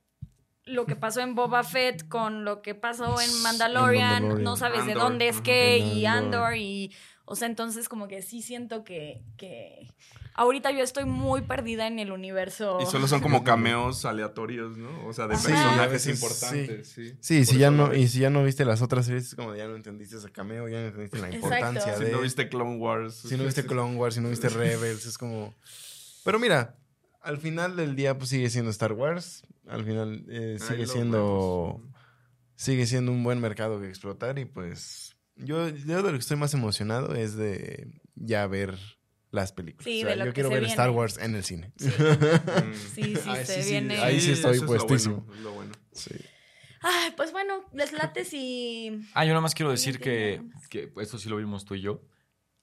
[SPEAKER 1] lo que pasó en Boba Fett con lo que pasó en
[SPEAKER 3] En
[SPEAKER 1] Mandalorian,
[SPEAKER 3] Mandalorian.
[SPEAKER 1] no sabes de
[SPEAKER 2] Andor,
[SPEAKER 1] dónde es
[SPEAKER 2] ajá.
[SPEAKER 1] qué
[SPEAKER 3] En
[SPEAKER 1] y
[SPEAKER 3] Andor.
[SPEAKER 1] Andor y, o sea, entonces como que sí siento que, que ahorita yo estoy muy perdida en el universo.
[SPEAKER 2] Y solo son como cameos aleatorios, ¿no? O sea, de
[SPEAKER 1] Ajá.
[SPEAKER 3] Sí, a
[SPEAKER 2] personajes
[SPEAKER 3] veces
[SPEAKER 2] importantes, sí.
[SPEAKER 3] Sí,
[SPEAKER 2] Por
[SPEAKER 3] si ya
[SPEAKER 2] eso
[SPEAKER 3] no,
[SPEAKER 2] lo
[SPEAKER 3] y
[SPEAKER 2] ves.
[SPEAKER 3] si ya no viste las otras series, es como ya no entendiste ese cameo, ya no entendiste la
[SPEAKER 1] Exacto.
[SPEAKER 3] importancia
[SPEAKER 1] Si
[SPEAKER 3] de.
[SPEAKER 2] Si no viste Clone Wars.
[SPEAKER 3] si no viste Clone Wars, si no viste Rebels, es como. Pero mira, al final del día, pues sigue siendo Star Wars. Al final eh,
[SPEAKER 2] Ahí
[SPEAKER 3] sigue
[SPEAKER 2] lo
[SPEAKER 3] siendo.
[SPEAKER 2] vemos.
[SPEAKER 3] Sigue siendo un buen mercado que explotar. Y pues. Yo, yo de lo que estoy más emocionado es de ya ver las películas.
[SPEAKER 1] Sí,
[SPEAKER 3] O sea,
[SPEAKER 1] de lo
[SPEAKER 3] yo
[SPEAKER 1] que
[SPEAKER 3] quiero
[SPEAKER 1] se
[SPEAKER 3] ver
[SPEAKER 1] viene.
[SPEAKER 3] Star Wars en el cine.
[SPEAKER 2] Mm.
[SPEAKER 1] Sí, sí,
[SPEAKER 3] Ay,
[SPEAKER 1] se
[SPEAKER 3] sí, sí,
[SPEAKER 1] viene.
[SPEAKER 3] ahí sí estoy
[SPEAKER 2] eso es lo
[SPEAKER 3] puestísimo.
[SPEAKER 2] bueno, es lo bueno.
[SPEAKER 3] Sí.
[SPEAKER 1] Ay, pues bueno, les late si
[SPEAKER 4] Ah, yo nada más quiero decir
[SPEAKER 1] No
[SPEAKER 4] que,
[SPEAKER 1] entiendo.
[SPEAKER 4] que esto sí lo vimos tú y yo.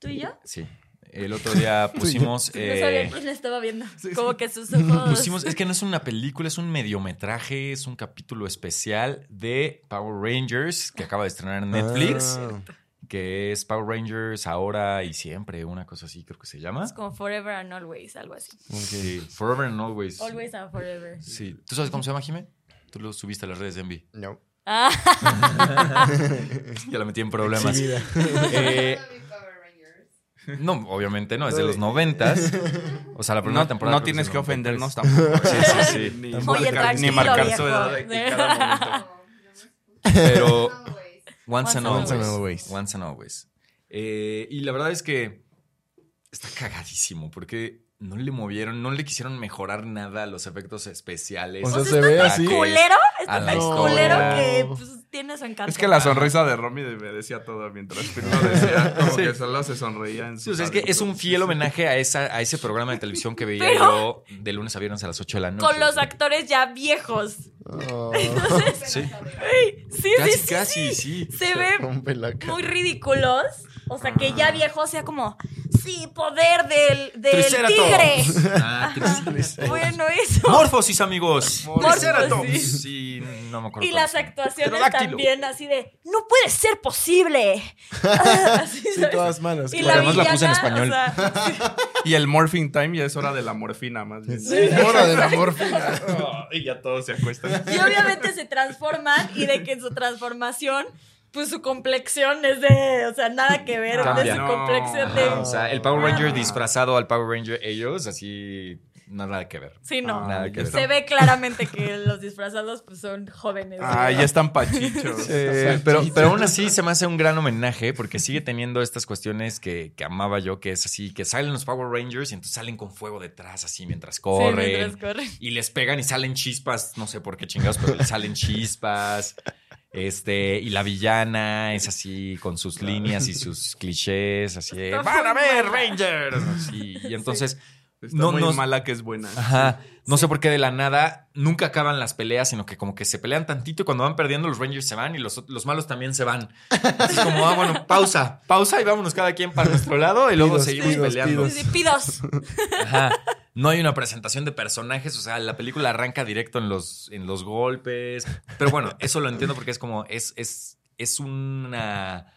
[SPEAKER 1] tú y yo.
[SPEAKER 4] Sí. El otro día pusimos...
[SPEAKER 1] No
[SPEAKER 4] eh,
[SPEAKER 1] sabía quién la estaba viendo.
[SPEAKER 2] sí.
[SPEAKER 1] Como que sus ojos.
[SPEAKER 4] Pusimos, es que no es una película, es un mediometraje, es un capítulo especial de Power Rangers que acaba de estrenar en Netflix,
[SPEAKER 3] Ah,
[SPEAKER 4] que es Power Rangers ahora y siempre, una cosa así creo que se llama.
[SPEAKER 1] Es como Forever and Always, algo así.
[SPEAKER 4] Sí, Forever and Always.
[SPEAKER 1] Always and Forever.
[SPEAKER 4] Sí. ¿Tú sabes cómo se llama, Jimé? Tú lo subiste a las redes de Envy.
[SPEAKER 3] no.
[SPEAKER 1] Ah,
[SPEAKER 4] Ya la metí en problemas.
[SPEAKER 3] Exhibida.
[SPEAKER 4] Eh, no, obviamente no, es de los noventas. O sea, la primera
[SPEAKER 2] No,
[SPEAKER 4] temporada.
[SPEAKER 2] no
[SPEAKER 4] creo que
[SPEAKER 2] tienes
[SPEAKER 4] es
[SPEAKER 2] que
[SPEAKER 4] de los
[SPEAKER 2] ofendernos
[SPEAKER 4] 93.
[SPEAKER 2] tampoco.
[SPEAKER 4] Sí, sí, sí.
[SPEAKER 2] Ni,
[SPEAKER 1] Oye,
[SPEAKER 2] marcar, ni
[SPEAKER 1] tranquilo,
[SPEAKER 2] marcar su
[SPEAKER 1] viejo.
[SPEAKER 2] edad en cada momento.
[SPEAKER 4] Pero Once and
[SPEAKER 1] Once
[SPEAKER 4] Always.
[SPEAKER 1] and
[SPEAKER 3] Always.
[SPEAKER 4] Once and Always. Eh, y la verdad es que está cagadísimo porque no le movieron, no le quisieron mejorar nada a los efectos especiales.
[SPEAKER 3] O sea,
[SPEAKER 1] o sea,
[SPEAKER 3] se
[SPEAKER 1] está
[SPEAKER 3] ve
[SPEAKER 1] tan
[SPEAKER 3] así.
[SPEAKER 1] culero. Está
[SPEAKER 4] A la
[SPEAKER 1] tan
[SPEAKER 4] historia.
[SPEAKER 1] culero que pues, tiene su encanto.
[SPEAKER 2] Es que la sonrisa de Romy me decía todo mientras Phil lo decía. Como
[SPEAKER 4] Sí.
[SPEAKER 2] que solo se sonreía en su
[SPEAKER 4] Sí, o sea, es que es un fiel homenaje a, esa, a ese programa de televisión que veía yo de lunes a viernes a las 8 de la noche.
[SPEAKER 1] Con los actores ya viejos.
[SPEAKER 3] Oh,
[SPEAKER 4] Sí,
[SPEAKER 1] Ay, sí,
[SPEAKER 4] casi,
[SPEAKER 1] sí, sí,
[SPEAKER 4] casi,
[SPEAKER 1] sí.
[SPEAKER 4] sí.
[SPEAKER 1] Se ve
[SPEAKER 3] rompe la cara.
[SPEAKER 1] muy ridículos. O sea, que ya viejos sea como, sí, poder del, del tigre.
[SPEAKER 4] Ah, Triceratops.
[SPEAKER 1] Bueno, eso.
[SPEAKER 4] Morfosis, amigos.
[SPEAKER 1] Morfosis.
[SPEAKER 4] Triceratops. Sí, no me acuerdo.
[SPEAKER 1] Y
[SPEAKER 4] cuál
[SPEAKER 1] las
[SPEAKER 4] es.
[SPEAKER 1] actuaciones
[SPEAKER 4] Pterodáctilo.
[SPEAKER 1] también, así de, no puede ser posible. Así,
[SPEAKER 3] Sí,
[SPEAKER 1] ¿sabes?
[SPEAKER 3] todas malas.
[SPEAKER 1] Y
[SPEAKER 3] claro.
[SPEAKER 1] la
[SPEAKER 4] Además la puse en
[SPEAKER 1] villana,
[SPEAKER 4] español.
[SPEAKER 1] o sea,
[SPEAKER 2] Y el morphing time ya es hora de la morfina, más bien.
[SPEAKER 3] Sí, hora de la morfina.
[SPEAKER 2] Oh, y ya todos se acuestan.
[SPEAKER 1] y obviamente se transforman y de que en su transformación, pues su complexión es de, o sea, nada que ver de
[SPEAKER 4] Cambia.
[SPEAKER 1] su
[SPEAKER 2] No.
[SPEAKER 1] complexión
[SPEAKER 4] O
[SPEAKER 1] de...
[SPEAKER 4] sea, el Power
[SPEAKER 1] Ah.
[SPEAKER 4] Ranger disfrazado al Power Ranger ellos, así nada que ver.
[SPEAKER 1] Sí,
[SPEAKER 2] Ah,
[SPEAKER 1] no.
[SPEAKER 4] Nada que ver.
[SPEAKER 1] se ve claramente que los disfrazados pues son jóvenes.
[SPEAKER 2] Ah, ya están pachichos.
[SPEAKER 4] Eh, pero, pero aún así se me hace un gran homenaje porque sigue teniendo estas cuestiones que, que amaba yo, que es así, que salen los Power Rangers y entonces salen con fuego detrás así mientras
[SPEAKER 1] Sí,
[SPEAKER 4] corren.
[SPEAKER 1] mientras corren.
[SPEAKER 4] Y les pegan y salen chispas, no sé por qué chingados, pero les salen chispas. Este, y la villana es así, con sus líneas y sus clichés, así de,
[SPEAKER 1] Está
[SPEAKER 4] ¡Van a
[SPEAKER 1] muy
[SPEAKER 4] ver,
[SPEAKER 1] mala".
[SPEAKER 4] Rangers! Así, y entonces,
[SPEAKER 2] Está
[SPEAKER 4] No,
[SPEAKER 2] muy
[SPEAKER 4] no-
[SPEAKER 2] mala que es buena.
[SPEAKER 4] ajá, no sé por qué de la nada nunca acaban las peleas, sino que como que se pelean tantito y cuando van perdiendo los Rangers se van y los, ot- los malos también se van. Es como, ah, bueno, pausa, pausa y vámonos cada quien para nuestro lado y luego
[SPEAKER 3] Pidos,
[SPEAKER 4] seguimos
[SPEAKER 3] pidos,
[SPEAKER 4] peleando.
[SPEAKER 3] pidos.
[SPEAKER 1] Sí, sí, Pidos.
[SPEAKER 4] Ajá. No hay una presentación de personajes, o sea, la película arranca directo en los, en los golpes. Pero bueno, eso lo entiendo porque es como, es, es, es una,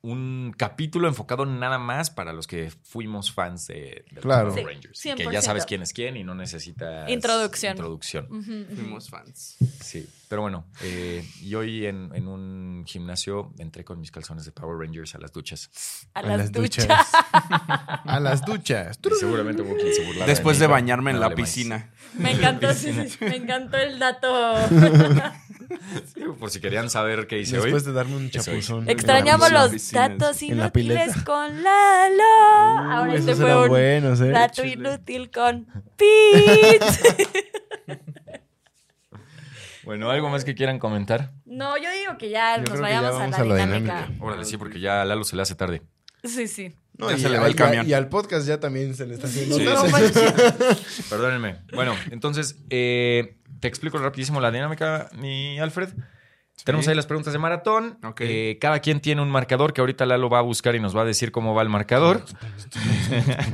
[SPEAKER 4] un capítulo enfocado nada más para los que fuimos fans de, de los
[SPEAKER 3] Claro.
[SPEAKER 4] Power
[SPEAKER 1] Sí,
[SPEAKER 4] Rangers. y Que ya sabes
[SPEAKER 1] 100%.
[SPEAKER 4] quién es quién y no necesitas
[SPEAKER 1] Introducción.
[SPEAKER 4] introducción.
[SPEAKER 1] Ujú, ujú.
[SPEAKER 2] Fuimos fans.
[SPEAKER 4] Sí, pero bueno, eh, y hoy en, en un gimnasio entré con mis calzones de Power Rangers a las duchas.
[SPEAKER 1] A, las, duchas.
[SPEAKER 3] A las duchas.
[SPEAKER 4] Y seguramente hubo quien se burlara
[SPEAKER 2] Después
[SPEAKER 4] mí,
[SPEAKER 2] de
[SPEAKER 4] pero
[SPEAKER 2] bañarme en
[SPEAKER 4] me
[SPEAKER 2] la
[SPEAKER 4] vale más.
[SPEAKER 2] piscina.
[SPEAKER 1] Me encantó, sí, sí, sí, me encantó el dato.
[SPEAKER 4] Por si querían saber qué hice hoy.
[SPEAKER 3] Después de darme un
[SPEAKER 4] Eso es.
[SPEAKER 3] chapuzón.
[SPEAKER 1] Extrañamos
[SPEAKER 2] En la
[SPEAKER 1] los
[SPEAKER 2] piscina.
[SPEAKER 1] datos
[SPEAKER 3] En la
[SPEAKER 1] inútiles
[SPEAKER 3] pileta.
[SPEAKER 1] con Lalo.
[SPEAKER 3] Uy,
[SPEAKER 1] Ahora este
[SPEAKER 3] esos
[SPEAKER 1] fue
[SPEAKER 3] eran
[SPEAKER 1] un
[SPEAKER 3] buenos, ¿eh?
[SPEAKER 1] dato
[SPEAKER 2] Chile.
[SPEAKER 1] inútil con Pete.
[SPEAKER 4] Bueno, ¿algo más que quieran comentar?
[SPEAKER 1] no, yo digo que ya
[SPEAKER 3] Yo creo
[SPEAKER 1] nos
[SPEAKER 3] que ya
[SPEAKER 1] vayamos a
[SPEAKER 3] vamos
[SPEAKER 1] la,
[SPEAKER 3] a la
[SPEAKER 1] dinámica.
[SPEAKER 3] dinámica.
[SPEAKER 4] Órale, sí, porque ya a Lalo se le hace tarde.
[SPEAKER 1] Sí, sí.
[SPEAKER 3] No,
[SPEAKER 2] Ya
[SPEAKER 3] y,
[SPEAKER 2] se le va el
[SPEAKER 3] y-
[SPEAKER 2] camión.
[SPEAKER 3] y al podcast ya también se le está haciendo.
[SPEAKER 2] Sí,
[SPEAKER 3] tarde.
[SPEAKER 2] sí.
[SPEAKER 4] Perdónenme. Bueno, entonces, eh, te explico rapidísimo la dinámica, mi Alfred. Tenemos ahí las preguntas de maratón.
[SPEAKER 2] Ok.
[SPEAKER 4] Eh, cada quien tiene un marcador que ahorita Lalo va a buscar y nos va a decir cómo va el marcador.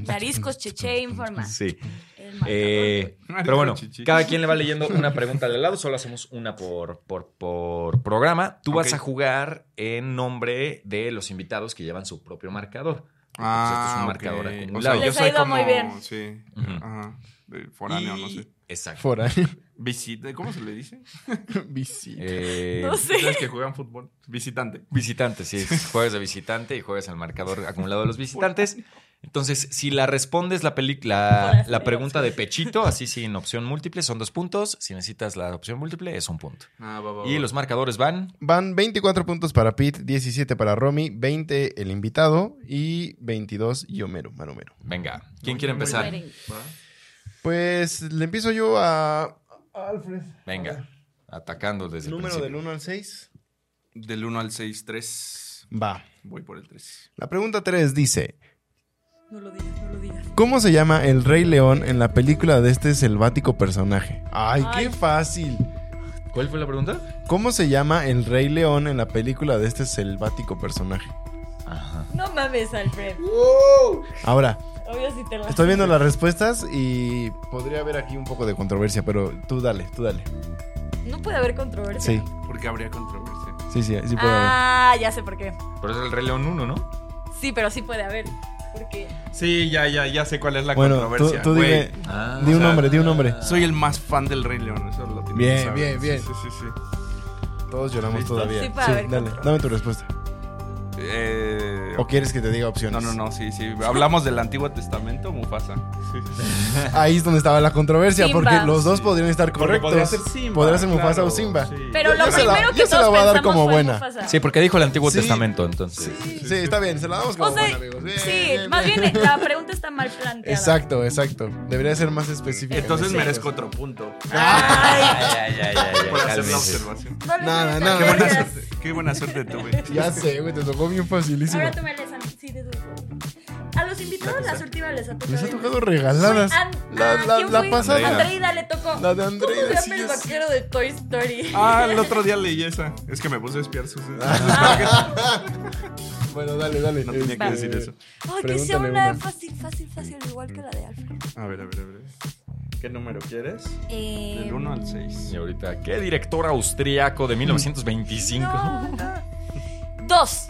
[SPEAKER 1] Mariscos, cheche, informa.
[SPEAKER 4] Sí.
[SPEAKER 1] El marcador.
[SPEAKER 4] Eh, pero bueno, cada quien le va leyendo una pregunta de lado, solo hacemos una por, por, por programa. Tú vas
[SPEAKER 2] Ok.
[SPEAKER 4] a jugar en nombre de los invitados que llevan su propio marcador.
[SPEAKER 2] Ah,
[SPEAKER 4] Pues esto es un marcador
[SPEAKER 2] ok.
[SPEAKER 4] acumulado.
[SPEAKER 2] O sea, yo
[SPEAKER 1] Les ha
[SPEAKER 2] soy
[SPEAKER 1] ido
[SPEAKER 2] como...
[SPEAKER 1] muy bien.
[SPEAKER 2] Sí.
[SPEAKER 4] Ujú.
[SPEAKER 2] Ajá. De Foráneo, no
[SPEAKER 4] Y-
[SPEAKER 2] sé.
[SPEAKER 4] Exacto.
[SPEAKER 3] Fora.
[SPEAKER 2] Visita, ¿cómo se le dice?
[SPEAKER 3] Visita.
[SPEAKER 4] Eh,
[SPEAKER 1] No sé.
[SPEAKER 2] Ustedes que juegan fútbol. Visitante.
[SPEAKER 4] Visitantes, sí. Juegas de visitante y juegas al marcador acumulado de los visitantes. Entonces, si la respondes la, peli- la, la pregunta de pechito, así sin opción múltiple, son dos puntos. Si necesitas la opción múltiple, es un punto.
[SPEAKER 2] Ah, va, va,
[SPEAKER 4] Y
[SPEAKER 2] va.
[SPEAKER 4] los marcadores van
[SPEAKER 3] Van 24 puntos para Pete, 17 para Romy, 20 el invitado y 22 Yomero, Maromero.
[SPEAKER 4] Venga, ¿quién
[SPEAKER 2] Muy
[SPEAKER 4] quiere
[SPEAKER 2] bien, muy
[SPEAKER 4] empezar?
[SPEAKER 1] bien.
[SPEAKER 2] Va.
[SPEAKER 3] Pues le empiezo yo a, a Alfred.
[SPEAKER 4] Venga, atacando desde el
[SPEAKER 3] Número
[SPEAKER 4] principio.
[SPEAKER 3] del 1 al 6.
[SPEAKER 2] Del 1 al 6, 3.
[SPEAKER 3] Va.
[SPEAKER 2] Voy por el 3.
[SPEAKER 3] La pregunta 3 dice,
[SPEAKER 1] No lo digas, no lo digas.
[SPEAKER 3] ¿cómo se llama el Rey León en la película de este selvático personaje? Ay,
[SPEAKER 1] Ay.
[SPEAKER 3] qué fácil.
[SPEAKER 4] ¿Cuál fue la pregunta?
[SPEAKER 3] ¿Cómo se llama el Rey León en la película de este selvático personaje?
[SPEAKER 4] Ajá.
[SPEAKER 1] No mames, Alfred.
[SPEAKER 3] Ahora,
[SPEAKER 1] Obvio si te la.
[SPEAKER 3] estoy viendo las respuestas y podría haber aquí un poco de controversia, pero tú dale, tú dale.
[SPEAKER 1] No puede haber controversia.
[SPEAKER 3] Sí,
[SPEAKER 2] Porque habría controversia.
[SPEAKER 3] sí, sí, sí puede haber.
[SPEAKER 1] Ah, ya sé por qué.
[SPEAKER 4] Pero es el Rey León 1, ¿no?
[SPEAKER 1] Sí, pero sí puede haber. Porque
[SPEAKER 2] Sí, ya, ya, ya sé cuál es la
[SPEAKER 3] Bueno, tú,
[SPEAKER 2] controversia.
[SPEAKER 3] tú
[SPEAKER 2] Güey,
[SPEAKER 3] dime, di un
[SPEAKER 2] o sea,
[SPEAKER 3] nombre, di un nombre.
[SPEAKER 2] Soy el más fan del Rey León, eso lo tienen
[SPEAKER 3] Bien,
[SPEAKER 2] que saber.
[SPEAKER 3] bien, bien.
[SPEAKER 2] Sí, sí, sí. sí.
[SPEAKER 3] Todos lloramos
[SPEAKER 2] ¿Listo?
[SPEAKER 3] todavía.
[SPEAKER 1] Sí,
[SPEAKER 3] Sí,
[SPEAKER 1] puede haber
[SPEAKER 3] dale,
[SPEAKER 1] controversia.
[SPEAKER 3] dame tu respuesta.
[SPEAKER 2] Eh,
[SPEAKER 3] ¿O quieres que te diga
[SPEAKER 2] No,
[SPEAKER 3] opciones?
[SPEAKER 2] no, no, sí, sí. Hablamos del Antiguo Testamento, Mufasa. Sí, sí, sí.
[SPEAKER 3] Ahí es donde estaba la controversia,
[SPEAKER 1] Simba.
[SPEAKER 3] porque los dos
[SPEAKER 2] Sí.
[SPEAKER 3] podrían estar
[SPEAKER 2] Porque
[SPEAKER 3] correctos.
[SPEAKER 2] podría ser Simba.
[SPEAKER 3] Podría ser Mufasa
[SPEAKER 2] claro,
[SPEAKER 3] o Simba.
[SPEAKER 2] sí.
[SPEAKER 1] Pero
[SPEAKER 3] Yo-
[SPEAKER 1] lo
[SPEAKER 3] yo se la-
[SPEAKER 1] primero que
[SPEAKER 3] yo se la
[SPEAKER 1] todos
[SPEAKER 3] voy a dar
[SPEAKER 1] pensamos
[SPEAKER 3] como
[SPEAKER 1] fue
[SPEAKER 3] buena.
[SPEAKER 1] Mufasa.
[SPEAKER 4] Ah. Sí, porque dijo el Antiguo
[SPEAKER 3] Sí.
[SPEAKER 4] Testamento, entonces.
[SPEAKER 3] Sí, sí, está bien, se la damos como
[SPEAKER 1] O sea,
[SPEAKER 3] buena, amigos. Bien,
[SPEAKER 1] Sí,
[SPEAKER 3] bien,
[SPEAKER 1] más
[SPEAKER 3] bien.
[SPEAKER 1] bien eh, la pregunta está mal planteada.
[SPEAKER 3] Exacto, exacto. Debería ser más específica.
[SPEAKER 2] Entonces
[SPEAKER 3] Sí. pues.
[SPEAKER 2] merezco otro punto.
[SPEAKER 1] Ay,
[SPEAKER 4] Ay, ay, ay, ay, ay,
[SPEAKER 2] Por hacer la
[SPEAKER 4] cálmense.
[SPEAKER 2] observación.
[SPEAKER 1] no les metas
[SPEAKER 3] Ah. Nada, nada.
[SPEAKER 2] Qué buena
[SPEAKER 1] vergas.
[SPEAKER 2] suerte, qué buena suerte tuve.
[SPEAKER 3] Ya sé, güey, te tocó bien facilísimo.
[SPEAKER 1] Ahora tú me lees a mí. Sí, de duda. A los invitados las últimas les ha tocado.
[SPEAKER 3] Les ha tocado
[SPEAKER 1] Soy
[SPEAKER 3] regaladas.
[SPEAKER 1] An-
[SPEAKER 3] La-
[SPEAKER 1] ah,
[SPEAKER 3] la-
[SPEAKER 1] ¿quién
[SPEAKER 3] la
[SPEAKER 1] fue?
[SPEAKER 3] pasada.
[SPEAKER 1] Andreida le tocó.
[SPEAKER 3] La de Andreida,
[SPEAKER 1] ¿Cómo se
[SPEAKER 3] sí,
[SPEAKER 1] llama el
[SPEAKER 3] ya sé.
[SPEAKER 1] vaquero de Toy Story?
[SPEAKER 2] Ah, el otro día leí esa. Es que me puse a espiar sus.
[SPEAKER 3] Bueno, dale, dale.
[SPEAKER 2] No tenía que
[SPEAKER 3] Este,
[SPEAKER 2] decir eso.
[SPEAKER 1] Ay, que sea
[SPEAKER 3] pregúntale
[SPEAKER 1] una
[SPEAKER 3] una.
[SPEAKER 1] fácil, fácil, fácil, igual que la de Alfred.
[SPEAKER 2] A ver, a ver, a ver. ¿Qué número quieres?
[SPEAKER 1] Eh,
[SPEAKER 2] Del 1 al 6.
[SPEAKER 4] Y ahorita, ¿qué director austriaco de 1925?
[SPEAKER 1] no, no. Dos.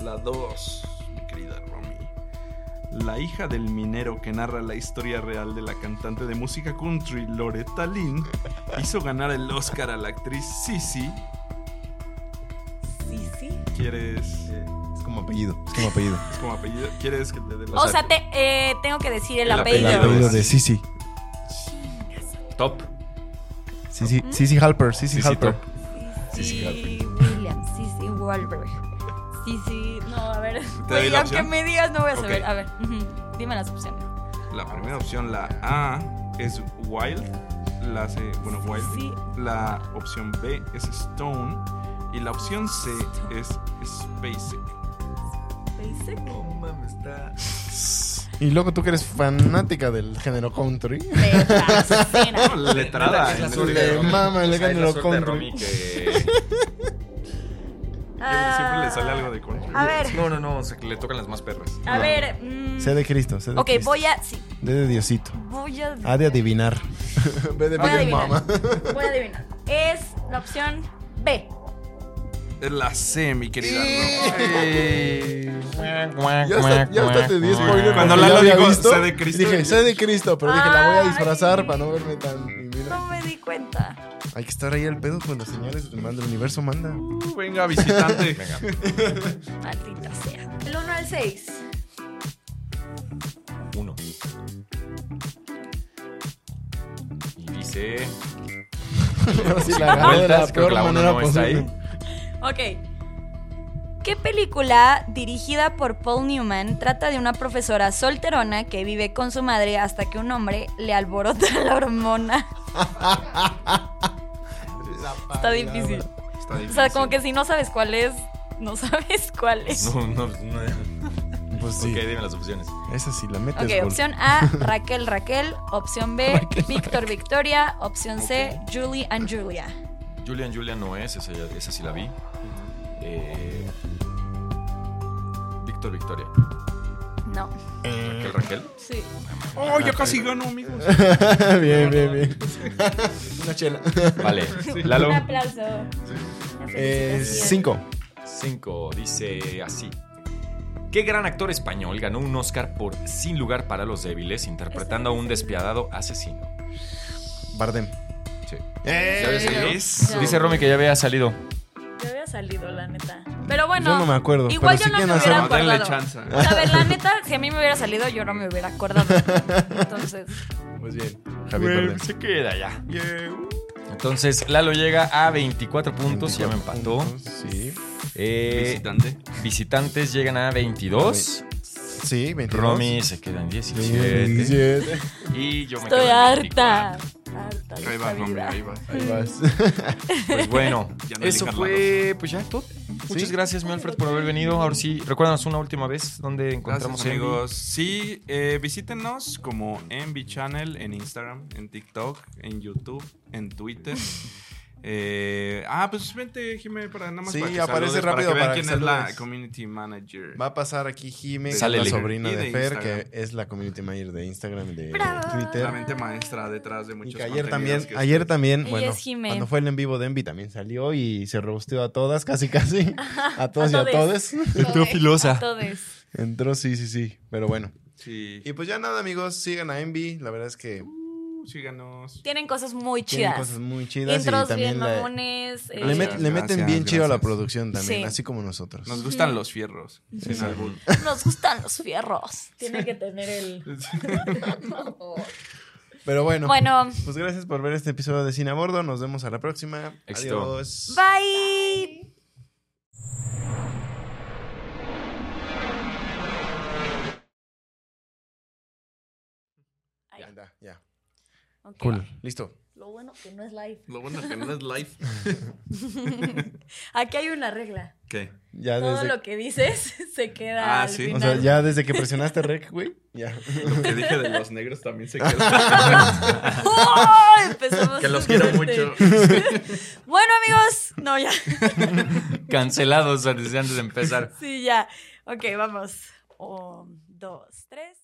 [SPEAKER 2] La 2, mi querida Romy. La hija del minero que narra la historia real de la cantante de música country Loretta Lynn hizo ganar el Oscar a la actriz Sissy.
[SPEAKER 1] Sí, sí.
[SPEAKER 2] ¿Quieres.
[SPEAKER 3] Es como apellido, es como apellido.
[SPEAKER 2] es como apellido? ¿Quieres que te dé la
[SPEAKER 1] O sea, te, eh, tengo que decir el,
[SPEAKER 4] El
[SPEAKER 3] El
[SPEAKER 1] apellido.
[SPEAKER 3] apellido de Sisi.
[SPEAKER 1] Chingas.
[SPEAKER 4] Top.
[SPEAKER 3] Sisi, Sisi Halper, Sisi
[SPEAKER 4] Sisi
[SPEAKER 3] Halper.
[SPEAKER 4] Top.
[SPEAKER 1] Sí,
[SPEAKER 4] Sí,
[SPEAKER 1] sí, William. Sí, sí, Wahlberg. Sí, sí. No, a ver.
[SPEAKER 2] ¿Te doy
[SPEAKER 1] Güey,
[SPEAKER 2] la
[SPEAKER 1] aunque
[SPEAKER 2] opción?
[SPEAKER 1] me digas, no voy a saber.
[SPEAKER 2] Ok.
[SPEAKER 1] A ver, ujú, dime las opciones.
[SPEAKER 2] La primera opción, la A, es Wild. La C, bueno, Wild.
[SPEAKER 1] Sí.
[SPEAKER 2] La opción B es Stone. Y la opción C es SpaceX.
[SPEAKER 1] SpaceX.
[SPEAKER 5] No mames, está.
[SPEAKER 3] Y luego tú que eres fanática del género country.
[SPEAKER 1] Me fascina.
[SPEAKER 2] No, letrada. ¿eh?
[SPEAKER 5] Es la
[SPEAKER 2] en
[SPEAKER 5] suerte
[SPEAKER 2] el-
[SPEAKER 5] de Romy.
[SPEAKER 3] mama el
[SPEAKER 5] O sea, es la
[SPEAKER 3] género
[SPEAKER 5] suerte de
[SPEAKER 3] country.
[SPEAKER 5] Romy que-
[SPEAKER 2] Siempre le sale algo de country.
[SPEAKER 1] Ah. A ver,
[SPEAKER 5] No, no, no, o sea, que le tocan las más perras.
[SPEAKER 1] a ver. mm,
[SPEAKER 3] Sé de Cristo. Sé de
[SPEAKER 1] ok,
[SPEAKER 3] Cristo.
[SPEAKER 1] voy a. Sí,
[SPEAKER 3] De, de Diosito.
[SPEAKER 1] voy a.
[SPEAKER 3] Ha de adivinar. Ve de
[SPEAKER 1] Voy a
[SPEAKER 3] Big
[SPEAKER 1] adivinar.
[SPEAKER 3] Mama.
[SPEAKER 1] Voy a adivinar. Es la opción B.
[SPEAKER 2] Es la C, mi querida Romy.
[SPEAKER 3] Ya hasta, ya hasta te di spoiler.
[SPEAKER 2] Cuando
[SPEAKER 3] porque
[SPEAKER 2] Lalo
[SPEAKER 3] ya había
[SPEAKER 2] dijo,
[SPEAKER 3] visto,
[SPEAKER 2] "Sé de Cristo",
[SPEAKER 3] Dije,
[SPEAKER 2] yo-
[SPEAKER 3] sé de Cristo, pero dije, la voy a
[SPEAKER 1] Ay.
[SPEAKER 3] disfrazar para no verme tan. y mira,
[SPEAKER 1] No me di cuenta.
[SPEAKER 3] hay que estar ahí al pedo con los señores del man del universo, manda.
[SPEAKER 2] Uh, venga, visitante.
[SPEAKER 4] Venga.
[SPEAKER 1] Maldita sea. El 1 al 6.
[SPEAKER 4] Uno. Y dice.
[SPEAKER 3] Ahora sí la agarré Ah, de la
[SPEAKER 4] Vueltas, creo
[SPEAKER 3] peor
[SPEAKER 4] que la uno
[SPEAKER 3] manera
[SPEAKER 4] no está
[SPEAKER 3] posible.
[SPEAKER 1] Ok. ¿Qué película dirigida por Paul Newman trata de una profesora solterona que vive con su madre hasta que un hombre le alborota la hormona? Está difícil.
[SPEAKER 2] Está
[SPEAKER 1] O
[SPEAKER 2] difícil.
[SPEAKER 1] sea, como que si no sabes cuál es, no sabes cuál es.
[SPEAKER 4] No, no, no.
[SPEAKER 3] Pues sí,
[SPEAKER 4] Ok, dime las opciones.
[SPEAKER 3] esa sí la metes.
[SPEAKER 1] Ok,
[SPEAKER 3] gol.
[SPEAKER 1] opción A, Raquel Raquel. Opción B, Víctor Victoria. Opción C, Julie and Julia.
[SPEAKER 4] Julian Julian no es, esa, ya- esa sí la vi. Eh, Víctor Victoria.
[SPEAKER 1] No.
[SPEAKER 4] Raquel Raquel.
[SPEAKER 1] Sí.
[SPEAKER 2] Oh, yo casi gano, amigos.
[SPEAKER 3] bien, bien, bien. Una chela.
[SPEAKER 4] Vale.
[SPEAKER 1] Un
[SPEAKER 4] Lalo.
[SPEAKER 1] aplauso.
[SPEAKER 3] Eh,
[SPEAKER 1] Felicitaciones.
[SPEAKER 3] cinco.
[SPEAKER 4] 5 dice así. ¿Qué gran actor español ganó un Oscar por Sin lugar para los débiles interpretando a un despiadado asesino?
[SPEAKER 3] Bardem.
[SPEAKER 4] Sí.
[SPEAKER 3] Eh,
[SPEAKER 4] ¿Ya había salido?
[SPEAKER 2] Eso.
[SPEAKER 4] Dice Romy que ya había salido.
[SPEAKER 1] Yo había salido, la neta. Pero bueno.
[SPEAKER 3] yo no me acuerdo.
[SPEAKER 1] Igual
[SPEAKER 3] pero
[SPEAKER 1] yo
[SPEAKER 3] sí
[SPEAKER 1] no me
[SPEAKER 3] que
[SPEAKER 1] hubiera
[SPEAKER 2] No,
[SPEAKER 3] nace-
[SPEAKER 2] denle
[SPEAKER 1] acordado.
[SPEAKER 2] chance.
[SPEAKER 1] O sea, a ver, la neta, si a mí me hubiera salido, yo no me hubiera acordado. Entonces,
[SPEAKER 3] Pues bien. Javier Bardem.
[SPEAKER 4] pues se queda ya. Entonces Lalo llega a 24 puntos, ya me empató.
[SPEAKER 3] Puntos, Sí.
[SPEAKER 4] Eh,
[SPEAKER 2] Visitante.
[SPEAKER 4] Visitantes llegan a 22.
[SPEAKER 3] Sí, 22.
[SPEAKER 4] Romy se queda en 17.
[SPEAKER 3] 17.
[SPEAKER 4] Y yo me
[SPEAKER 1] estoy
[SPEAKER 4] quedo en
[SPEAKER 1] harta.
[SPEAKER 4] 24.
[SPEAKER 3] ¿eh?
[SPEAKER 1] Harta de
[SPEAKER 2] Ahí
[SPEAKER 1] esta
[SPEAKER 2] vas, Romy,
[SPEAKER 1] vida.
[SPEAKER 2] ahí vas.
[SPEAKER 3] Ahí vas.
[SPEAKER 4] Pues bueno,
[SPEAKER 2] Ya no
[SPEAKER 4] eso
[SPEAKER 2] elijas
[SPEAKER 4] fue pues ya todo. Muchas
[SPEAKER 3] Sí.
[SPEAKER 4] gracias, mi Alfred, por haber venido. Ahora sí, recuérdanos una última vez donde encontramos
[SPEAKER 2] Gracias, amigos. Sí, eh, visítenos como Envy Channel en Instagram, en TikTok, en YouTube, en Twitter. Eh, ah, pues vente, Jimé, para nada más
[SPEAKER 3] Sí,
[SPEAKER 2] para que
[SPEAKER 3] aparece
[SPEAKER 2] saludes,
[SPEAKER 3] rápido
[SPEAKER 2] para
[SPEAKER 3] para
[SPEAKER 2] que vean
[SPEAKER 3] que
[SPEAKER 2] quién es la
[SPEAKER 3] saludes.
[SPEAKER 2] community manager.
[SPEAKER 3] Va a pasar aquí Jime, que es
[SPEAKER 4] Sale
[SPEAKER 3] la
[SPEAKER 4] Liger.
[SPEAKER 3] sobrina
[SPEAKER 2] Y
[SPEAKER 3] de,
[SPEAKER 2] de
[SPEAKER 3] Fer,
[SPEAKER 2] Instagram.
[SPEAKER 3] que es la community manager de Instagram y de
[SPEAKER 1] Bravo.
[SPEAKER 3] Twitter.
[SPEAKER 2] La mente maestra detrás de
[SPEAKER 3] Y
[SPEAKER 2] muchos
[SPEAKER 3] que ayer
[SPEAKER 2] contenidos
[SPEAKER 3] también,
[SPEAKER 2] que
[SPEAKER 3] ayer
[SPEAKER 2] ustedes-
[SPEAKER 3] también,
[SPEAKER 1] Ella
[SPEAKER 3] bueno,
[SPEAKER 1] es Jime.
[SPEAKER 3] cuando fue el en vivo de Envy también salió y se robusteó a todas, casi casi, a todas y a
[SPEAKER 1] todes.
[SPEAKER 3] todos.
[SPEAKER 1] Todes,
[SPEAKER 4] filosa.
[SPEAKER 1] a todes.
[SPEAKER 3] Entró, sí, sí, sí, pero bueno.
[SPEAKER 2] Sí.
[SPEAKER 3] Y pues ya nada, amigos, sigan a Envy, la verdad es que
[SPEAKER 2] Uh, síganos.
[SPEAKER 1] Tienen cosas muy
[SPEAKER 3] tienen
[SPEAKER 1] chidas.
[SPEAKER 3] cosas muy chidas y
[SPEAKER 1] Intros
[SPEAKER 3] también
[SPEAKER 1] bien
[SPEAKER 3] la-
[SPEAKER 1] mamones. eh,
[SPEAKER 3] le, met- le
[SPEAKER 2] Gracias,
[SPEAKER 3] meten bien chido a la
[SPEAKER 2] gracias.
[SPEAKER 3] producción también,
[SPEAKER 1] Sí.
[SPEAKER 3] así como nosotros.
[SPEAKER 2] Nos gustan los fierros. Sin
[SPEAKER 3] Sí.
[SPEAKER 2] albur.
[SPEAKER 1] Nos gustan los fierros. Tiene que tener el.
[SPEAKER 3] Pero bueno,
[SPEAKER 1] Bueno,
[SPEAKER 3] pues gracias por ver este episodio de Cine a Bordo, nos vemos a la próxima.
[SPEAKER 4] Éxito.
[SPEAKER 3] Adiós.
[SPEAKER 1] bye.
[SPEAKER 3] Ahí está, ya.
[SPEAKER 1] Ok.
[SPEAKER 3] Cool. Listo.
[SPEAKER 1] Lo bueno que no es live.
[SPEAKER 2] Lo bueno que no es live.
[SPEAKER 1] Aquí hay una regla.
[SPEAKER 2] ¿Qué?
[SPEAKER 3] Ya
[SPEAKER 1] Todo
[SPEAKER 3] desde,
[SPEAKER 1] lo que dices se queda
[SPEAKER 2] Ah,
[SPEAKER 1] al
[SPEAKER 2] sí.
[SPEAKER 3] Ah, o
[SPEAKER 1] final.
[SPEAKER 3] sea, ya desde que presionaste rec, güey. Ya.
[SPEAKER 2] Lo que dije de los negros también se queda.
[SPEAKER 1] ¡Oh! Empezamos
[SPEAKER 5] Que los
[SPEAKER 1] súper
[SPEAKER 5] quiero
[SPEAKER 1] fuerte.
[SPEAKER 5] mucho.
[SPEAKER 1] Bueno, amigos. No, ya.
[SPEAKER 4] Cancelados antes de empezar.
[SPEAKER 1] Sí, ya. Ok, vamos. Un, dos, tres.